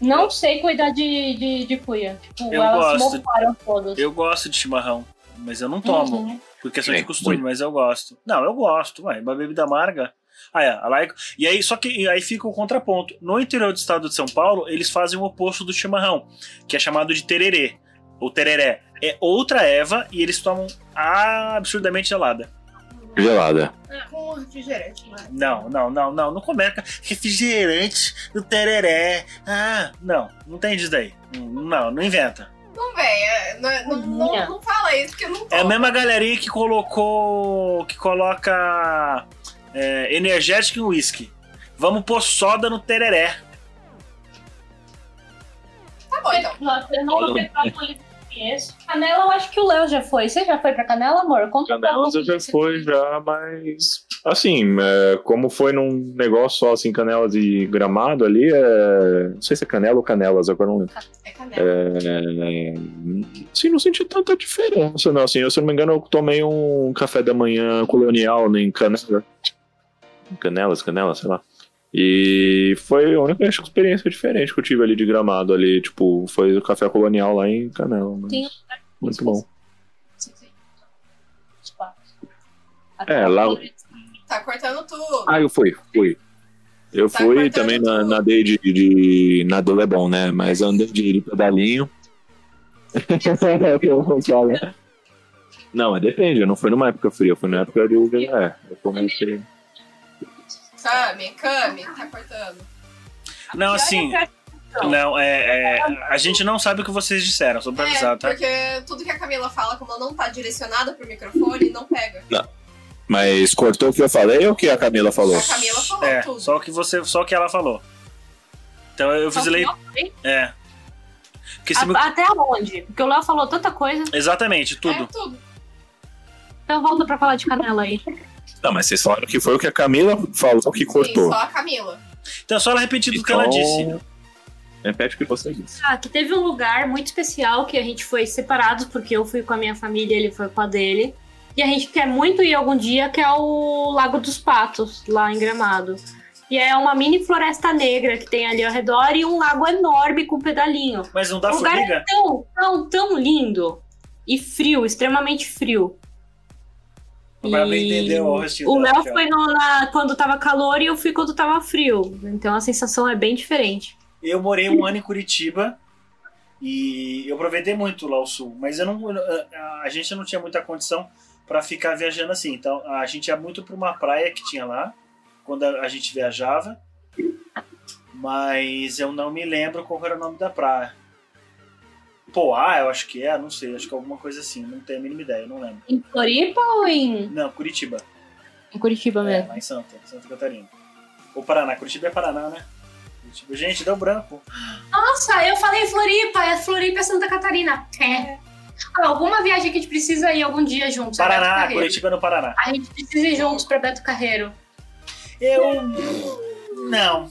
Speaker 4: Não sei cuidar de, de, de cuia. Tipo,
Speaker 3: Eu
Speaker 4: elas
Speaker 3: gosto.
Speaker 4: mofaram todas.
Speaker 3: Eu gosto de chimarrão, mas eu não tomo.
Speaker 4: Uhum.
Speaker 3: Por questão
Speaker 5: É,
Speaker 3: de costume,
Speaker 5: muito.
Speaker 3: mas eu gosto. Não, eu gosto, ué, uma bebida amarga. Ah, é, a laico. E aí, só que e aí fica o contraponto. No interior do estado de São Paulo, eles fazem o oposto do chimarrão, que é chamado de tererê, ou tereré. É outra erva e eles tomam absurdamente gelada.
Speaker 5: Gelada.
Speaker 2: Com refrigerante, mano.
Speaker 3: Não, não, não, não. Não começa com refrigerante do tereré. Ah, não, não tem disso daí. Não, não inventa.
Speaker 2: Não, velho, não, não, não,
Speaker 4: Minha.
Speaker 2: não fala isso que eu não tá tô.
Speaker 3: É a mesma galerinha que colocou. que coloca é, energético em uísque. Vamos pôr soda no tereré.
Speaker 2: Tá bom, então.
Speaker 4: Eu não vou pegar uma lista que eu conheço. Canela, eu acho que o Léo já foi. Você já foi pra Canela, amor? Conta pra
Speaker 5: Canelas eu
Speaker 4: gente.
Speaker 5: já fui, já, mas. Assim, é, como foi num negócio só, assim, canelas e gramado ali, é, não sei se é canela ou canelas, agora não lembro.
Speaker 2: É canela.
Speaker 5: É, assim, não senti tanta diferença, não. Assim, eu, se eu não me engano, eu tomei um café da manhã colonial né, em Canela. Canelas, Canelas, sei lá. E foi a única acho que, experiência diferente que eu tive ali de gramado ali, tipo, foi o café colonial lá em Canela. mas
Speaker 4: Tem um
Speaker 5: Muito bom.
Speaker 4: Até
Speaker 5: lá-
Speaker 4: agora-
Speaker 2: Tá cortando tudo.
Speaker 5: Ah, eu fui, fui. Eu
Speaker 2: Tá
Speaker 5: fui
Speaker 2: cortando
Speaker 5: também na,
Speaker 2: tudo.
Speaker 5: nadei de, de. Nadou é bom, né? Mas eu andei de, de pedalinho. É o que eu vou falar. não, mas depende, eu não fui numa época fria, eu fui na época de. É, eu comecei.
Speaker 2: Cami, Cami, tá cortando.
Speaker 3: Não, assim. Não, é, é, A gente não sabe o que vocês disseram, só pra
Speaker 2: É,
Speaker 3: avisar, tá?
Speaker 2: porque tudo que a Camila fala, como ela não tá direcionada pro microfone, não pega.
Speaker 5: Mas cortou o que eu falei ou o que a Camila falou?
Speaker 2: A Camila falou
Speaker 3: É,
Speaker 2: tudo.
Speaker 3: só o que você. Só o que ela falou. Então eu fiz lei. É. Porque esse mi-
Speaker 4: A- Até onde? Porque o Léo falou tanta coisa.
Speaker 3: Exatamente, tudo.
Speaker 2: É, tudo.
Speaker 4: Então volta pra falar de Canela aí.
Speaker 5: Não, mas vocês falaram que foi o que a Camila falou
Speaker 2: Sim,
Speaker 5: que cortou.
Speaker 2: só a Camila.
Speaker 3: Então é só ela repetir tudo que ela disse.
Speaker 5: Repete o que você disse.
Speaker 4: Ah, que teve um lugar muito especial que a gente foi separados, porque eu fui com a minha família, ele foi com a dele. E a gente quer muito ir algum dia, que é o Lago dos Patos, lá em Gramado. E é uma mini floresta negra que tem ali ao redor e um lago enorme com pedalinho.
Speaker 3: Mas não dá
Speaker 4: O lugar
Speaker 3: formiga?
Speaker 4: é tão, tão, tão lindo. E frio, extremamente frio.
Speaker 3: Agora bem
Speaker 4: E
Speaker 3: entendeu o rostinho
Speaker 4: O
Speaker 3: dela
Speaker 4: Léo
Speaker 3: aqui, ó.
Speaker 4: foi no- na- quando tava calor e eu fui quando tava frio. Então a sensação é bem diferente.
Speaker 3: Eu morei um ano em Curitiba e eu aproveitei muito lá o sul, mas eu não, a- a gente não tinha muita condição para ficar viajando assim. Então a gente ia muito para uma praia que tinha lá quando a a gente viajava, mas eu não me lembro qual era o nome da praia. Poá, eu acho que é, não sei, acho que é alguma coisa assim, não tenho a mínima ideia, eu não lembro.
Speaker 4: Em Floripa ou em,
Speaker 3: Não, Curitiba,
Speaker 4: em Curitiba
Speaker 3: é,
Speaker 4: mesmo?
Speaker 3: lá em Santa, Santa Catarina. Ou Paraná, Curitiba é Paraná, né? Curitiba, gente, deu branco.
Speaker 4: Nossa, eu falei Floripa, é Floripa é Santa Catarina. É. Ah, alguma viagem que a gente precisa ir algum dia juntos. é Beto
Speaker 3: Paraná,
Speaker 4: Carreiro.
Speaker 3: Curitiba é no Paraná.
Speaker 4: A gente precisa ir juntos pra Beto Carreiro.
Speaker 3: Eu.
Speaker 2: Não.
Speaker 3: Não,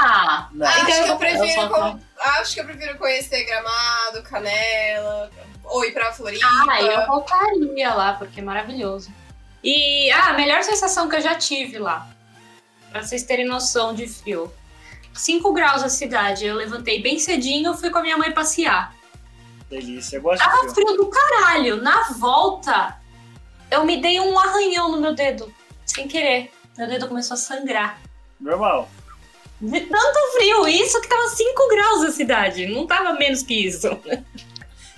Speaker 4: Ah,
Speaker 3: não.
Speaker 2: acho
Speaker 4: Então
Speaker 2: que
Speaker 4: eu
Speaker 2: eu
Speaker 4: vou- eu
Speaker 2: prefiro.
Speaker 4: vou-
Speaker 2: co- Acho que eu prefiro conhecer Gramado, Canela, ou ir pra Floripa.
Speaker 4: ah, eu voltaria lá, porque é maravilhoso. E ah, a melhor sensação que eu já tive lá. Pra vocês terem noção de frio.
Speaker 1: 5 graus a cidade. Eu levantei bem cedinho, fui com a minha mãe passear.
Speaker 3: Delícia, eu gosto
Speaker 4: Tá
Speaker 3: de
Speaker 1: Tava
Speaker 3: filme.
Speaker 1: frio do caralho. Na volta, eu me dei um arranhão no meu dedo, sem querer. Meu dedo começou a sangrar.
Speaker 3: Normal.
Speaker 1: De tanto frio, isso que tava 5 graus a cidade. Não tava menos que isso.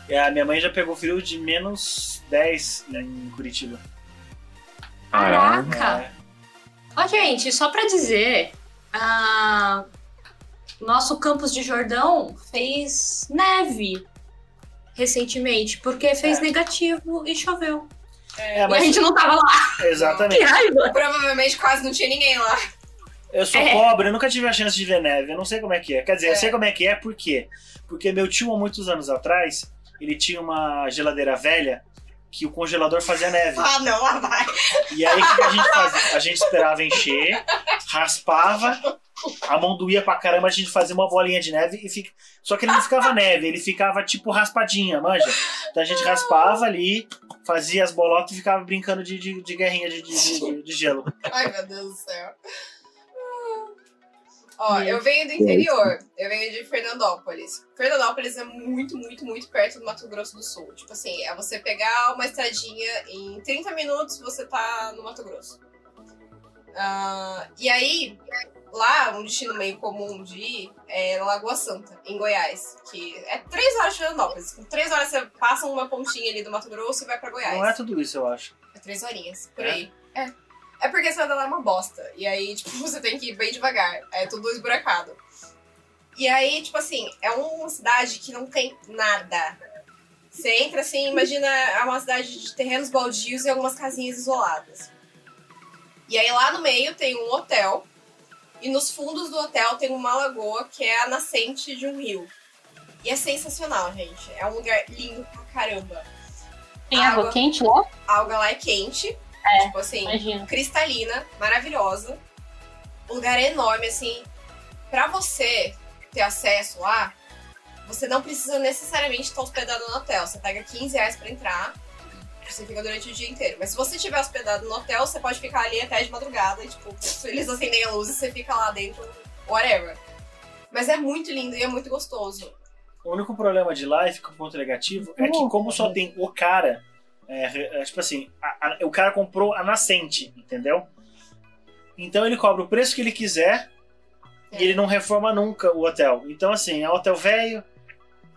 Speaker 3: É, a minha mãe já pegou frio de menos 10 né, em Curitiba.
Speaker 5: Caralho.
Speaker 1: Caraca.
Speaker 3: É.
Speaker 1: Ó, gente, só pra dizer, ah, nosso campus de Jordão fez neve recentemente, porque fez
Speaker 3: É.
Speaker 1: negativo e choveu.
Speaker 3: É,
Speaker 1: E a
Speaker 3: mas
Speaker 1: gente não tava lá, que
Speaker 3: exatamente.
Speaker 1: raiva!
Speaker 2: Provavelmente quase não tinha ninguém lá.
Speaker 3: Eu sou
Speaker 1: É.
Speaker 3: pobre, eu nunca tive a chance de ver neve, eu não sei como é que é. Quer dizer,
Speaker 2: É.
Speaker 3: eu sei como é que é, por quê? Porque meu tio, há muitos anos atrás, ele tinha uma geladeira velha que o congelador fazia neve.
Speaker 2: Ah, não, lá vai.
Speaker 3: E aí, o que que a gente fazia? A gente esperava encher, raspava, a mão doía pra caramba, a gente fazia uma bolinha de neve e fica... Só que ele não ficava neve, ele ficava tipo raspadinha, manja? Então a gente raspava ali, fazia as bolotas e ficava brincando de, de, de guerrinha de, de- de- de gelo.
Speaker 2: Ai, meu Deus do céu. Ó,
Speaker 1: Meu
Speaker 2: eu venho do interior. Eu venho de Fernandópolis. Fernandópolis é muito, muito, muito perto do Mato Grosso do Sul. Tipo assim, é você pegar uma estradinha em 30 minutos, você tá no Mato Grosso. Ah, e aí, lá, um destino meio comum de ir é Lagoa Santa, em Goiás. Que é 3 horas de Fernandópolis. Com 3 horas você passa uma pontinha ali do Mato Grosso e vai pra Goiás.
Speaker 3: Não é tudo isso, eu acho.
Speaker 2: É três horinhas, por
Speaker 3: É?
Speaker 2: aí. É. É porque essa lá é uma bosta. E aí, tipo, você tem que ir bem devagar. É tudo esburacado. E aí, tipo assim, é uma cidade que não tem nada. Você entra assim, imagina é uma cidade de terrenos baldios e algumas casinhas isoladas. E aí lá no meio tem um hotel. E nos fundos do hotel tem uma lagoa que é a nascente de um rio. E é sensacional, gente. É um lugar lindo pra caramba.
Speaker 4: Tem água,
Speaker 2: Água.
Speaker 4: quente
Speaker 1: né?
Speaker 4: lá?
Speaker 2: A alga lá é quente. Tipo assim,
Speaker 4: Imagina.
Speaker 2: cristalina, maravilhosa. O lugar é enorme, assim. Pra você ter acesso lá, você não precisa necessariamente estar hospedado no hotel. Você paga 15 reais pra entrar, você fica durante o dia inteiro. Mas se você estiver hospedado no hotel, você pode ficar ali até de madrugada, e, tipo, se eles acendem a luz e você fica lá dentro, whatever. Mas é muito lindo e é muito gostoso.
Speaker 3: O único problema de lá, e fica um ponto negativo, é que como só tem o cara, é, re- é, tipo assim, a- a- o cara comprou a nascente, entendeu? Então ele cobra o preço que ele quiser
Speaker 2: É.
Speaker 3: e ele não reforma nunca o hotel. Então assim, é um hotel velho,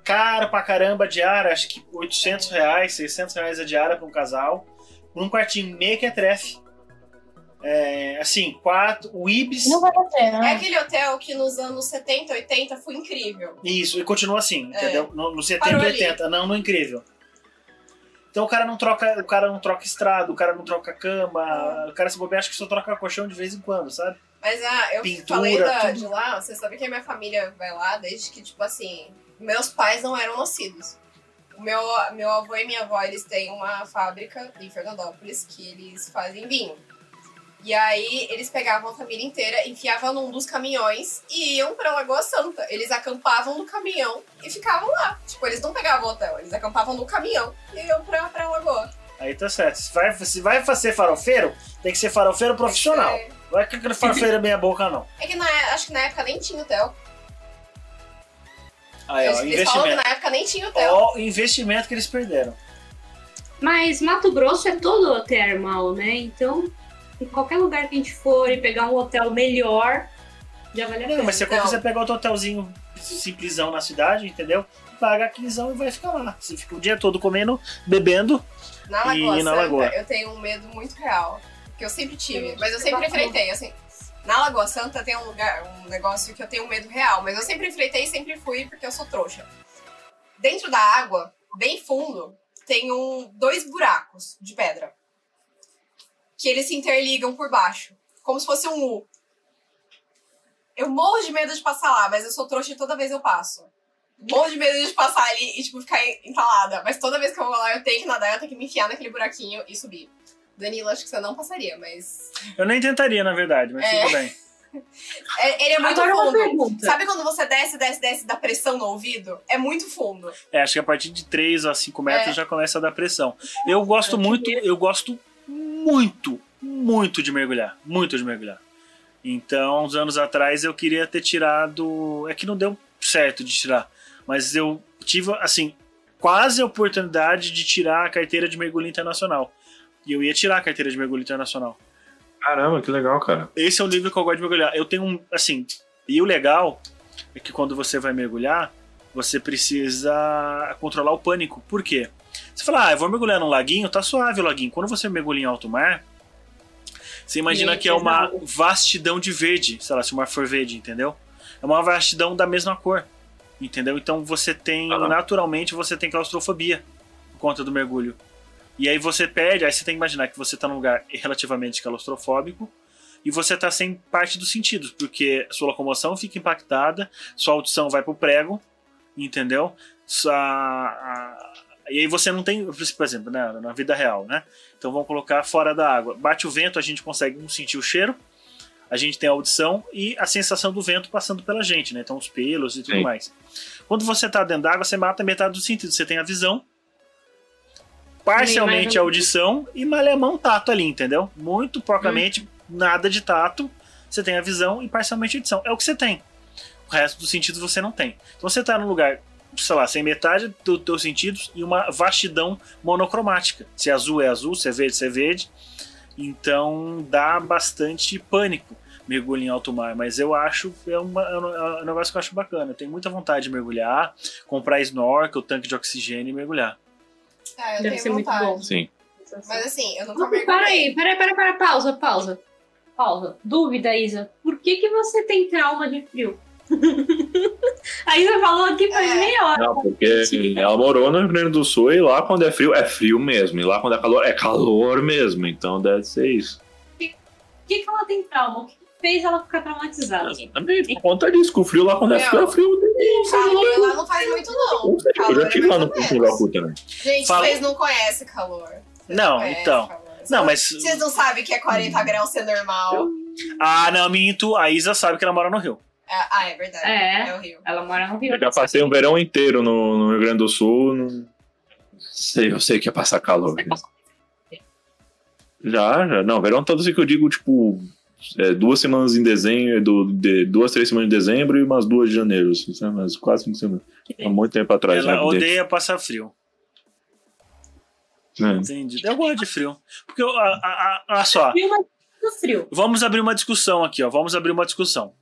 Speaker 3: caro pra caramba, diária, acho que 800 reais, 600 reais a diária pra um casal, num quartinho meio que é trefe. É, assim, quatro, o Ibis...
Speaker 4: Não vale a pena.
Speaker 1: né?
Speaker 2: É aquele hotel que nos anos 70, 80 foi incrível.
Speaker 3: Isso, e continua assim,
Speaker 2: É.
Speaker 3: entendeu? No,
Speaker 2: Parou
Speaker 3: no 70 e
Speaker 2: ali.
Speaker 3: 80, não, no incrível. Então o cara não troca, o cara não troca estrada, o cara não troca
Speaker 2: É.
Speaker 3: cama, o cara se bobear acho que só troca colchão de vez em quando, sabe?
Speaker 2: Mas ah, eu
Speaker 3: Pintura,
Speaker 2: falei da,
Speaker 3: tudo.
Speaker 2: de lá, você sabe que a minha família vai lá desde que, tipo assim, meus pais não eram nascidos. O meu, meu avô e minha avó, eles têm uma fábrica em Fernandópolis que eles fazem vinho. E aí eles pegavam a família inteira, enfiavam num dos caminhões e iam pra Lagoa Santa. Eles acampavam no caminhão e ficavam lá. Tipo, eles não pegavam hotel, eles acampavam no caminhão e iam pra, pra Lagoa.
Speaker 3: Aí tá certo. Se vai, se vai ser farofeiro, tem que ser farofeiro profissional.
Speaker 2: É,
Speaker 3: Não é que aquele farofeiro meia boca, não.
Speaker 2: é que na, acho que na época nem tinha hotel.
Speaker 3: Aí, ó,
Speaker 2: eles, eles falam que
Speaker 3: investimento.
Speaker 2: na época nem tinha hotel.
Speaker 3: Ó, o investimento que eles perderam.
Speaker 1: Mas Mato Grosso é todo termal, né? Então, em qualquer lugar que a gente for e pegar um hotel melhor, já vale a
Speaker 2: É,
Speaker 1: pena.
Speaker 3: Não, mas você, quando
Speaker 2: Não.
Speaker 3: você pegar outro hotelzinho simplesão na cidade, entendeu? Paga quinzão e vai ficar lá. Você fica o dia todo comendo, bebendo.
Speaker 2: Na
Speaker 3: E
Speaker 2: Lagoa
Speaker 3: na
Speaker 2: Santa,
Speaker 3: Lagoa.
Speaker 2: eu tenho um medo muito real. Que eu sempre tive,
Speaker 1: Eu
Speaker 2: mas eu
Speaker 1: sei
Speaker 2: sempre
Speaker 1: lá como.
Speaker 2: enfrentei, assim. Na Lagoa Santa tem um lugar, um negócio que eu tenho medo real, mas eu sempre enfrentei e sempre fui porque eu sou trouxa. Dentro da água, bem fundo, tem um, dois buracos de pedra. Que eles se interligam por baixo, como se fosse um U. Eu morro de medo de passar lá, mas eu sou trouxa e toda vez eu passo. Morro de medo de passar ali e, tipo, ficar entalada. Mas toda vez que eu vou lá, eu tenho que nadar, eu tenho que me enfiar naquele buraquinho e subir. Danilo, acho que você não passaria, mas.
Speaker 3: Eu nem tentaria, na verdade, mas
Speaker 2: É.
Speaker 3: tudo bem.
Speaker 2: É- ele é muito
Speaker 1: Agora uma
Speaker 2: fundo.
Speaker 1: pergunta.
Speaker 2: Sabe quando você desce, desce, desce da pressão no ouvido? É muito fundo.
Speaker 3: É, acho que a partir de 3 a 5 metros
Speaker 2: É.
Speaker 3: já começa a dar pressão. Eu gosto muito, eu gosto muito, muito de mergulhar. Muito de mergulhar. Então, uns anos atrás eu queria ter tirado. É que não deu certo de tirar, mas eu tive, assim, quase a oportunidade de tirar a carteira de mergulho internacional. E eu ia tirar a carteira de mergulho internacional.
Speaker 5: Caramba, que legal, cara.
Speaker 3: Esse é o livro que eu gosto de mergulhar. Eu tenho um, assim, e o legal é que quando você vai mergulhar, você precisa controlar o pânico. Por quê? Você fala, ah, eu vou mergulhar num laguinho, tá suave o laguinho. Quando você mergulha em alto mar, você imagina
Speaker 4: Gente,
Speaker 3: que é uma
Speaker 4: não.
Speaker 3: vastidão de verde, sei lá, se o mar for verde, entendeu? É uma vastidão da mesma cor, entendeu? Então você tem,
Speaker 5: Aham.
Speaker 3: naturalmente, você tem claustrofobia por conta do mergulho. E aí você perde, aí você tem que imaginar que você tá num lugar relativamente claustrofóbico e você tá sem parte dos sentidos, porque sua locomoção fica impactada, sua audição vai pro prego, entendeu? Sua- a- e aí você não tem, por exemplo, né, na vida real, né? Então vamos colocar fora da água. Bate o vento, a gente consegue não sentir o cheiro, a gente tem a audição e a sensação do vento passando pela gente, né? Então os pelos e tudo
Speaker 5: Sim.
Speaker 3: mais. Quando você tá dentro d'água, você mata metade dos sentidos. Você tem a visão, parcialmente a audição e malemão tato ali, entendeu? Muito porcamente, nada de tato. Você tem a visão e parcialmente a audição. É o que você tem. O resto dos sentidos você não tem. Então você tá num lugar, sei lá, sem metade do- dos teus sentidos e uma vastidão monocromática. Se é azul é azul, se é verde, se é verde. Então dá bastante pânico mergulho em alto mar, mas eu acho é, uma- é um- é um negócio que eu acho bacana. Eu tenho muita vontade de mergulhar, comprar snorkel, tanque de oxigênio e mergulhar.
Speaker 2: Ah, eu
Speaker 4: Deve ser
Speaker 2: tenho
Speaker 4: muito
Speaker 2: vontade.
Speaker 4: bom.
Speaker 5: Sim.
Speaker 2: Mas assim, eu nunca
Speaker 4: Peraí,
Speaker 2: mergulhei.
Speaker 4: peraí, peraí, peraí, pausa, pausa. Pausa. Dúvida, Isa. Por que, que você tem trauma de frio? a Isa falou aqui faz
Speaker 2: É.
Speaker 4: meia hora.
Speaker 5: Não, porque ela morou no Rio Grande do Sul e lá quando é frio, é frio mesmo. E lá quando é calor, é calor mesmo. Então deve ser isso.
Speaker 4: Por que, que ela tem trauma? O que fez ela ficar traumatizada?
Speaker 5: Exatamente. Por conta disso, que o frio lá quando é
Speaker 2: Não.
Speaker 5: frio, é frio. Tem isso,
Speaker 2: Calor lá não faz muito, não.
Speaker 5: Puta, tipo, Eu já
Speaker 2: Calor
Speaker 5: tive
Speaker 2: é
Speaker 5: lá no
Speaker 2: mais ou menos.
Speaker 5: Pinguacu também.
Speaker 2: Gente,
Speaker 3: Fala-
Speaker 2: vocês não conhecem calor. Vocês
Speaker 3: Não,
Speaker 2: conhecem
Speaker 3: então.
Speaker 2: calor.
Speaker 3: Não, Uhum. mas.
Speaker 2: Vocês não sabem que é 40 graus ser normal.
Speaker 3: Ah, não, minto. A Isa sabe que ela mora no Rio.
Speaker 2: É- ah, é verdade.
Speaker 4: É.
Speaker 2: o Rio.
Speaker 4: Ela mora no Rio.
Speaker 5: Eu já passei um verão inteiro no, no Rio Grande do Sul. não- Sei, eu sei que ia passar calor. Já, já. Não, verão todo assim que eu digo, tipo, é, duas semanas em dezembro, do- de- duas, três semanas em dezembro e umas duas de janeiro, assim, sabe? Mas quase cinco semanas. Há muito tempo atrás,
Speaker 3: Ela
Speaker 5: né?
Speaker 3: odeia passar frio.
Speaker 5: É.
Speaker 3: Entendi. Eu gosto de frio. Porque, eu- a- a- a- olha só.
Speaker 4: Frio, mas no frio.
Speaker 3: Vamos abrir uma discussão aqui, ó. Vamos abrir uma discussão.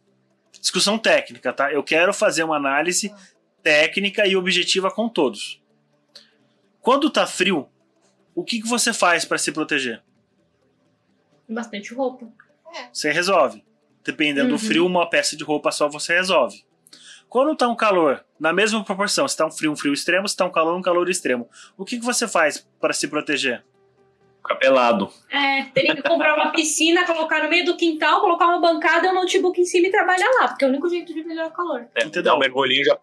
Speaker 3: Discussão técnica, tá? Eu quero fazer uma análise técnica e objetiva com todos. Quando tá frio, o que, que você faz pra se proteger?
Speaker 4: Tem bastante roupa.
Speaker 3: Você resolve. Dependendo do
Speaker 4: Uhum.
Speaker 3: frio, uma peça de roupa só você resolve. Quando tá um calor, na mesma proporção, se tá um frio, um frio extremo, se tá um calor, um calor extremo. O que, que você faz pra se proteger?
Speaker 5: Fica pelado.
Speaker 6: É,
Speaker 4: Teria que comprar uma piscina, colocar no meio do quintal, colocar uma bancada e um notebook em cima e trabalhar lá, porque é o único jeito de melhorar o calor.
Speaker 5: Dá
Speaker 3: Entendeu?
Speaker 5: um mergulhinho já.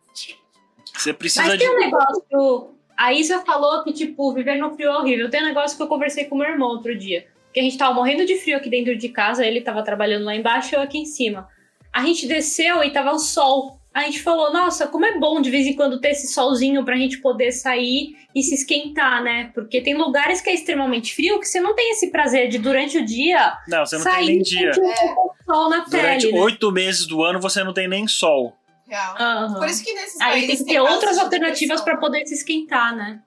Speaker 3: Você precisa de.
Speaker 4: Mas tem um negócio. A Isa falou que, tipo, viver no frio é horrível. Tem um negócio que eu conversei com meu irmão outro dia. Que a gente tava morrendo de frio aqui dentro de casa, ele tava trabalhando lá embaixo e eu aqui em cima. A gente desceu e tava o sol. A gente falou, nossa, como é bom de vez em quando ter esse solzinho pra gente poder sair e se esquentar, né? Porque tem lugares que é extremamente frio que você não tem esse prazer de durante o dia
Speaker 3: Não, você não tem
Speaker 4: sair
Speaker 3: nem
Speaker 4: e
Speaker 3: dia.
Speaker 4: sentir um
Speaker 2: É.
Speaker 4: pouco o sol na
Speaker 3: Durante
Speaker 4: pele. né?
Speaker 3: oito meses do ano você não tem nem sol.
Speaker 2: Real.
Speaker 4: Aham.
Speaker 2: Por isso que nesses
Speaker 4: Aí
Speaker 2: países
Speaker 4: tem que ter outras
Speaker 2: casos de
Speaker 4: alternativas pra
Speaker 2: depressão.
Speaker 4: poder se esquentar, né?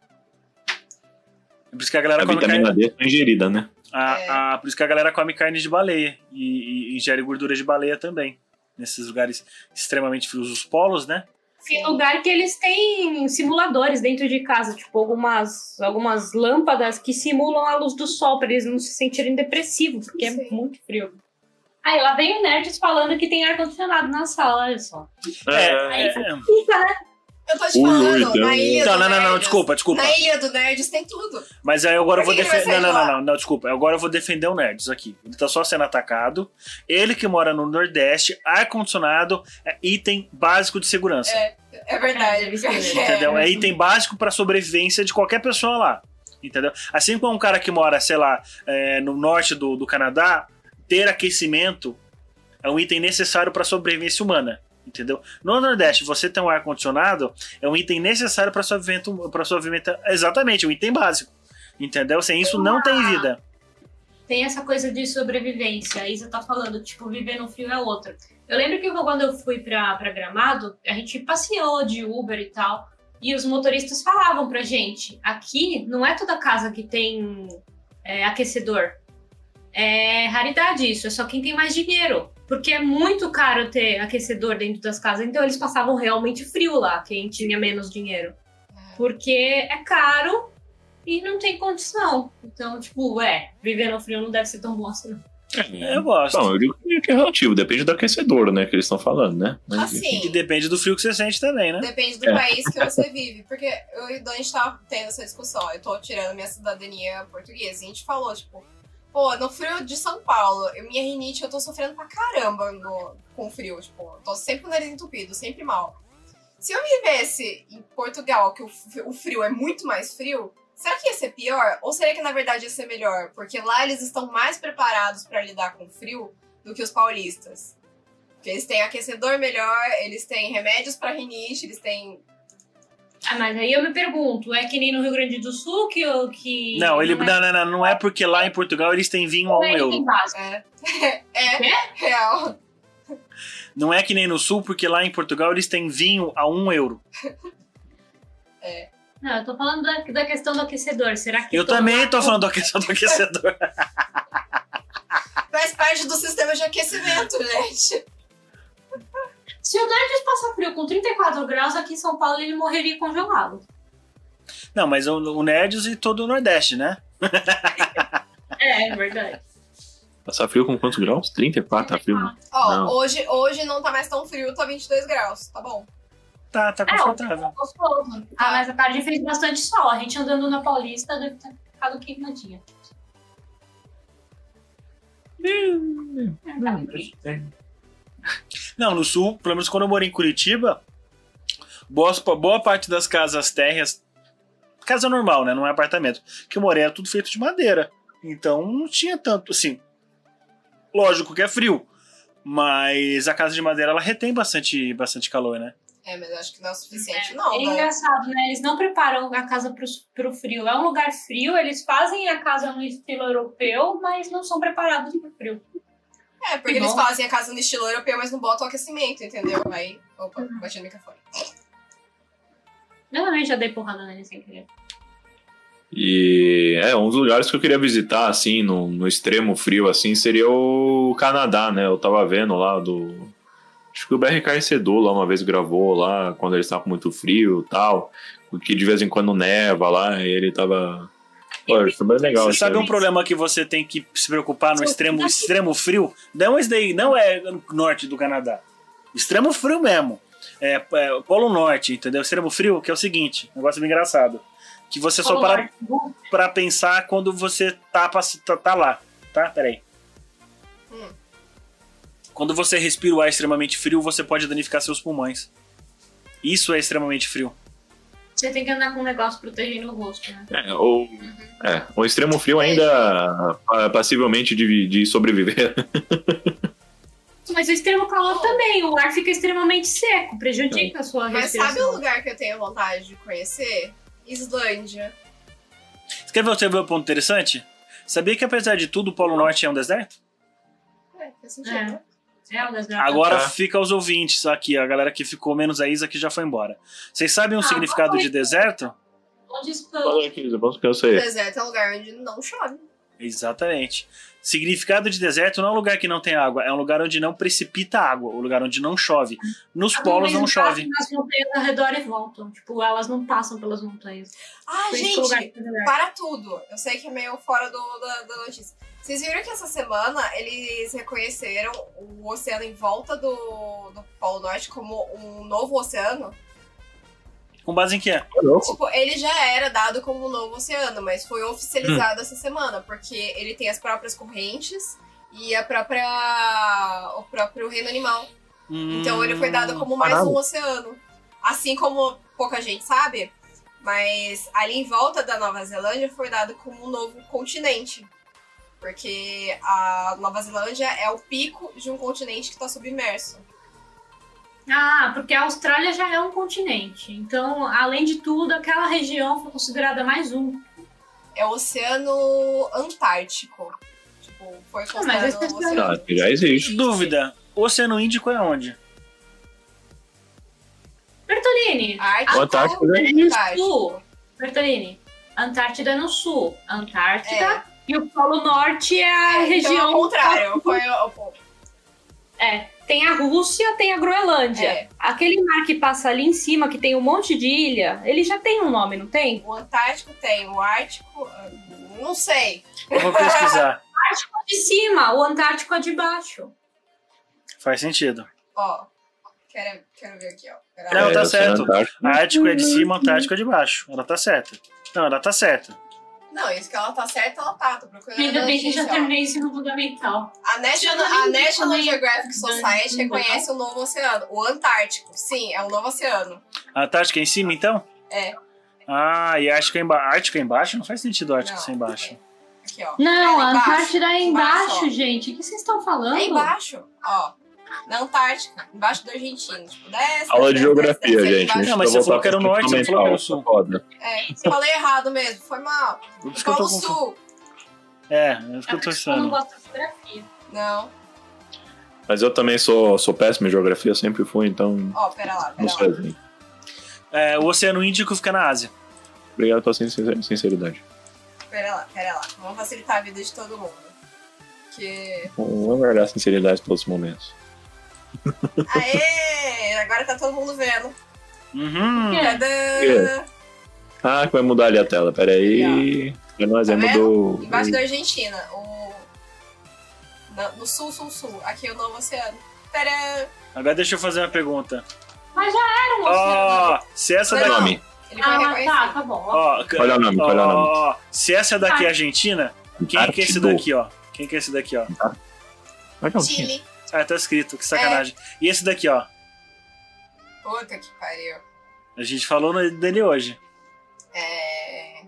Speaker 3: Por isso que a galera
Speaker 5: A
Speaker 3: come carne.
Speaker 5: vitamina D foi ingerida, né?
Speaker 3: a-
Speaker 2: É.
Speaker 3: a- por isso que a galera come carne de baleia e, e ingere gordura de baleia também. Nesses lugares extremamente frios, os polos, né?
Speaker 4: Tem lugar que eles têm simuladores dentro de casa, tipo algumas, algumas lâmpadas que simulam a luz do sol para eles não se sentirem depressivos, porque
Speaker 2: Sim.
Speaker 4: é muito frio. Aí lá vem o Nerds falando que tem ar-condicionado na sala, olha só.
Speaker 3: É, é.
Speaker 2: Eu tô te
Speaker 5: Ui,
Speaker 2: falando,
Speaker 5: ui,
Speaker 2: na
Speaker 5: então.
Speaker 2: ilha
Speaker 3: Então,
Speaker 2: do
Speaker 3: não, não, não,
Speaker 2: Nerds-
Speaker 3: desculpa, desculpa.
Speaker 2: Na ilha do Nerds tem tudo.
Speaker 3: Mas aí agora eu vou
Speaker 2: Por que que ele
Speaker 3: defender.
Speaker 2: vai
Speaker 3: Não, não,
Speaker 2: sair
Speaker 3: não, não, desculpa. Agora eu vou defender o Nerds aqui. Ele tá só sendo atacado. Ele que mora no Nordeste, ar-condicionado é item básico de segurança.
Speaker 2: É verdade.
Speaker 4: É, deve ser.
Speaker 2: É.
Speaker 3: Entendeu? É item básico pra sobrevivência de qualquer pessoa lá. Entendeu? Assim como um cara que mora, sei lá, é, no norte do, do Canadá, ter aquecimento é um item necessário pra sobrevivência humana. Entendeu? No Nordeste, você ter um ar-condicionado é um item necessário para sobrevivência. Pra sobrevivência exatamente, um item básico. Entendeu? Sem isso não tem vida.
Speaker 4: tem essa coisa de sobrevivência. A Isa tá falando, tipo, viver no frio é outra. Eu lembro que quando eu fui pra, pra Gramado, a gente passeou de Uber e tal, e os motoristas falavam pra gente, aqui não é toda casa que tem é, aquecedor. É raridade isso, é só quem tem mais dinheiro. Porque é muito caro ter aquecedor dentro das casas, então eles passavam realmente frio lá, quem tinha menos dinheiro. Porque é caro e não tem condição. Então, tipo, é, viver no frio não deve ser tão bom assim, não.
Speaker 3: Eu gosto.
Speaker 5: Não, eu digo que é relativo, depende do aquecedor, né? Que eles estão falando, né? Mas, enfim.
Speaker 3: E
Speaker 2: Assim,
Speaker 3: depende do frio que você sente também, né?
Speaker 2: Depende do país que você vive. Porque eu e o Dani tava tendo essa discussão. Eu tô tirando minha cidadania portuguesa. E a gente falou, tipo, pô, no frio de São Paulo, eu- minha rinite, eu tô sofrendo pra caramba no- com frio. Tipo, eu tô sempre com o nariz entupido, sempre mal. Se eu vivesse em Portugal, que o f- o frio é muito mais frio, será que ia ser pior? Ou será que na verdade ia ser melhor? Porque lá eles estão mais preparados pra lidar com frio do que os paulistas. Porque eles têm aquecedor melhor, eles têm remédios pra rinite, eles têm.
Speaker 4: Ah, mas aí eu me pergunto, é que nem no Rio Grande do Sul que. eu- que
Speaker 3: Não, ele,
Speaker 4: não
Speaker 3: não,
Speaker 4: é-
Speaker 3: não, não, não é porque lá em Portugal eles têm vinho a
Speaker 4: não
Speaker 3: um
Speaker 4: é item
Speaker 3: euro.
Speaker 4: básico.
Speaker 2: É. É. Real.
Speaker 3: Não é que nem no sul, porque lá em Portugal eles têm vinho a um euro.
Speaker 4: Não, eu tô falando da, da questão do aquecedor. Será que.
Speaker 3: Eu
Speaker 4: todo
Speaker 3: também
Speaker 4: lado-
Speaker 3: tô falando do aquecedor, do aquecedor.
Speaker 2: Faz parte do sistema de aquecimento, gente.
Speaker 4: Se o Nandes passa frio com 34 graus, aqui em São Paulo ele morreria congelado.
Speaker 3: Não, mas o, o Nerds e todo o Nordeste, né?
Speaker 4: É, é verdade.
Speaker 5: Passar frio com quantos graus? 34, tá frio. né?
Speaker 2: Ó,
Speaker 5: Não.
Speaker 2: Hoje, hoje não tá mais tão frio, tá 22 graus, tá bom?
Speaker 3: Tá, tá
Speaker 4: É,
Speaker 3: confortável.
Speaker 4: gostoso. Ah, mas a tarde fez bastante sol. A gente andando na Paulista deve ter ficado queimadinha.
Speaker 3: Hum.
Speaker 4: É, tá
Speaker 3: Não, no sul, pelo menos quando eu morei em Curitiba, boas- boa parte das casas térreas. Casa normal, né? Não é apartamento. Que eu morei era tudo feito de madeira. Então não tinha tanto. Assim. Lógico que é frio. Mas a casa de madeira ela retém bastante, bastante calor, né?
Speaker 2: É, mas eu acho que não é o suficiente,
Speaker 4: É
Speaker 2: não, né?
Speaker 4: engraçado, né? Eles não preparam a casa pros- pro frio. É um lugar frio, eles fazem a casa no estilo europeu, mas não são preparados pro frio.
Speaker 2: É, porque
Speaker 4: Bom.
Speaker 2: eles fazem a casa no estilo europeu, mas não botam aquecimento, entendeu? Aí. Opa,
Speaker 4: Uhum.
Speaker 2: bati no microfone.
Speaker 4: Normalmente já dei porrada nele sem querer.
Speaker 5: E é, um dos lugares que eu queria visitar, assim, no, no extremo frio, assim, seria o Canadá, né? Eu tava vendo lá do. Acho que o BRK Recedor lá uma vez gravou lá, quando ele estava com muito frio e tal. Que de vez em quando neva lá, e ele tava. Pô, isso foi bem legal.
Speaker 3: Você
Speaker 5: isso
Speaker 3: sabe
Speaker 5: aí.
Speaker 3: um problema que você tem que se preocupar no
Speaker 4: Sim.
Speaker 3: extremo, extremo frio? Não, esse daí não é no norte do Canadá. Extremo frio mesmo. É, é, Polo Norte, entendeu? Extremo frio, que é o seguinte, um negócio bem engraçado. Que você só
Speaker 4: Polo
Speaker 3: para
Speaker 4: Norte, bom,
Speaker 3: pra pensar quando você tá, pass- tá, tá lá, tá? Peraí.
Speaker 2: Hum.
Speaker 3: Quando você respira o ar extremamente frio, você pode danificar seus pulmões. Isso é extremamente frio.
Speaker 4: Você tem que andar com um negócio protegendo o rosto, né?
Speaker 5: É, ou, é, o extremo frio ainda ah, passivelmente de, de sobreviver.
Speaker 4: Mas o extremo calor também, o ar fica extremamente seco, prejudica a sua
Speaker 2: Mas sabe
Speaker 4: respiração.
Speaker 2: o lugar que eu tenho vontade de conhecer? Islândia.
Speaker 3: Você quer ver você ver um ponto interessante? Sabia que apesar de tudo, o Polo Norte é um deserto?
Speaker 2: É, faz sentido.
Speaker 4: É.
Speaker 2: né?
Speaker 4: É, o das-
Speaker 3: Agora
Speaker 5: Tá.
Speaker 3: fica aos ouvintes aqui, a galera que ficou menos a Isa que já foi embora. Vocês sabem o
Speaker 4: Ah,
Speaker 3: significado de deserto?
Speaker 4: Onde isso
Speaker 5: Olha que bom que eu sei.
Speaker 2: Deserto é um lugar onde não chove.
Speaker 3: Exatamente. Significado de deserto não é um lugar que não tem água, é um lugar onde não precipita água, um lugar onde não chove. Nos
Speaker 2: Ah,
Speaker 3: polos não chove.
Speaker 4: As montanhas ao redor e voltam. Tipo, elas não passam pelas montanhas.
Speaker 2: Ah,
Speaker 4: Por isso que o lugar
Speaker 2: gente,
Speaker 4: fica melhor.
Speaker 2: para tudo. Eu sei que é meio fora do, da, da notícia. Vocês viram que essa semana eles reconheceram o oceano em volta do, do Polo Norte como um novo oceano?
Speaker 3: Com base em quê?
Speaker 5: Tá
Speaker 2: Tipo, ele já era dado como um novo oceano, mas foi oficializado essa semana, porque ele tem as próprias correntes e a própria o próprio reino animal. Então ele foi dado como mais
Speaker 5: Caralho.
Speaker 2: um oceano. Assim como pouca gente sabe, mas ali em volta da Nova Zelândia foi dado como um novo continente. Porque a Nova Zelândia é o pico de um continente que está submerso.
Speaker 4: Ah, porque a Austrália já é um continente. Então, além de tudo, aquela região foi considerada mais um.
Speaker 2: É o Oceano Antártico. como foi
Speaker 1: Ah,
Speaker 2: postado
Speaker 1: mas esse
Speaker 2: no
Speaker 1: é
Speaker 5: Tá,
Speaker 2: Oceano.
Speaker 5: já existe.
Speaker 3: Dúvida: Oceano Índico é onde?
Speaker 1: Bertolini,
Speaker 2: Ártico,
Speaker 5: Antártico
Speaker 4: é
Speaker 5: já
Speaker 2: Antártico.
Speaker 1: Sul. Bertolini, Antártida é no sul. Antártida
Speaker 2: É.
Speaker 1: e o Polo Norte é a
Speaker 2: É,
Speaker 1: região.
Speaker 2: então, ao contrário, foi o- o-
Speaker 1: É, tem a Rússia, tem a Groenlândia.
Speaker 2: É.
Speaker 1: Aquele mar que passa ali em cima, que tem um monte de ilha, ele já tem um nome, não tem?
Speaker 2: o Antártico tem, o Ártico, ah, não sei.
Speaker 3: Eu vou pesquisar.
Speaker 1: O De cima, o Antártico é de baixo.
Speaker 3: Faz sentido.
Speaker 2: Ó, quero, quero ver aqui, ó. Pera
Speaker 3: Não,
Speaker 2: lá.
Speaker 3: tá
Speaker 5: o Oceano
Speaker 3: certo.
Speaker 5: Antártico.
Speaker 3: Ártico é de cima, Antártico é de baixo. Ela tá certa. Não, ela tá certa.
Speaker 2: Não, isso que ela tá certa, ela tá. Tô procurando
Speaker 1: Ainda bem que eu já
Speaker 2: notícia, ó.
Speaker 1: terminei ensino fundamental.
Speaker 2: A National,
Speaker 1: Eu não
Speaker 2: a
Speaker 1: lembro
Speaker 2: National
Speaker 1: também.
Speaker 2: Geographic Society reconhece o novo oceano, o Antártico. Sim, é o novo oceano.
Speaker 3: A Antártica é em cima, então?
Speaker 2: É.
Speaker 3: Ah, e Ártico é, emba Ártico é embaixo? Não faz sentido Ártico
Speaker 2: Não.
Speaker 3: ser embaixo.
Speaker 2: Aqui, ó.
Speaker 4: Não,
Speaker 2: É
Speaker 4: a
Speaker 2: embaixo,
Speaker 4: Antártida é
Speaker 2: embaixo,
Speaker 4: embaixo,
Speaker 2: ó.
Speaker 4: gente. O que vocês estão falando?
Speaker 2: É embaixo, ó. Na Antártica, embaixo do argentino. Tipo, desce.
Speaker 5: Aula de
Speaker 2: desce,
Speaker 5: geografia,
Speaker 2: desce, desce,
Speaker 5: gente.
Speaker 2: desce.
Speaker 3: Não, mas
Speaker 5: Deixa eu
Speaker 3: você falou que era o
Speaker 5: voltar
Speaker 3: norte, você falou que era o sul.
Speaker 5: tá Foda.
Speaker 2: É, falei errado mesmo, foi mal.
Speaker 3: Por isso que eu tô
Speaker 2: Polo
Speaker 3: confuso.
Speaker 2: Sul.
Speaker 3: É, é isso que eu tô
Speaker 1: Eu não
Speaker 3: achando.
Speaker 1: gosto de geografia.
Speaker 2: Não,
Speaker 5: Mas eu também sou, sou péssimo em geografia, sempre fui, então
Speaker 2: ó, pera lá,
Speaker 3: Tá.
Speaker 2: pera
Speaker 5: não
Speaker 2: lá.
Speaker 5: sei. assim.
Speaker 3: É, o Oceano Índico fica na Ásia.
Speaker 5: Obrigado pela sin- sin- sinceridade.
Speaker 2: Pera lá, pera lá. Vamos facilitar a vida de todo mundo. Que...
Speaker 5: Vamos guardar a sinceridade todos os momentos.
Speaker 2: Aê! Agora tá todo mundo vendo.
Speaker 3: Uhum.
Speaker 1: É.
Speaker 2: Tadã!
Speaker 5: Ah, que vai mudar ali a tela, peraí. É nós,
Speaker 2: Tá
Speaker 5: é
Speaker 2: vendo?
Speaker 5: mudou.
Speaker 2: Embaixo da Argentina. O... na- No sul, sul, sul. Aqui é o novo oceano. Tadã!
Speaker 3: Agora deixa eu fazer uma pergunta.
Speaker 1: Era um oceano.
Speaker 3: Ó, se essa
Speaker 2: Não.
Speaker 5: Olha o
Speaker 3: daqui.
Speaker 5: nome,
Speaker 2: Ele foi
Speaker 1: Ah,
Speaker 2: reconhecido.
Speaker 1: tá, tá bom. ó.
Speaker 3: Ó,
Speaker 5: olha o nome,
Speaker 3: ó,
Speaker 5: olha o nome.
Speaker 3: ó, ó, se essa daqui é Argentina, quem que é esse
Speaker 5: Antártico.
Speaker 3: daqui, ó? Quem que é esse daqui, ó?
Speaker 5: Olha o nome.
Speaker 2: Chile.
Speaker 3: Ah, tá escrito, que sacanagem. E esse daqui, ó?
Speaker 2: Puta que pariu.
Speaker 3: A gente falou no- dele hoje.
Speaker 2: É...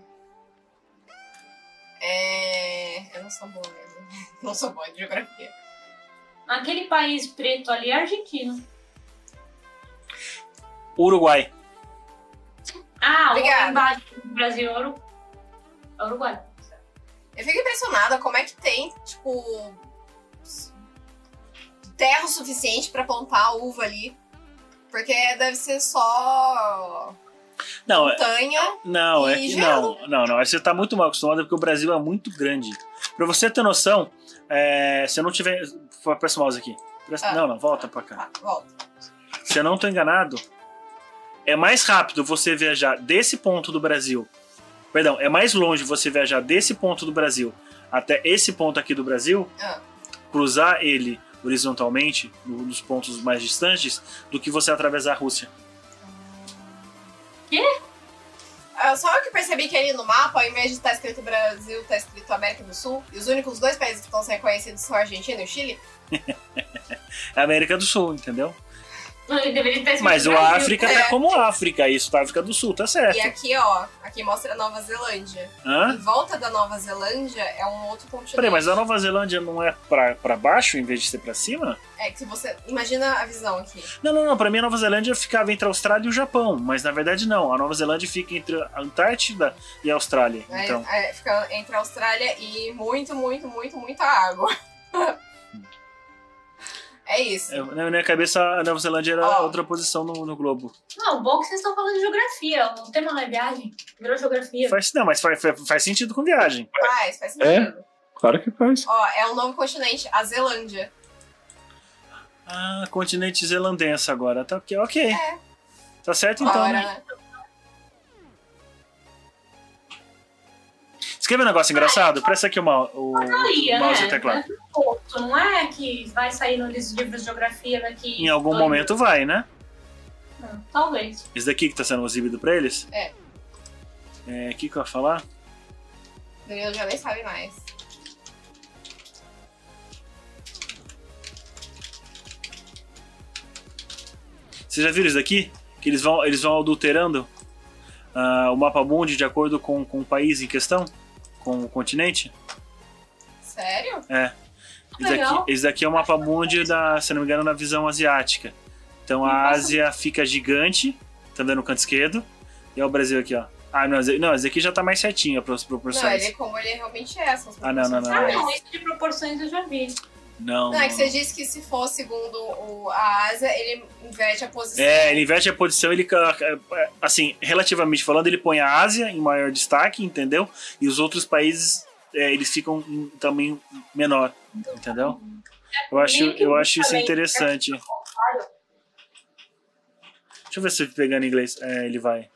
Speaker 2: É... Eu não sou boa mesmo. Não sou boa de geografia.
Speaker 1: Aquele país preto ali é argentino.
Speaker 3: Uruguai.
Speaker 1: Ah, o
Speaker 2: Obrigada.
Speaker 1: embaixo do Brasil é Uru- é Uruguai.
Speaker 2: Eu fico impressionada como é que tem, tipo... Terra o suficiente pra plantar a uva ali. Porque deve ser só
Speaker 3: Não, é-
Speaker 2: montanha.
Speaker 3: não, é
Speaker 2: E
Speaker 3: que
Speaker 2: gelo.
Speaker 3: não. Não, não. Aí Você tá muito mal acostumado porque o Brasil é muito grande. Pra você ter noção, é, se eu não tiver. Presta o mouse aqui. Presta-
Speaker 2: Ah.
Speaker 3: Não, não, volta pra cá.
Speaker 2: Ah, volta.
Speaker 3: se eu não tô enganado, é mais rápido você viajar desse ponto do Brasil. Perdão, é mais longe você viajar desse ponto do Brasil até esse ponto aqui do Brasil,
Speaker 2: Ah.
Speaker 3: cruzar ele horizontalmente, no- nos pontos mais distantes, do que você atravessar a Rússia.
Speaker 2: Ah, Só eu que percebi que ali no mapa, ao invés de estar escrito Brasil, tá escrito América do Sul. E os únicos dois países que estão sendo reconhecidos são a Argentina e o Chile.
Speaker 3: É a América do Sul, entendeu?
Speaker 1: Ele deveria estar escrito
Speaker 3: Mas o
Speaker 1: Brasil.
Speaker 3: África tá como África, isso, tá África do Sul, tá certo.
Speaker 2: E aqui, é ó, aqui mostra a Nova Zelândia.
Speaker 3: Hã?
Speaker 2: Em volta da Nova Zelândia é um outro continente.
Speaker 3: Peraí, mas a Nova Zelândia não é pra, pra baixo em vez de ser pra cima?
Speaker 2: É que se você. Imagina a visão aqui.
Speaker 3: Não, não, não. Pra mim, a Nova Zelândia ficava entre a Austrália e o Japão. Mas na verdade, não. A Nova Zelândia fica entre a Antártida e a Austrália.
Speaker 2: né?
Speaker 3: Então,
Speaker 2: É, fica entre a Austrália e muito, muito, muito, muita água. é isso.
Speaker 3: é, na minha cabeça, a Nova Zelândia era
Speaker 2: Ó.
Speaker 3: outra posição no, no globo.
Speaker 1: Não, bom é que vocês estão falando de geografia. O tema não é viagem, virou geografia.
Speaker 3: Faz, não, mas faz, faz- faz sentido com viagem.
Speaker 2: Faz, faz sentido.
Speaker 3: É?
Speaker 5: Claro que faz.
Speaker 2: Ó, é um novo continente, a Zelândia.
Speaker 3: Ah, continente zelandense agora. Tá ok. ok.
Speaker 2: É.
Speaker 3: Tá certo então,
Speaker 2: Ora,
Speaker 3: né?
Speaker 2: né?
Speaker 3: Escreve um negócio engraçado? Presta aqui o, mau- o,
Speaker 1: Porcaria,
Speaker 3: o mouse e
Speaker 1: né?
Speaker 3: o teclado.
Speaker 2: Tá
Speaker 1: Ponto. Não é que vai sair nos livros de geografia daqui.
Speaker 3: Em algum
Speaker 1: dois
Speaker 3: momento vai, né?
Speaker 1: anos. Talvez.
Speaker 3: Esse daqui que tá sendo exibido pra eles?
Speaker 2: É.
Speaker 3: É, o que, que eu ia falar?
Speaker 2: O Danilo já nem sabe mais.
Speaker 3: Vocês já viram isso daqui? Que eles vão, eles vão adulterando ah, o mapa mundi de acordo com, com o país em questão? Com o continente?
Speaker 2: Sério?
Speaker 3: Esse
Speaker 1: Legal.
Speaker 3: daqui, esse daqui é o mapa mundi, da, se não me engano, na visão asiática.
Speaker 2: Uhum.
Speaker 3: Então a Ásia fica gigante, tá vendo no canto esquerdo? E é o Brasil aqui, ó. Ah, não, esse- não, esse aqui já tá mais certinho as pro-
Speaker 2: Não,
Speaker 3: proporções.
Speaker 2: ele é como ele realmente é. Essas
Speaker 3: Ah, não, não, não.
Speaker 1: Ah, não, isso de proporções eu já vi.
Speaker 3: Não,
Speaker 2: Não, é que
Speaker 3: não.
Speaker 2: você disse que se for segundo o- a asa, ele inverte a posição.
Speaker 3: É, ele inverte a posição, ele. ca- é, Assim, relativamente falando, ele põe a Ásia em maior destaque, entendeu? E os outros países, é, eles ficam em tamanho menor, entendeu? Eu acho,
Speaker 1: meio que
Speaker 3: eu
Speaker 1: um
Speaker 3: acho isso
Speaker 1: também.
Speaker 3: interessante. Deixa eu ver se eu pegando em inglês. É, ele vai.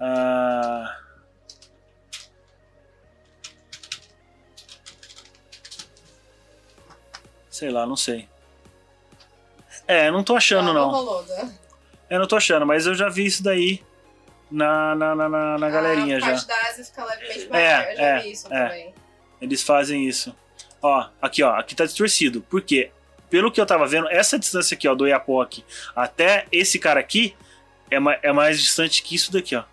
Speaker 3: Ah. Sei lá, não sei. É, não tô achando,
Speaker 2: Ah,
Speaker 3: não.
Speaker 2: rolou, né?
Speaker 3: Eu não tô achando, mas eu já vi isso daí na, na, na, na,
Speaker 2: Ah,
Speaker 3: na galerinha
Speaker 2: a
Speaker 3: já.
Speaker 2: parte da asa fica levemente maior. eu já
Speaker 3: é,
Speaker 2: vi isso
Speaker 3: é.
Speaker 2: também.
Speaker 3: Eles fazem isso. Ó, aqui, ó, aqui tá distorcido. Por quê? Pelo que eu tava vendo, essa distância aqui, ó, do Iapoc até esse cara aqui é, ma- é mais distante que isso daqui, ó.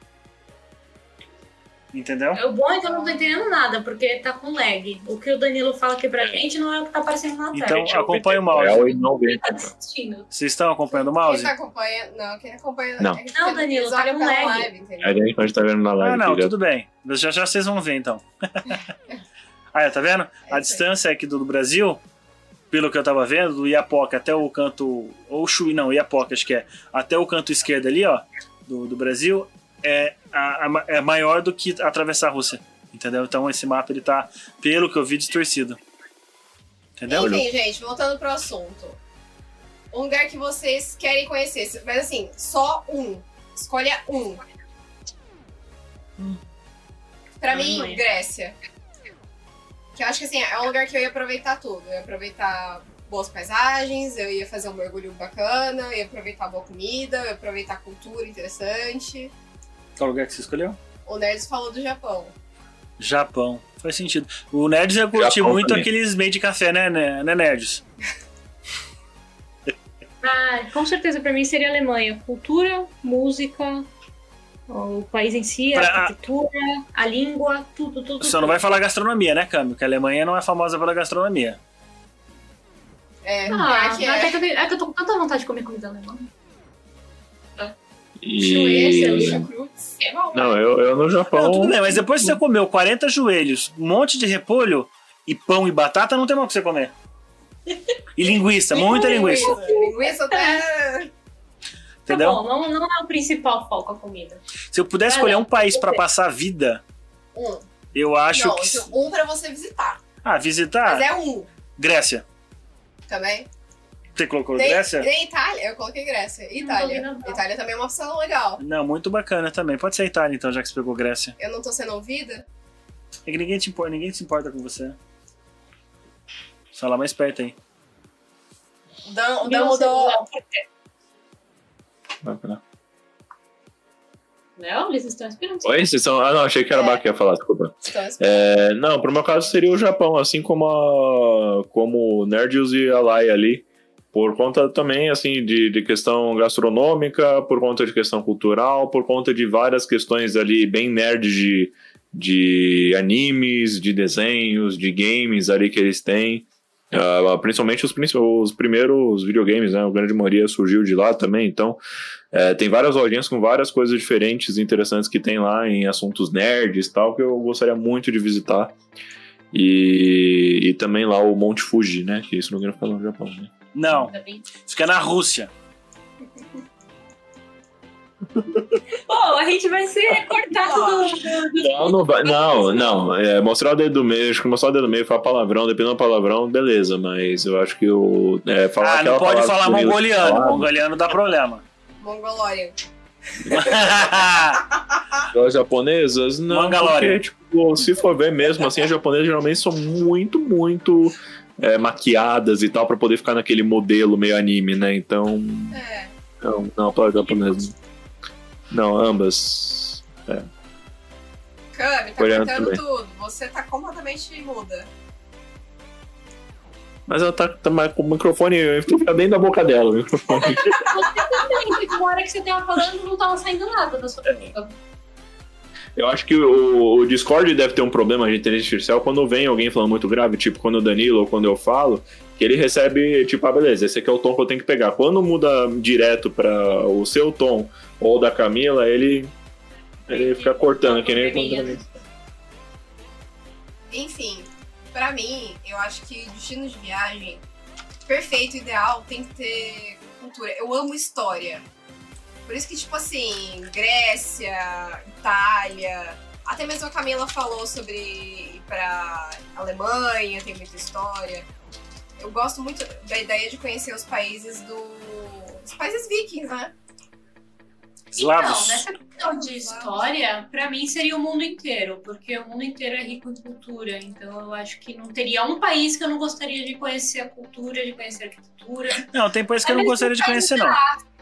Speaker 3: Entendeu?
Speaker 1: O bom é que eu não tô entendendo nada, porque tá com lag. O que o Danilo fala aqui pra gente não é o que tá aparecendo na tela.
Speaker 3: Então acompanha o mouse.
Speaker 5: Real e não vem.
Speaker 1: tá assistindo.
Speaker 3: Vocês estão acompanhando o
Speaker 2: Quem
Speaker 3: mouse?
Speaker 2: tá acompanhando. Não, quem acompanha.
Speaker 5: Não.
Speaker 2: é que
Speaker 1: Não, Danilo,
Speaker 2: eles
Speaker 1: tá
Speaker 2: olham
Speaker 1: com
Speaker 2: pela
Speaker 1: lag.
Speaker 2: live,
Speaker 5: A
Speaker 3: É,
Speaker 2: entendeu?
Speaker 5: gente, a gente tá vendo na live.
Speaker 3: Ah, não,
Speaker 5: filha.
Speaker 3: tudo bem. Mas Já já vocês vão ver então. Aí, ó, tá vendo? A distância aqui do, do Brasil, pelo que eu tava vendo, do Iapoca até o canto. Ou Chuí, não, Iapoca, acho que é. Até o canto esquerdo ali, ó, do, do Brasil, é, a- a ma- é maior do que atravessar a Rússia. Entendeu? Então esse mapa ele tá, pelo que eu vi, distorcido. Entendeu?
Speaker 2: Enfim, gente, voltando pro assunto. Um lugar que vocês querem conhecer, mas assim, só um. Escolha um. Pra mim,
Speaker 1: Alemanha.
Speaker 2: Grécia. Que eu acho que assim, é um lugar que eu ia aproveitar tudo. Eu ia aproveitar boas paisagens, eu ia fazer um mergulho bacana, eu ia aproveitar boa comida, eu ia aproveitar cultura interessante.
Speaker 3: Qual lugar que você escolheu?
Speaker 2: O Nerds falou do Japão.
Speaker 3: Japão. Faz sentido. O Nerds é eu curti
Speaker 5: Japão
Speaker 3: muito
Speaker 5: também.
Speaker 3: aqueles meio de café, né, né, né Nerds?
Speaker 1: Ah, com certeza pra mim seria Alemanha. Cultura, música, o país em si, a
Speaker 3: Pra-
Speaker 1: arquitetura, a língua, tudo, tudo.
Speaker 3: Só não
Speaker 1: tudo.
Speaker 3: vai falar gastronomia, né, Cami? Porque a Alemanha não é famosa pela gastronomia.
Speaker 2: É,
Speaker 1: Ah,
Speaker 2: pior que
Speaker 1: mas
Speaker 2: é.
Speaker 1: é que eu tenho- é que eu tô com tanta vontade de comer comida alemã.
Speaker 2: Chueça,
Speaker 5: E...
Speaker 2: chucrutes. É bom.
Speaker 5: Não, eu, eu no
Speaker 3: Não,
Speaker 5: Japão.
Speaker 2: um
Speaker 3: tudo bem, mas
Speaker 2: tipo
Speaker 3: depois que você comeu 40 joelhos, um monte de repolho e pão e batata, não tem mais o que você comer. E linguiça, muita linguiça.
Speaker 2: tá Linguiça até.
Speaker 3: Entendeu?
Speaker 1: Tá bom, não, não é o principal foco a comida.
Speaker 3: Se eu pudesse
Speaker 1: Ah,
Speaker 3: escolher
Speaker 1: não.
Speaker 3: um país pra passar a vida,
Speaker 2: Um.
Speaker 3: eu acho
Speaker 2: não,
Speaker 3: que.
Speaker 2: isso é um pra você visitar.
Speaker 3: Ah, visitar
Speaker 2: Mas é um
Speaker 3: Grécia.
Speaker 2: também.
Speaker 3: Você colocou
Speaker 2: Nem,
Speaker 3: Grécia?
Speaker 2: nem Itália. Eu coloquei Grécia.
Speaker 1: Não, não,
Speaker 2: Itália.
Speaker 1: não.
Speaker 2: Itália também é uma opção legal.
Speaker 3: Não, muito bacana também. Pode ser Itália, então, já que você pegou Grécia.
Speaker 2: Eu não tô sendo ouvida?
Speaker 3: É que ninguém, te importa, ninguém se importa com você. Só lá mais perto aí.
Speaker 2: Dan, o Dan
Speaker 1: Não sei
Speaker 2: mudou.
Speaker 1: lá, Não, eles estão esperando.
Speaker 5: Oi, vocês são. Ah, não, achei que era
Speaker 2: É.
Speaker 5: o Bach que ia falar, desculpa.
Speaker 2: Então,
Speaker 5: É, não, pro meu caso seria o Japão, assim como, a, como o Nerdius e a Lai ali. Por conta também, assim, de, de questão gastronômica, por conta de questão cultural, por conta de várias questões ali bem nerds de, de animes, de desenhos, de games ali que eles têm. Ah, principalmente os, princi- os primeiros videogames, né? A grande maioria surgiu de lá também, então é, tem várias lojinhas com várias coisas diferentes e interessantes que tem lá em assuntos nerds e tal, que eu gostaria muito de visitar. E, e também lá o Monte Fuji, né? Que isso não quer falar no Japão, né?
Speaker 3: Não,
Speaker 1: Ainda bem.
Speaker 3: fica na Rússia.
Speaker 1: Pô, a gente vai ser cortado do- do-
Speaker 5: Não, não vai. Não, não. É, mostrar o dedo do meio, acho que mostrar o dedo do meio, falar palavrão, dependendo do palavrão, beleza, mas eu acho que o. é, falar
Speaker 3: Ah, não
Speaker 5: aquela
Speaker 3: pode
Speaker 5: palavra
Speaker 3: falar
Speaker 5: que o Danilo
Speaker 3: mongoliano.
Speaker 5: falava,
Speaker 3: Mongoliano dá problema.
Speaker 2: Mongolória.
Speaker 5: As japonesas, não.
Speaker 3: Mangalória.
Speaker 5: Porque, tipo, se for ver mesmo assim, as japonesas geralmente são muito, muito é, maquiadas e tal, pra poder ficar naquele modelo meio anime, né? Então.
Speaker 2: É.
Speaker 5: Não, não, para japonês. Não, ambas.
Speaker 2: Cami, tá
Speaker 5: Coreano
Speaker 2: contando
Speaker 5: também.
Speaker 2: tudo. Você tá completamente muda.
Speaker 5: Mas ela tá, tá mais com o microfone, fica bem da boca dela o microfone.
Speaker 1: Exatamente, uma hora que você tava falando, não tava saindo nada da sua boca.
Speaker 5: Eu acho que o, o Discord deve ter um problema de inteligência artificial quando vem alguém falando muito grave, tipo quando o Danilo ou quando eu falo, Que ele recebe, tipo, ah, beleza, esse aqui é o tom que eu tenho que pegar. Quando muda direto para o seu tom ou da Camila, ele,
Speaker 3: É,
Speaker 5: ele fica cortando, que nem
Speaker 4: Probleminha.
Speaker 2: Enfim, pra mim, eu acho que destino de viagem perfeito, ideal, tem que ter cultura. Eu amo história. Por isso que, tipo assim, Grécia, Itália. Até mesmo a Camila falou sobre ir pra Alemanha, tem muita história. Eu gosto muito da ideia de conhecer os países do. Os países vikings, né?
Speaker 3: Eslavos.
Speaker 4: Então, nessa questão de história, pra mim seria o mundo inteiro, porque o mundo inteiro é rico em cultura. Então eu acho que não teria um país que eu não gostaria de conhecer a cultura, de conhecer a arquitetura.
Speaker 3: Não, tem país que eu não
Speaker 4: Até mesmo
Speaker 3: gostaria de
Speaker 4: os países
Speaker 3: conhecer, não.
Speaker 4: da África.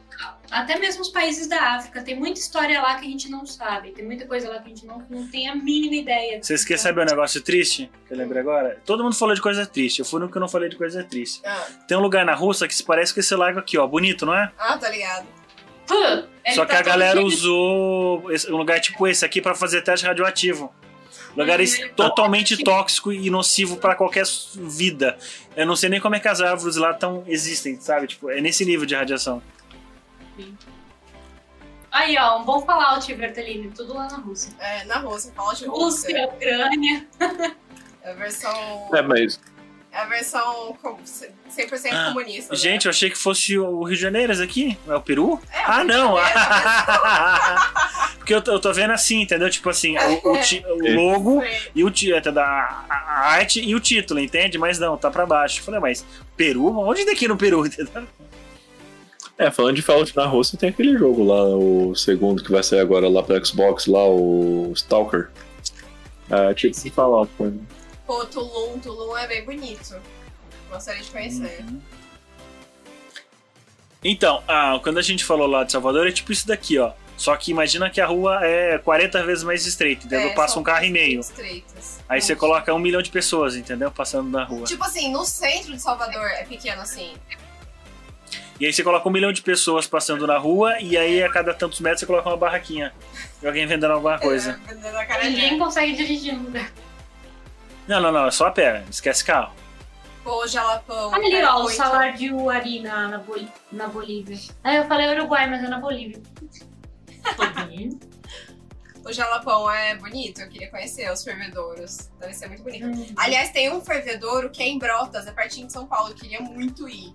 Speaker 4: Até mesmo os países da África. Tem muita história lá que a gente não sabe. Tem muita coisa lá que a gente não, não tem a mínima ideia. tá
Speaker 3: Vocês querem saber um negócio triste? Que eu lembrei agora? Todo mundo falou de coisa triste. Eu fui no que eu não falei de coisa triste.
Speaker 2: Ah,
Speaker 3: Tem um lugar na Rússia que se parece com esse lago aqui, ó. Bonito, não é?
Speaker 2: ah, tá ligado.
Speaker 4: Pô, ele
Speaker 3: Só que
Speaker 4: tá
Speaker 3: a
Speaker 4: todo
Speaker 3: galera
Speaker 4: cheio de-
Speaker 3: usou esse- um lugar tipo esse aqui pra fazer teste radioativo. Lugar
Speaker 4: Uhum.
Speaker 3: es- totalmente tóxico e nocivo pra qualquer s- vida. Eu não sei nem como é que as árvores lá tão existem, sabe? Tipo, é nesse nível de radiação.
Speaker 4: Aí, ó, um bom fallout, Bertolini. Tudo lá na Rússia.
Speaker 2: É, na Rússia, fala de Rússia.
Speaker 4: Rússia, Ucrânia.
Speaker 2: É a versão.
Speaker 5: É, mas
Speaker 2: É a versão com- 100%
Speaker 3: Ah,
Speaker 2: comunista. né?
Speaker 3: Gente, eu achei que fosse o Rio de Janeiro esse aqui. É o Peru?
Speaker 2: É,
Speaker 3: ah,
Speaker 2: o Rio de
Speaker 3: não!
Speaker 2: Janeiro,
Speaker 3: Porque eu, tô- eu tô vendo assim, entendeu? Tipo assim, o, o ti- o
Speaker 5: É.
Speaker 3: logo
Speaker 2: Foi.
Speaker 3: e o ti- até da a- a arte e o título, entende? Mas não, tá pra baixo. Eu Falei, mas Peru? Onde daqui no Peru? entendeu?
Speaker 5: É, falando de Fallout na Rússia, tem aquele jogo lá, o segundo que vai sair agora lá pro Xbox, lá, o Stalker. É, tipo se falar, pô.
Speaker 2: Pô, Tulum, Tulum é bem bonito. Gostaria de conhecer.
Speaker 3: Uhum. Então, ah, quando a gente falou lá de Salvador, é tipo isso daqui, ó. Só que imagina que a rua é 40 vezes mais estreita, entendeu?
Speaker 2: É,
Speaker 3: Passa
Speaker 2: são
Speaker 3: um carro e meio.
Speaker 2: Estreitas.
Speaker 3: Aí você coloca um milhão de pessoas, entendeu? Passando na rua.
Speaker 2: Tipo assim, no centro de Salvador é pequeno assim.
Speaker 3: E aí você coloca um milhão de pessoas passando na rua e aí a cada tantos metros você coloca uma barraquinha. E alguém vendendo alguma coisa.
Speaker 2: É, vendendo acarajé.
Speaker 4: Ninguém consegue dirigir no lugar.
Speaker 3: Não, não, não, é só a pé, esquece carro.
Speaker 2: Pô, jalapão. é
Speaker 4: Olha Ah, ali, ó, o
Speaker 2: caracói.
Speaker 4: salário de Uari na, na, Bol- na Bolívia. Aí eu falei Uruguai, mas é na Bolívia.
Speaker 2: O jalapão é bonito, eu queria conhecer os fervedouros. Deve ser muito bonito. Aliás, tem um fervedouro que é em Brotas, é pertinho de São Paulo. Eu queria muito ir.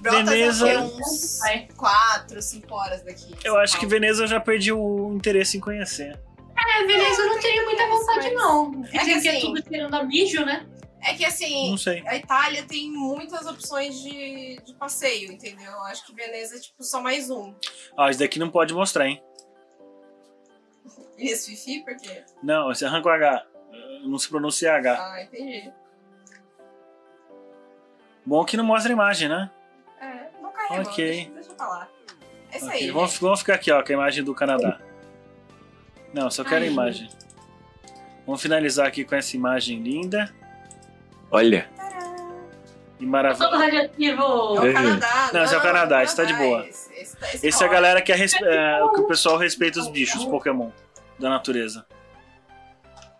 Speaker 2: Brotas
Speaker 3: Veneza.
Speaker 2: é o quê? uns
Speaker 4: Vai.
Speaker 2: 4, 5 horas daqui. de
Speaker 3: Eu
Speaker 2: São
Speaker 3: acho que
Speaker 2: Paulo.
Speaker 3: Veneza eu já perdi o interesse em conhecer.
Speaker 4: É, Veneza eu não teria muita vontade, não.
Speaker 2: É que
Speaker 4: Dizem que é
Speaker 2: assim-
Speaker 4: tudo tirando a mijo, né?
Speaker 2: É que assim,
Speaker 3: Não sei.
Speaker 2: a Itália tem muitas opções de, de passeio, entendeu? Eu Acho que Veneza é tipo só mais um.
Speaker 3: Ó, Ah, isso daqui não pode mostrar, hein?
Speaker 2: E esse Fifi, por quê?
Speaker 3: Não, você arranca o H. eh, Não se pronuncia H.
Speaker 2: Ah, entendi.
Speaker 3: Bom que não mostra a imagem, né?
Speaker 2: É, não carregou,
Speaker 3: Ok.
Speaker 2: deixa, deixa eu falar. É isso
Speaker 3: Ok,
Speaker 2: aí.
Speaker 3: vamos, vamos ficar aqui, ó, com a imagem do Canadá. Não, só quero a
Speaker 4: Ai,
Speaker 3: imagem. Vamos finalizar aqui com essa imagem linda
Speaker 5: Olha,
Speaker 3: e
Speaker 4: Todo
Speaker 3: maravilhosa.
Speaker 2: É
Speaker 4: radioativo.
Speaker 2: o Canadá.
Speaker 3: Não, esse é o Canadá, esse tá de boa.
Speaker 2: Esse, esse tá- esse
Speaker 3: Esse
Speaker 2: tá
Speaker 3: é a galera que, é res- é, que o pessoal respeita os bichos, os Pokémon, da natureza.
Speaker 2: ótimo.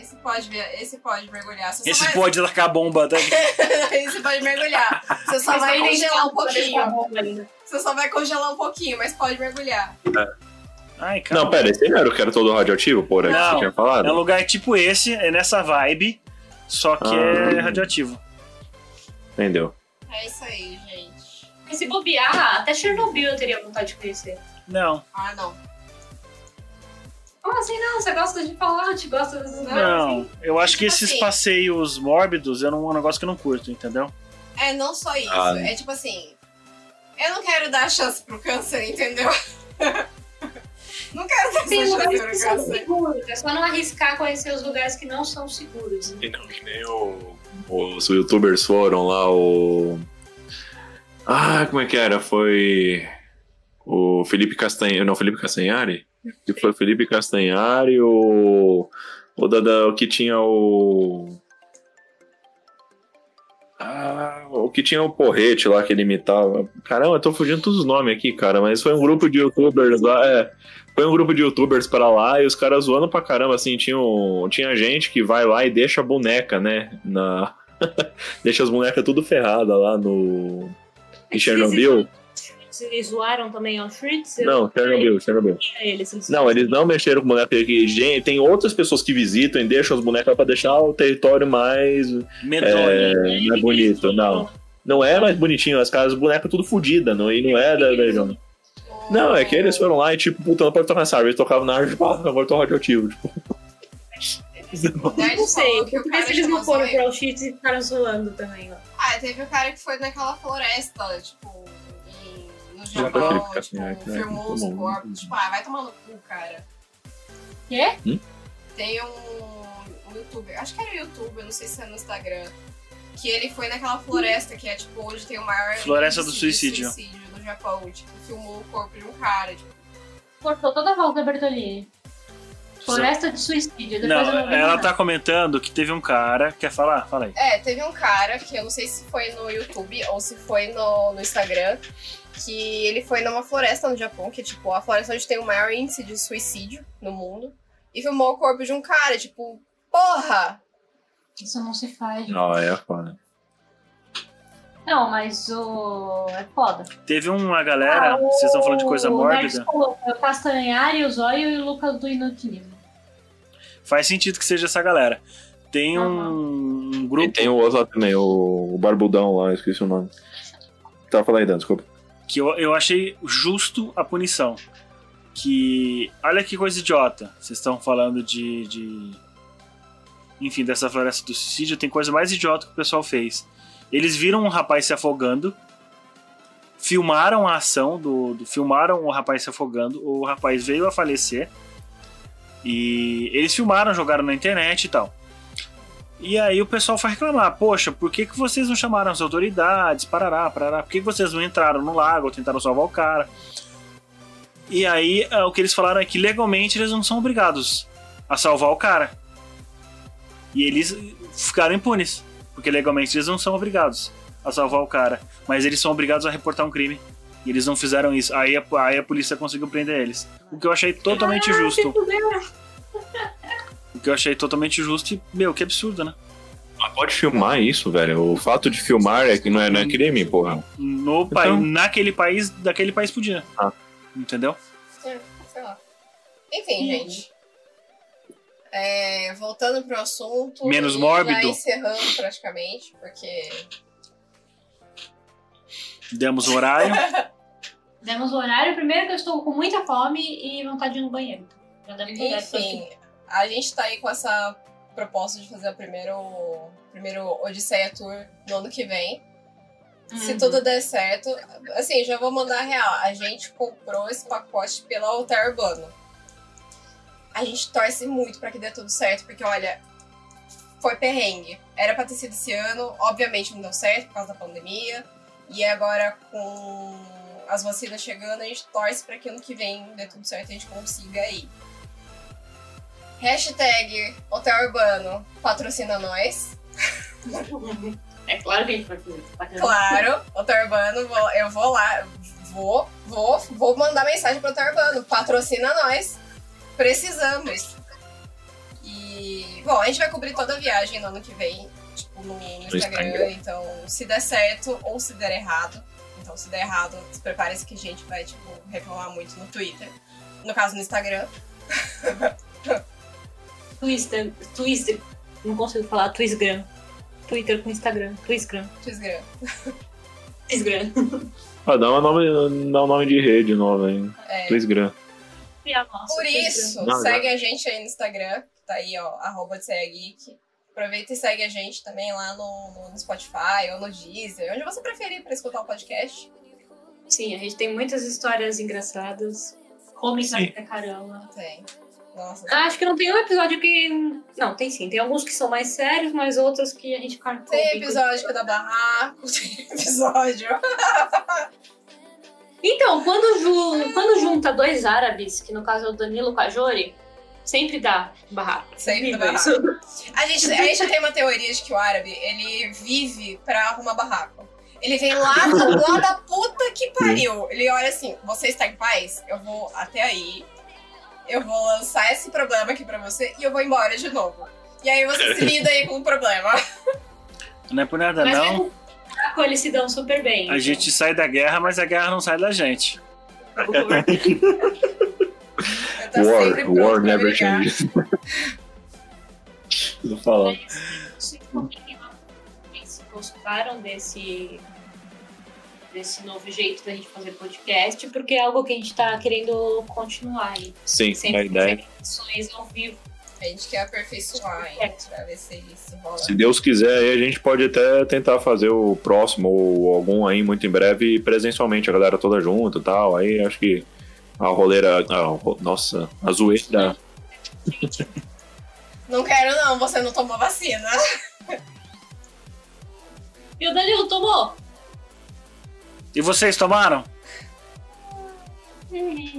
Speaker 2: Esse pode, ver- esse pode mergulhar. Você só
Speaker 3: Esse
Speaker 2: vai-
Speaker 3: pode tacar bomba, tá?
Speaker 2: esse pode mergulhar. Você só vai congelar um pouquinho. Você só vai congelar um pouquinho, mas pode mergulhar.
Speaker 3: Ai, cara.
Speaker 5: não, pera, esse não era o que era todo radioativo, porra, que
Speaker 3: Não.
Speaker 5: você tinha falado?
Speaker 3: É um lugar tipo esse, é nessa vibe, só que é
Speaker 5: Ah.
Speaker 3: radioativo.
Speaker 5: Entendeu?
Speaker 2: É isso aí, gente.
Speaker 4: Mas se bobear, até Chernobyl eu teria vontade de conhecer.
Speaker 3: Não,
Speaker 2: Ah, não.
Speaker 4: Como assim, não? Você gosta de Fallout, gosta desses
Speaker 3: não. Eu acho que
Speaker 2: Tipo
Speaker 3: esses
Speaker 2: assim.
Speaker 3: passeios mórbidos é um negócio que eu não curto, entendeu?
Speaker 2: É não só isso.
Speaker 5: Ah.
Speaker 2: É tipo assim. Eu não quero dar chance pro câncer, entendeu? não quero dar
Speaker 4: Tem
Speaker 2: essa chance
Speaker 4: lugares
Speaker 2: pro
Speaker 4: que são
Speaker 2: câncer.
Speaker 4: seguros. É só não arriscar conhecer os lugares que não são seguros. né?
Speaker 5: E não, que nem o- os youtubers foram lá, o. Ah, como é que era? Foi. O Felipe Castanhari. Não, Felipe Castanhari? Que foi o Felipe Castanhari, o. O, da, da- o que tinha o. Ah, o que tinha o porrete lá que ele imitava. Caramba, eu tô fugindo todos os nomes aqui, cara, mas foi um grupo de youtubers lá. É, foi um grupo de youtubers para lá e os caras zoando pra caramba, assim, tinha, um- tinha gente que vai lá e deixa a boneca, né, na, Deixa as bonecas tudo ferrada lá no. Em Chernobyl?
Speaker 1: Eles, eles zoaram também ao Shritz?
Speaker 5: Não, Chernobyl, Chernobyl.
Speaker 1: Eles, eles-
Speaker 5: Não, eles não mexeram com boneca aqui. Gente, tem outras pessoas que visitam e deixam as bonecas pra deixar o território mais.
Speaker 3: Medonha.
Speaker 5: não é bonito, não. Não é mais bonitinho, as casas, as bonecas tudo fodida, não, e não é da região. Não, é que eles foram lá e tipo, puta, não pode tocar nessa árvore. Eles tocavam na árvore, pá, agora eu tô radioativo. Tipo,
Speaker 2: Né,
Speaker 1: Não sei, por que eles não foram pro Auschwitz e ficaram zoando também, ó.
Speaker 2: Ah, teve o cara que foi naquela floresta, tipo, em- no
Speaker 5: aquele
Speaker 2: Japão,
Speaker 5: ficar
Speaker 2: tipo,
Speaker 5: assim, é, que não é
Speaker 2: filmou
Speaker 5: muito
Speaker 2: os
Speaker 5: bom.
Speaker 2: corpos. Tipo, ah, vai tomar no cu, cara.
Speaker 4: Quê?
Speaker 5: Hum?
Speaker 2: Tem um, um youtuber, acho que era youtuber, não sei se é no Instagram, que ele foi naquela floresta que é, tipo, onde tem o maior
Speaker 3: Floresta do
Speaker 2: índice de
Speaker 3: suicídio.
Speaker 2: suicídio no Japão. Tipo, filmou o corpo de um cara, tipo,
Speaker 4: Cortou toda a voz da Bertolini. Floresta de suicídio. Depois eu não
Speaker 3: Não,
Speaker 4: vi
Speaker 3: ela
Speaker 4: mais
Speaker 3: tá comentando que teve um cara. Quer falar? Fala aí.
Speaker 2: É, teve um cara que eu não sei se foi no YouTube ou se foi no, no Instagram, que ele foi numa floresta no Japão, que é tipo a floresta onde tem o maior índice de suicídio no mundo, e filmou o corpo de um cara, tipo, porra!
Speaker 4: Isso não se faz.
Speaker 5: não, é foda.
Speaker 4: Não, mas o. É foda.
Speaker 3: Teve uma galera. vocês estão falando de coisa
Speaker 4: O Nerd
Speaker 3: mórbida?
Speaker 4: falou, é o Castanhari, o Zóio e o Lucas do Inutilismo.
Speaker 3: Faz sentido que seja essa galera. Tem um, grupo.
Speaker 5: E tem o outro lá também, o, o Barbudão lá, eu esqueci o nome. Tá falando aí, Dan, desculpa.
Speaker 3: que eu, eu achei justo a punição. Que. Olha que coisa idiota. Vocês estão falando de, de- Enfim, dessa floresta do suicídio, tem coisa mais idiota que o pessoal fez. Eles viram um rapaz se afogando, filmaram a ação do. do- filmaram o rapaz se afogando, o rapaz veio a falecer. E eles filmaram, jogaram na internet e tal. E aí o pessoal foi reclamar, poxa, por que, que vocês não chamaram as autoridades? Parará, parará, por que, que vocês não entraram no lago, tentaram salvar o cara? E aí ah, o que eles falaram é que legalmente eles não são obrigados a salvar o cara. E eles ficaram impunes, porque legalmente eles não são obrigados a salvar o cara, mas eles são obrigados a reportar um crime. E eles não fizeram isso. Aí a, aí a polícia conseguiu prender eles. O que eu achei totalmente justo. O que eu achei totalmente justo e, meu, que absurdo, né?
Speaker 5: Mas Ah, pode filmar isso, velho. O fato de filmar é que não é, não é crime, porra.
Speaker 3: No país, naquele país, daquele país podia.
Speaker 5: Ah.
Speaker 3: Entendeu?
Speaker 2: É, Sei lá. Enfim, gente. É, voltando pro assunto.
Speaker 3: Menos
Speaker 2: e
Speaker 3: mórbido.
Speaker 2: Já encerrando praticamente, porque.
Speaker 3: Demos o horário.
Speaker 4: Demos o horário. Primeiro que eu estou com muita fome e vontade de ir no banheiro. Já deve ter olhado pra aqui.
Speaker 2: Enfim, a gente tá aí com essa proposta de fazer o primeiro, primeiro Odisseia Tour no ano que vem. Se
Speaker 4: Uhum.
Speaker 2: tudo der certo, assim, já vou mandar a real. A gente comprou esse pacote pela Altar Urbano. A gente torce muito pra que dê tudo certo, porque olha, foi perrengue. Era pra ter sido esse ano, obviamente não deu certo por causa da pandemia. E agora com as vacinas chegando, a gente torce pra que ano que vem dê tudo certo e a gente consiga ir. Hashtag Hotel Urbano patrocina nós.
Speaker 4: Hum.
Speaker 1: É claro que a gente vai fazer. isso, tá querendo?
Speaker 2: Claro, Hotel Urbano, vou- eu vou lá, vou, vou, vou mandar mensagem pro Hotel Urbano, patrocina nós, precisamos. E, bom, a gente vai cobrir toda a viagem no ano que vem, tipo, no, no Instagram,
Speaker 5: Instagram.
Speaker 2: então se der certo ou se der errado, então se der errado, se prepare-se que a gente vai, tipo, reclamar muito no Twitter, no caso no Instagram.
Speaker 1: Twister, Twister, não consigo falar, Twistgram. Twitter com Instagram, Twistgram,
Speaker 2: Instagram.
Speaker 1: Twistgram.
Speaker 5: Ah, dá um nome, dá um nome de rede nova, hein?
Speaker 2: É.
Speaker 5: Luiz Gran.
Speaker 1: Minha nossa,
Speaker 2: Por
Speaker 1: Twistgram.
Speaker 2: isso,
Speaker 5: Não,
Speaker 2: segue a gente aí no Instagram, que tá aí, ó, arroba de Saia Geek. Aproveita e segue a gente também lá no, no- no Spotify ou no Deezer, onde você preferir pra escutar o podcast.
Speaker 1: Sim, a gente tem muitas histórias engraçadas. Comics
Speaker 3: Sim.
Speaker 1: pra caramba.
Speaker 2: Tem. Nossa,
Speaker 4: Ah,
Speaker 1: Acho que não tem um episódio que. Não, tem sim. Tem alguns que são mais sérios, mas outros que a gente carcou.
Speaker 2: tem episódio que dá barraco, tem episódio.
Speaker 1: Então, quando, ju- quando junta dois árabes, que no caso é o Danilo com a Jori, sempre dá barraco.
Speaker 2: Sempre dá
Speaker 1: Viva
Speaker 2: barraco.
Speaker 1: isso.
Speaker 2: A gente, a gente tem uma teoria de que o árabe, ele vive pra arrumar barraco. Ele vem lá, do- lá da puta que pariu. Ele olha assim, você está em paz? Eu vou até aí. Eu vou lançar esse um problema aqui pra você e eu vou embora de novo. E aí você se lida aí com o problema.
Speaker 3: Não é por nada,
Speaker 4: Mas
Speaker 3: não.
Speaker 4: mesmo com buraco, eles se dão super
Speaker 5: é
Speaker 4: bem.
Speaker 3: A gente sai da guerra, mas a guerra não sai da gente.
Speaker 4: O governo-
Speaker 2: Eu tô Tá sempre
Speaker 5: War,
Speaker 2: pronto
Speaker 5: war
Speaker 2: pra
Speaker 5: never
Speaker 2: brigar.
Speaker 5: changes. Não fala.
Speaker 4: Isso que eu fiquei lá, Eles gostaram desse desse novo jeito da gente fazer podcast, porque é algo que a gente tá querendo continuar. E
Speaker 5: Sim,
Speaker 4: sempre
Speaker 5: a ideia.
Speaker 4: fazer edições ao vivo.
Speaker 2: A gente quer aperfeiçoar
Speaker 4: É.
Speaker 2: ainda pra ver se isso rola.
Speaker 5: Se Deus quiser, aí a gente pode até tentar fazer o próximo ou algum aí muito em breve presencialmente, a galera toda junto e tal. Aí acho que a roleira. a ro- nossa, a zoeira.
Speaker 2: Não quero, não, você não tomou vacina.
Speaker 4: E o Danilo tomou?
Speaker 3: E vocês tomaram?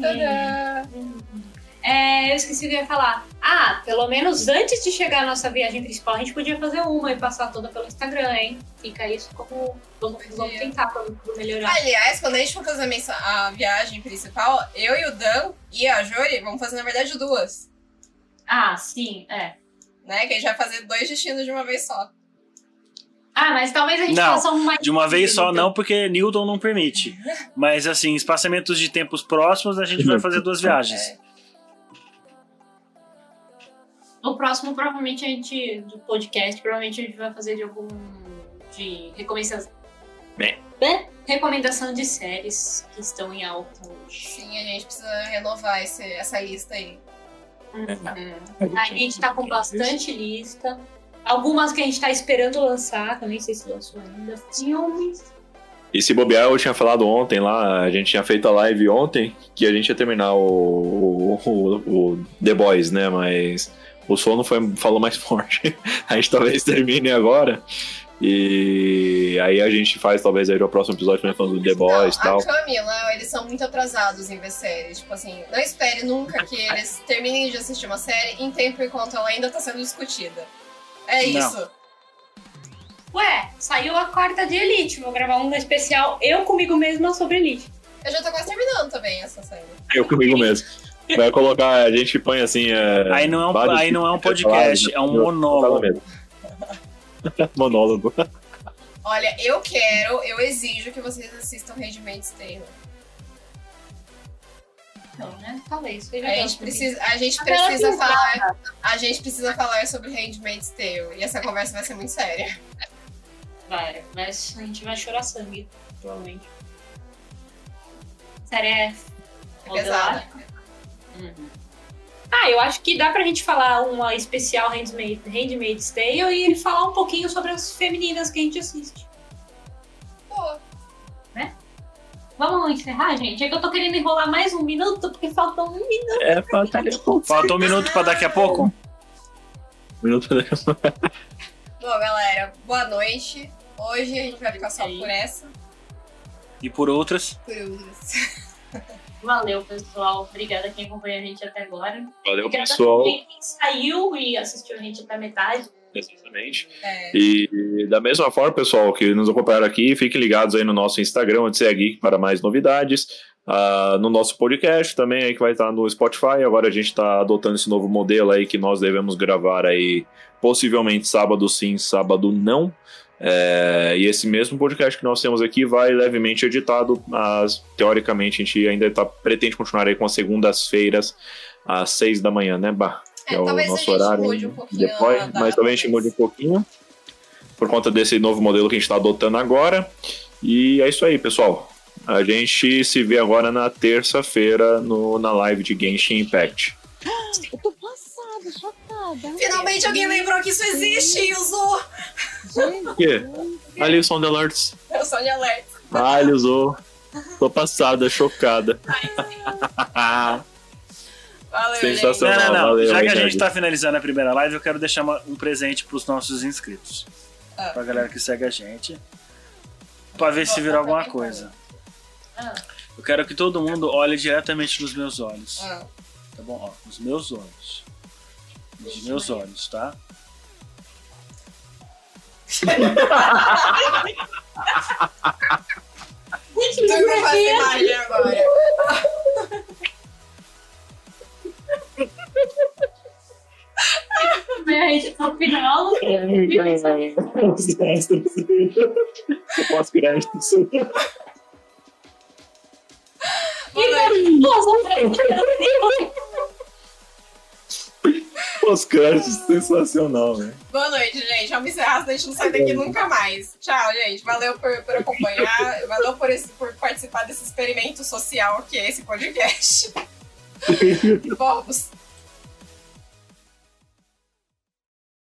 Speaker 2: Tadã!
Speaker 4: É, eu esqueci o que eu ia falar. Ah, pelo menos antes de chegar a nossa viagem principal, a gente podia fazer uma e passar toda pelo Instagram, hein? Fica isso como. Vamos, vamos tentar pra, pra melhorar.
Speaker 2: Ah, Aliás, quando a gente for fazer a mensa- a viagem principal, eu e o Dan e a Jori vamos fazer, na verdade, duas.
Speaker 4: Ah, sim, é.
Speaker 2: Né? Que a gente vai fazer dois destinos de uma vez só.
Speaker 4: Ah, mas talvez a gente
Speaker 3: Não,
Speaker 4: faça uma.
Speaker 3: De uma vez só, não, porque Newton não permite. Mas, assim, espaçamentos de tempos próximos, a gente vai fazer duas viagens.
Speaker 2: É,
Speaker 4: No próximo, provavelmente, a gente. Do podcast, provavelmente a gente vai fazer de algum. De recomendação.
Speaker 5: Bem.
Speaker 4: Bem, Recomendação de séries que estão em alta hoje.
Speaker 2: Sim, a gente precisa renovar esse- essa lista aí. Uhum.
Speaker 5: Tá.
Speaker 2: Hum.
Speaker 5: É.
Speaker 4: A gente tá com bastante lista. Algumas que a gente tá esperando lançar, que eu nem sei se lançou ainda. Filmes.
Speaker 5: E se bobear, eu tinha falado ontem lá, a gente tinha feito a live ontem, que a gente ia terminar o, o- o- o The Boys, né? Mas o sono foi, falou mais forte. a gente talvez termine agora. E aí a gente faz talvez aí o próximo episódio né, falando do The Boys e
Speaker 2: não,
Speaker 5: tal.
Speaker 2: A Camila, eles são muito atrasados em ver séries. Tipo assim, não espere nunca que eles terminem de assistir uma série em tempo enquanto ela ainda tá sendo discutida. É
Speaker 3: Não.
Speaker 2: isso.
Speaker 4: Ué, saiu a quarta de Elite. Vou gravar um especial eu comigo mesma sobre Elite.
Speaker 2: Eu já tô quase terminando também essa série.
Speaker 5: Eu comigo mesmo. Vai colocar, a gente põe assim. É,
Speaker 3: Aí não é um,
Speaker 5: vários
Speaker 3: aí não é um
Speaker 5: tipos de
Speaker 3: podcast, é um
Speaker 5: palavras, né?
Speaker 3: monólogo.
Speaker 5: monólogo.
Speaker 2: Olha, eu quero, eu exijo que vocês assistam Regimentos Tale.
Speaker 4: Não, né? Talvez.
Speaker 2: A gente precisa, a gente
Speaker 4: Até ela
Speaker 2: precisa
Speaker 4: pisar.
Speaker 2: falar, a gente precisa falar sobre Handmaid's Tale e essa conversa vai ser muito séria.
Speaker 4: Vai, mas a gente vai chorar sangue, provavelmente. Série é modelar.
Speaker 2: Pesada.
Speaker 4: Ah, eu acho que dá pra gente falar uma especial Handmaid- Handmaid's Tale e falar um pouquinho sobre as femininas que a gente assiste.
Speaker 2: Pô,
Speaker 4: Vamos encerrar, gente? É que eu tô querendo enrolar mais um minuto, porque faltam um minuto.
Speaker 5: É, falta
Speaker 3: Faltou um minuto pra daqui a pouco?
Speaker 5: Minuto né?
Speaker 2: bom, galera, boa noite. Hoje a gente vai ficar só por essa,
Speaker 3: E por outras?
Speaker 2: por outras.
Speaker 4: Valeu, pessoal. Obrigada quem acompanhou a gente até agora.
Speaker 5: Valeu,
Speaker 4: Obrigada
Speaker 5: pessoal.
Speaker 4: também quem saiu e assistiu a gente até metade.
Speaker 5: Exatamente.
Speaker 2: É.
Speaker 5: E da mesma forma, pessoal, que nos acompanharam aqui, fiquem ligados aí no nosso Instagram, onde você é geek, para mais novidades. Ah, no nosso podcast também, aí que vai estar no Spotify. Agora a gente está adotando esse novo modelo aí que nós devemos gravar aí, possivelmente sábado sim, sábado não. É, e esse mesmo podcast que nós temos aqui vai levemente editado, mas teoricamente a gente ainda tá, pretende continuar aí com as segundas-feiras às seis da manhã, né, Bah? que é,
Speaker 2: É,
Speaker 5: o
Speaker 2: talvez a
Speaker 5: nosso
Speaker 2: gente
Speaker 5: horário
Speaker 2: mude um pouquinho
Speaker 5: depois,
Speaker 2: a data,
Speaker 5: mas também a gente
Speaker 2: mas-
Speaker 5: mude um pouquinho por conta desse novo modelo que a gente está adotando agora. E é isso aí, pessoal. A gente se vê agora na terça-feira no- na live de Genshin Impact.
Speaker 7: Eu tô passada, chocada.
Speaker 2: Finalmente alguém lembrou que isso existe e usou.
Speaker 7: Gente,
Speaker 5: quê? Olha o Sound Alerts.
Speaker 2: Eu sou de alerta.
Speaker 5: Ah, ele usou. Tô passada, chocada.
Speaker 2: Valeu,
Speaker 5: Sensacional.
Speaker 2: gente.
Speaker 3: Não, não, não.
Speaker 5: Valeu,
Speaker 3: Já que a
Speaker 5: Ricardo.
Speaker 3: gente tá finalizando a primeira live, eu quero deixar uma- um presente pros nossos inscritos.
Speaker 2: Ah.
Speaker 3: Pra galera que segue a gente. Pra ver se
Speaker 2: Vou
Speaker 3: virou alguma
Speaker 2: também falar.
Speaker 3: coisa.
Speaker 4: Ah.
Speaker 3: Eu quero que todo mundo olhe diretamente nos meus olhos.
Speaker 2: Ah,
Speaker 3: Tá bom? Ó, nos meus olhos. Nos meus olhos, tá?
Speaker 2: tô com essa imagem agora.
Speaker 8: É
Speaker 4: gente no final.
Speaker 5: Pós-créditos.
Speaker 4: E
Speaker 5: Pós-créditos, sensacional, né?
Speaker 2: Boa noite, gente. Vamos encerrar, senão a gente não sai daqui nunca mais. Tchau, gente. Valeu por, por acompanhar. Valeu por, esse- por participar desse experimento social que é esse podcast. Vamos.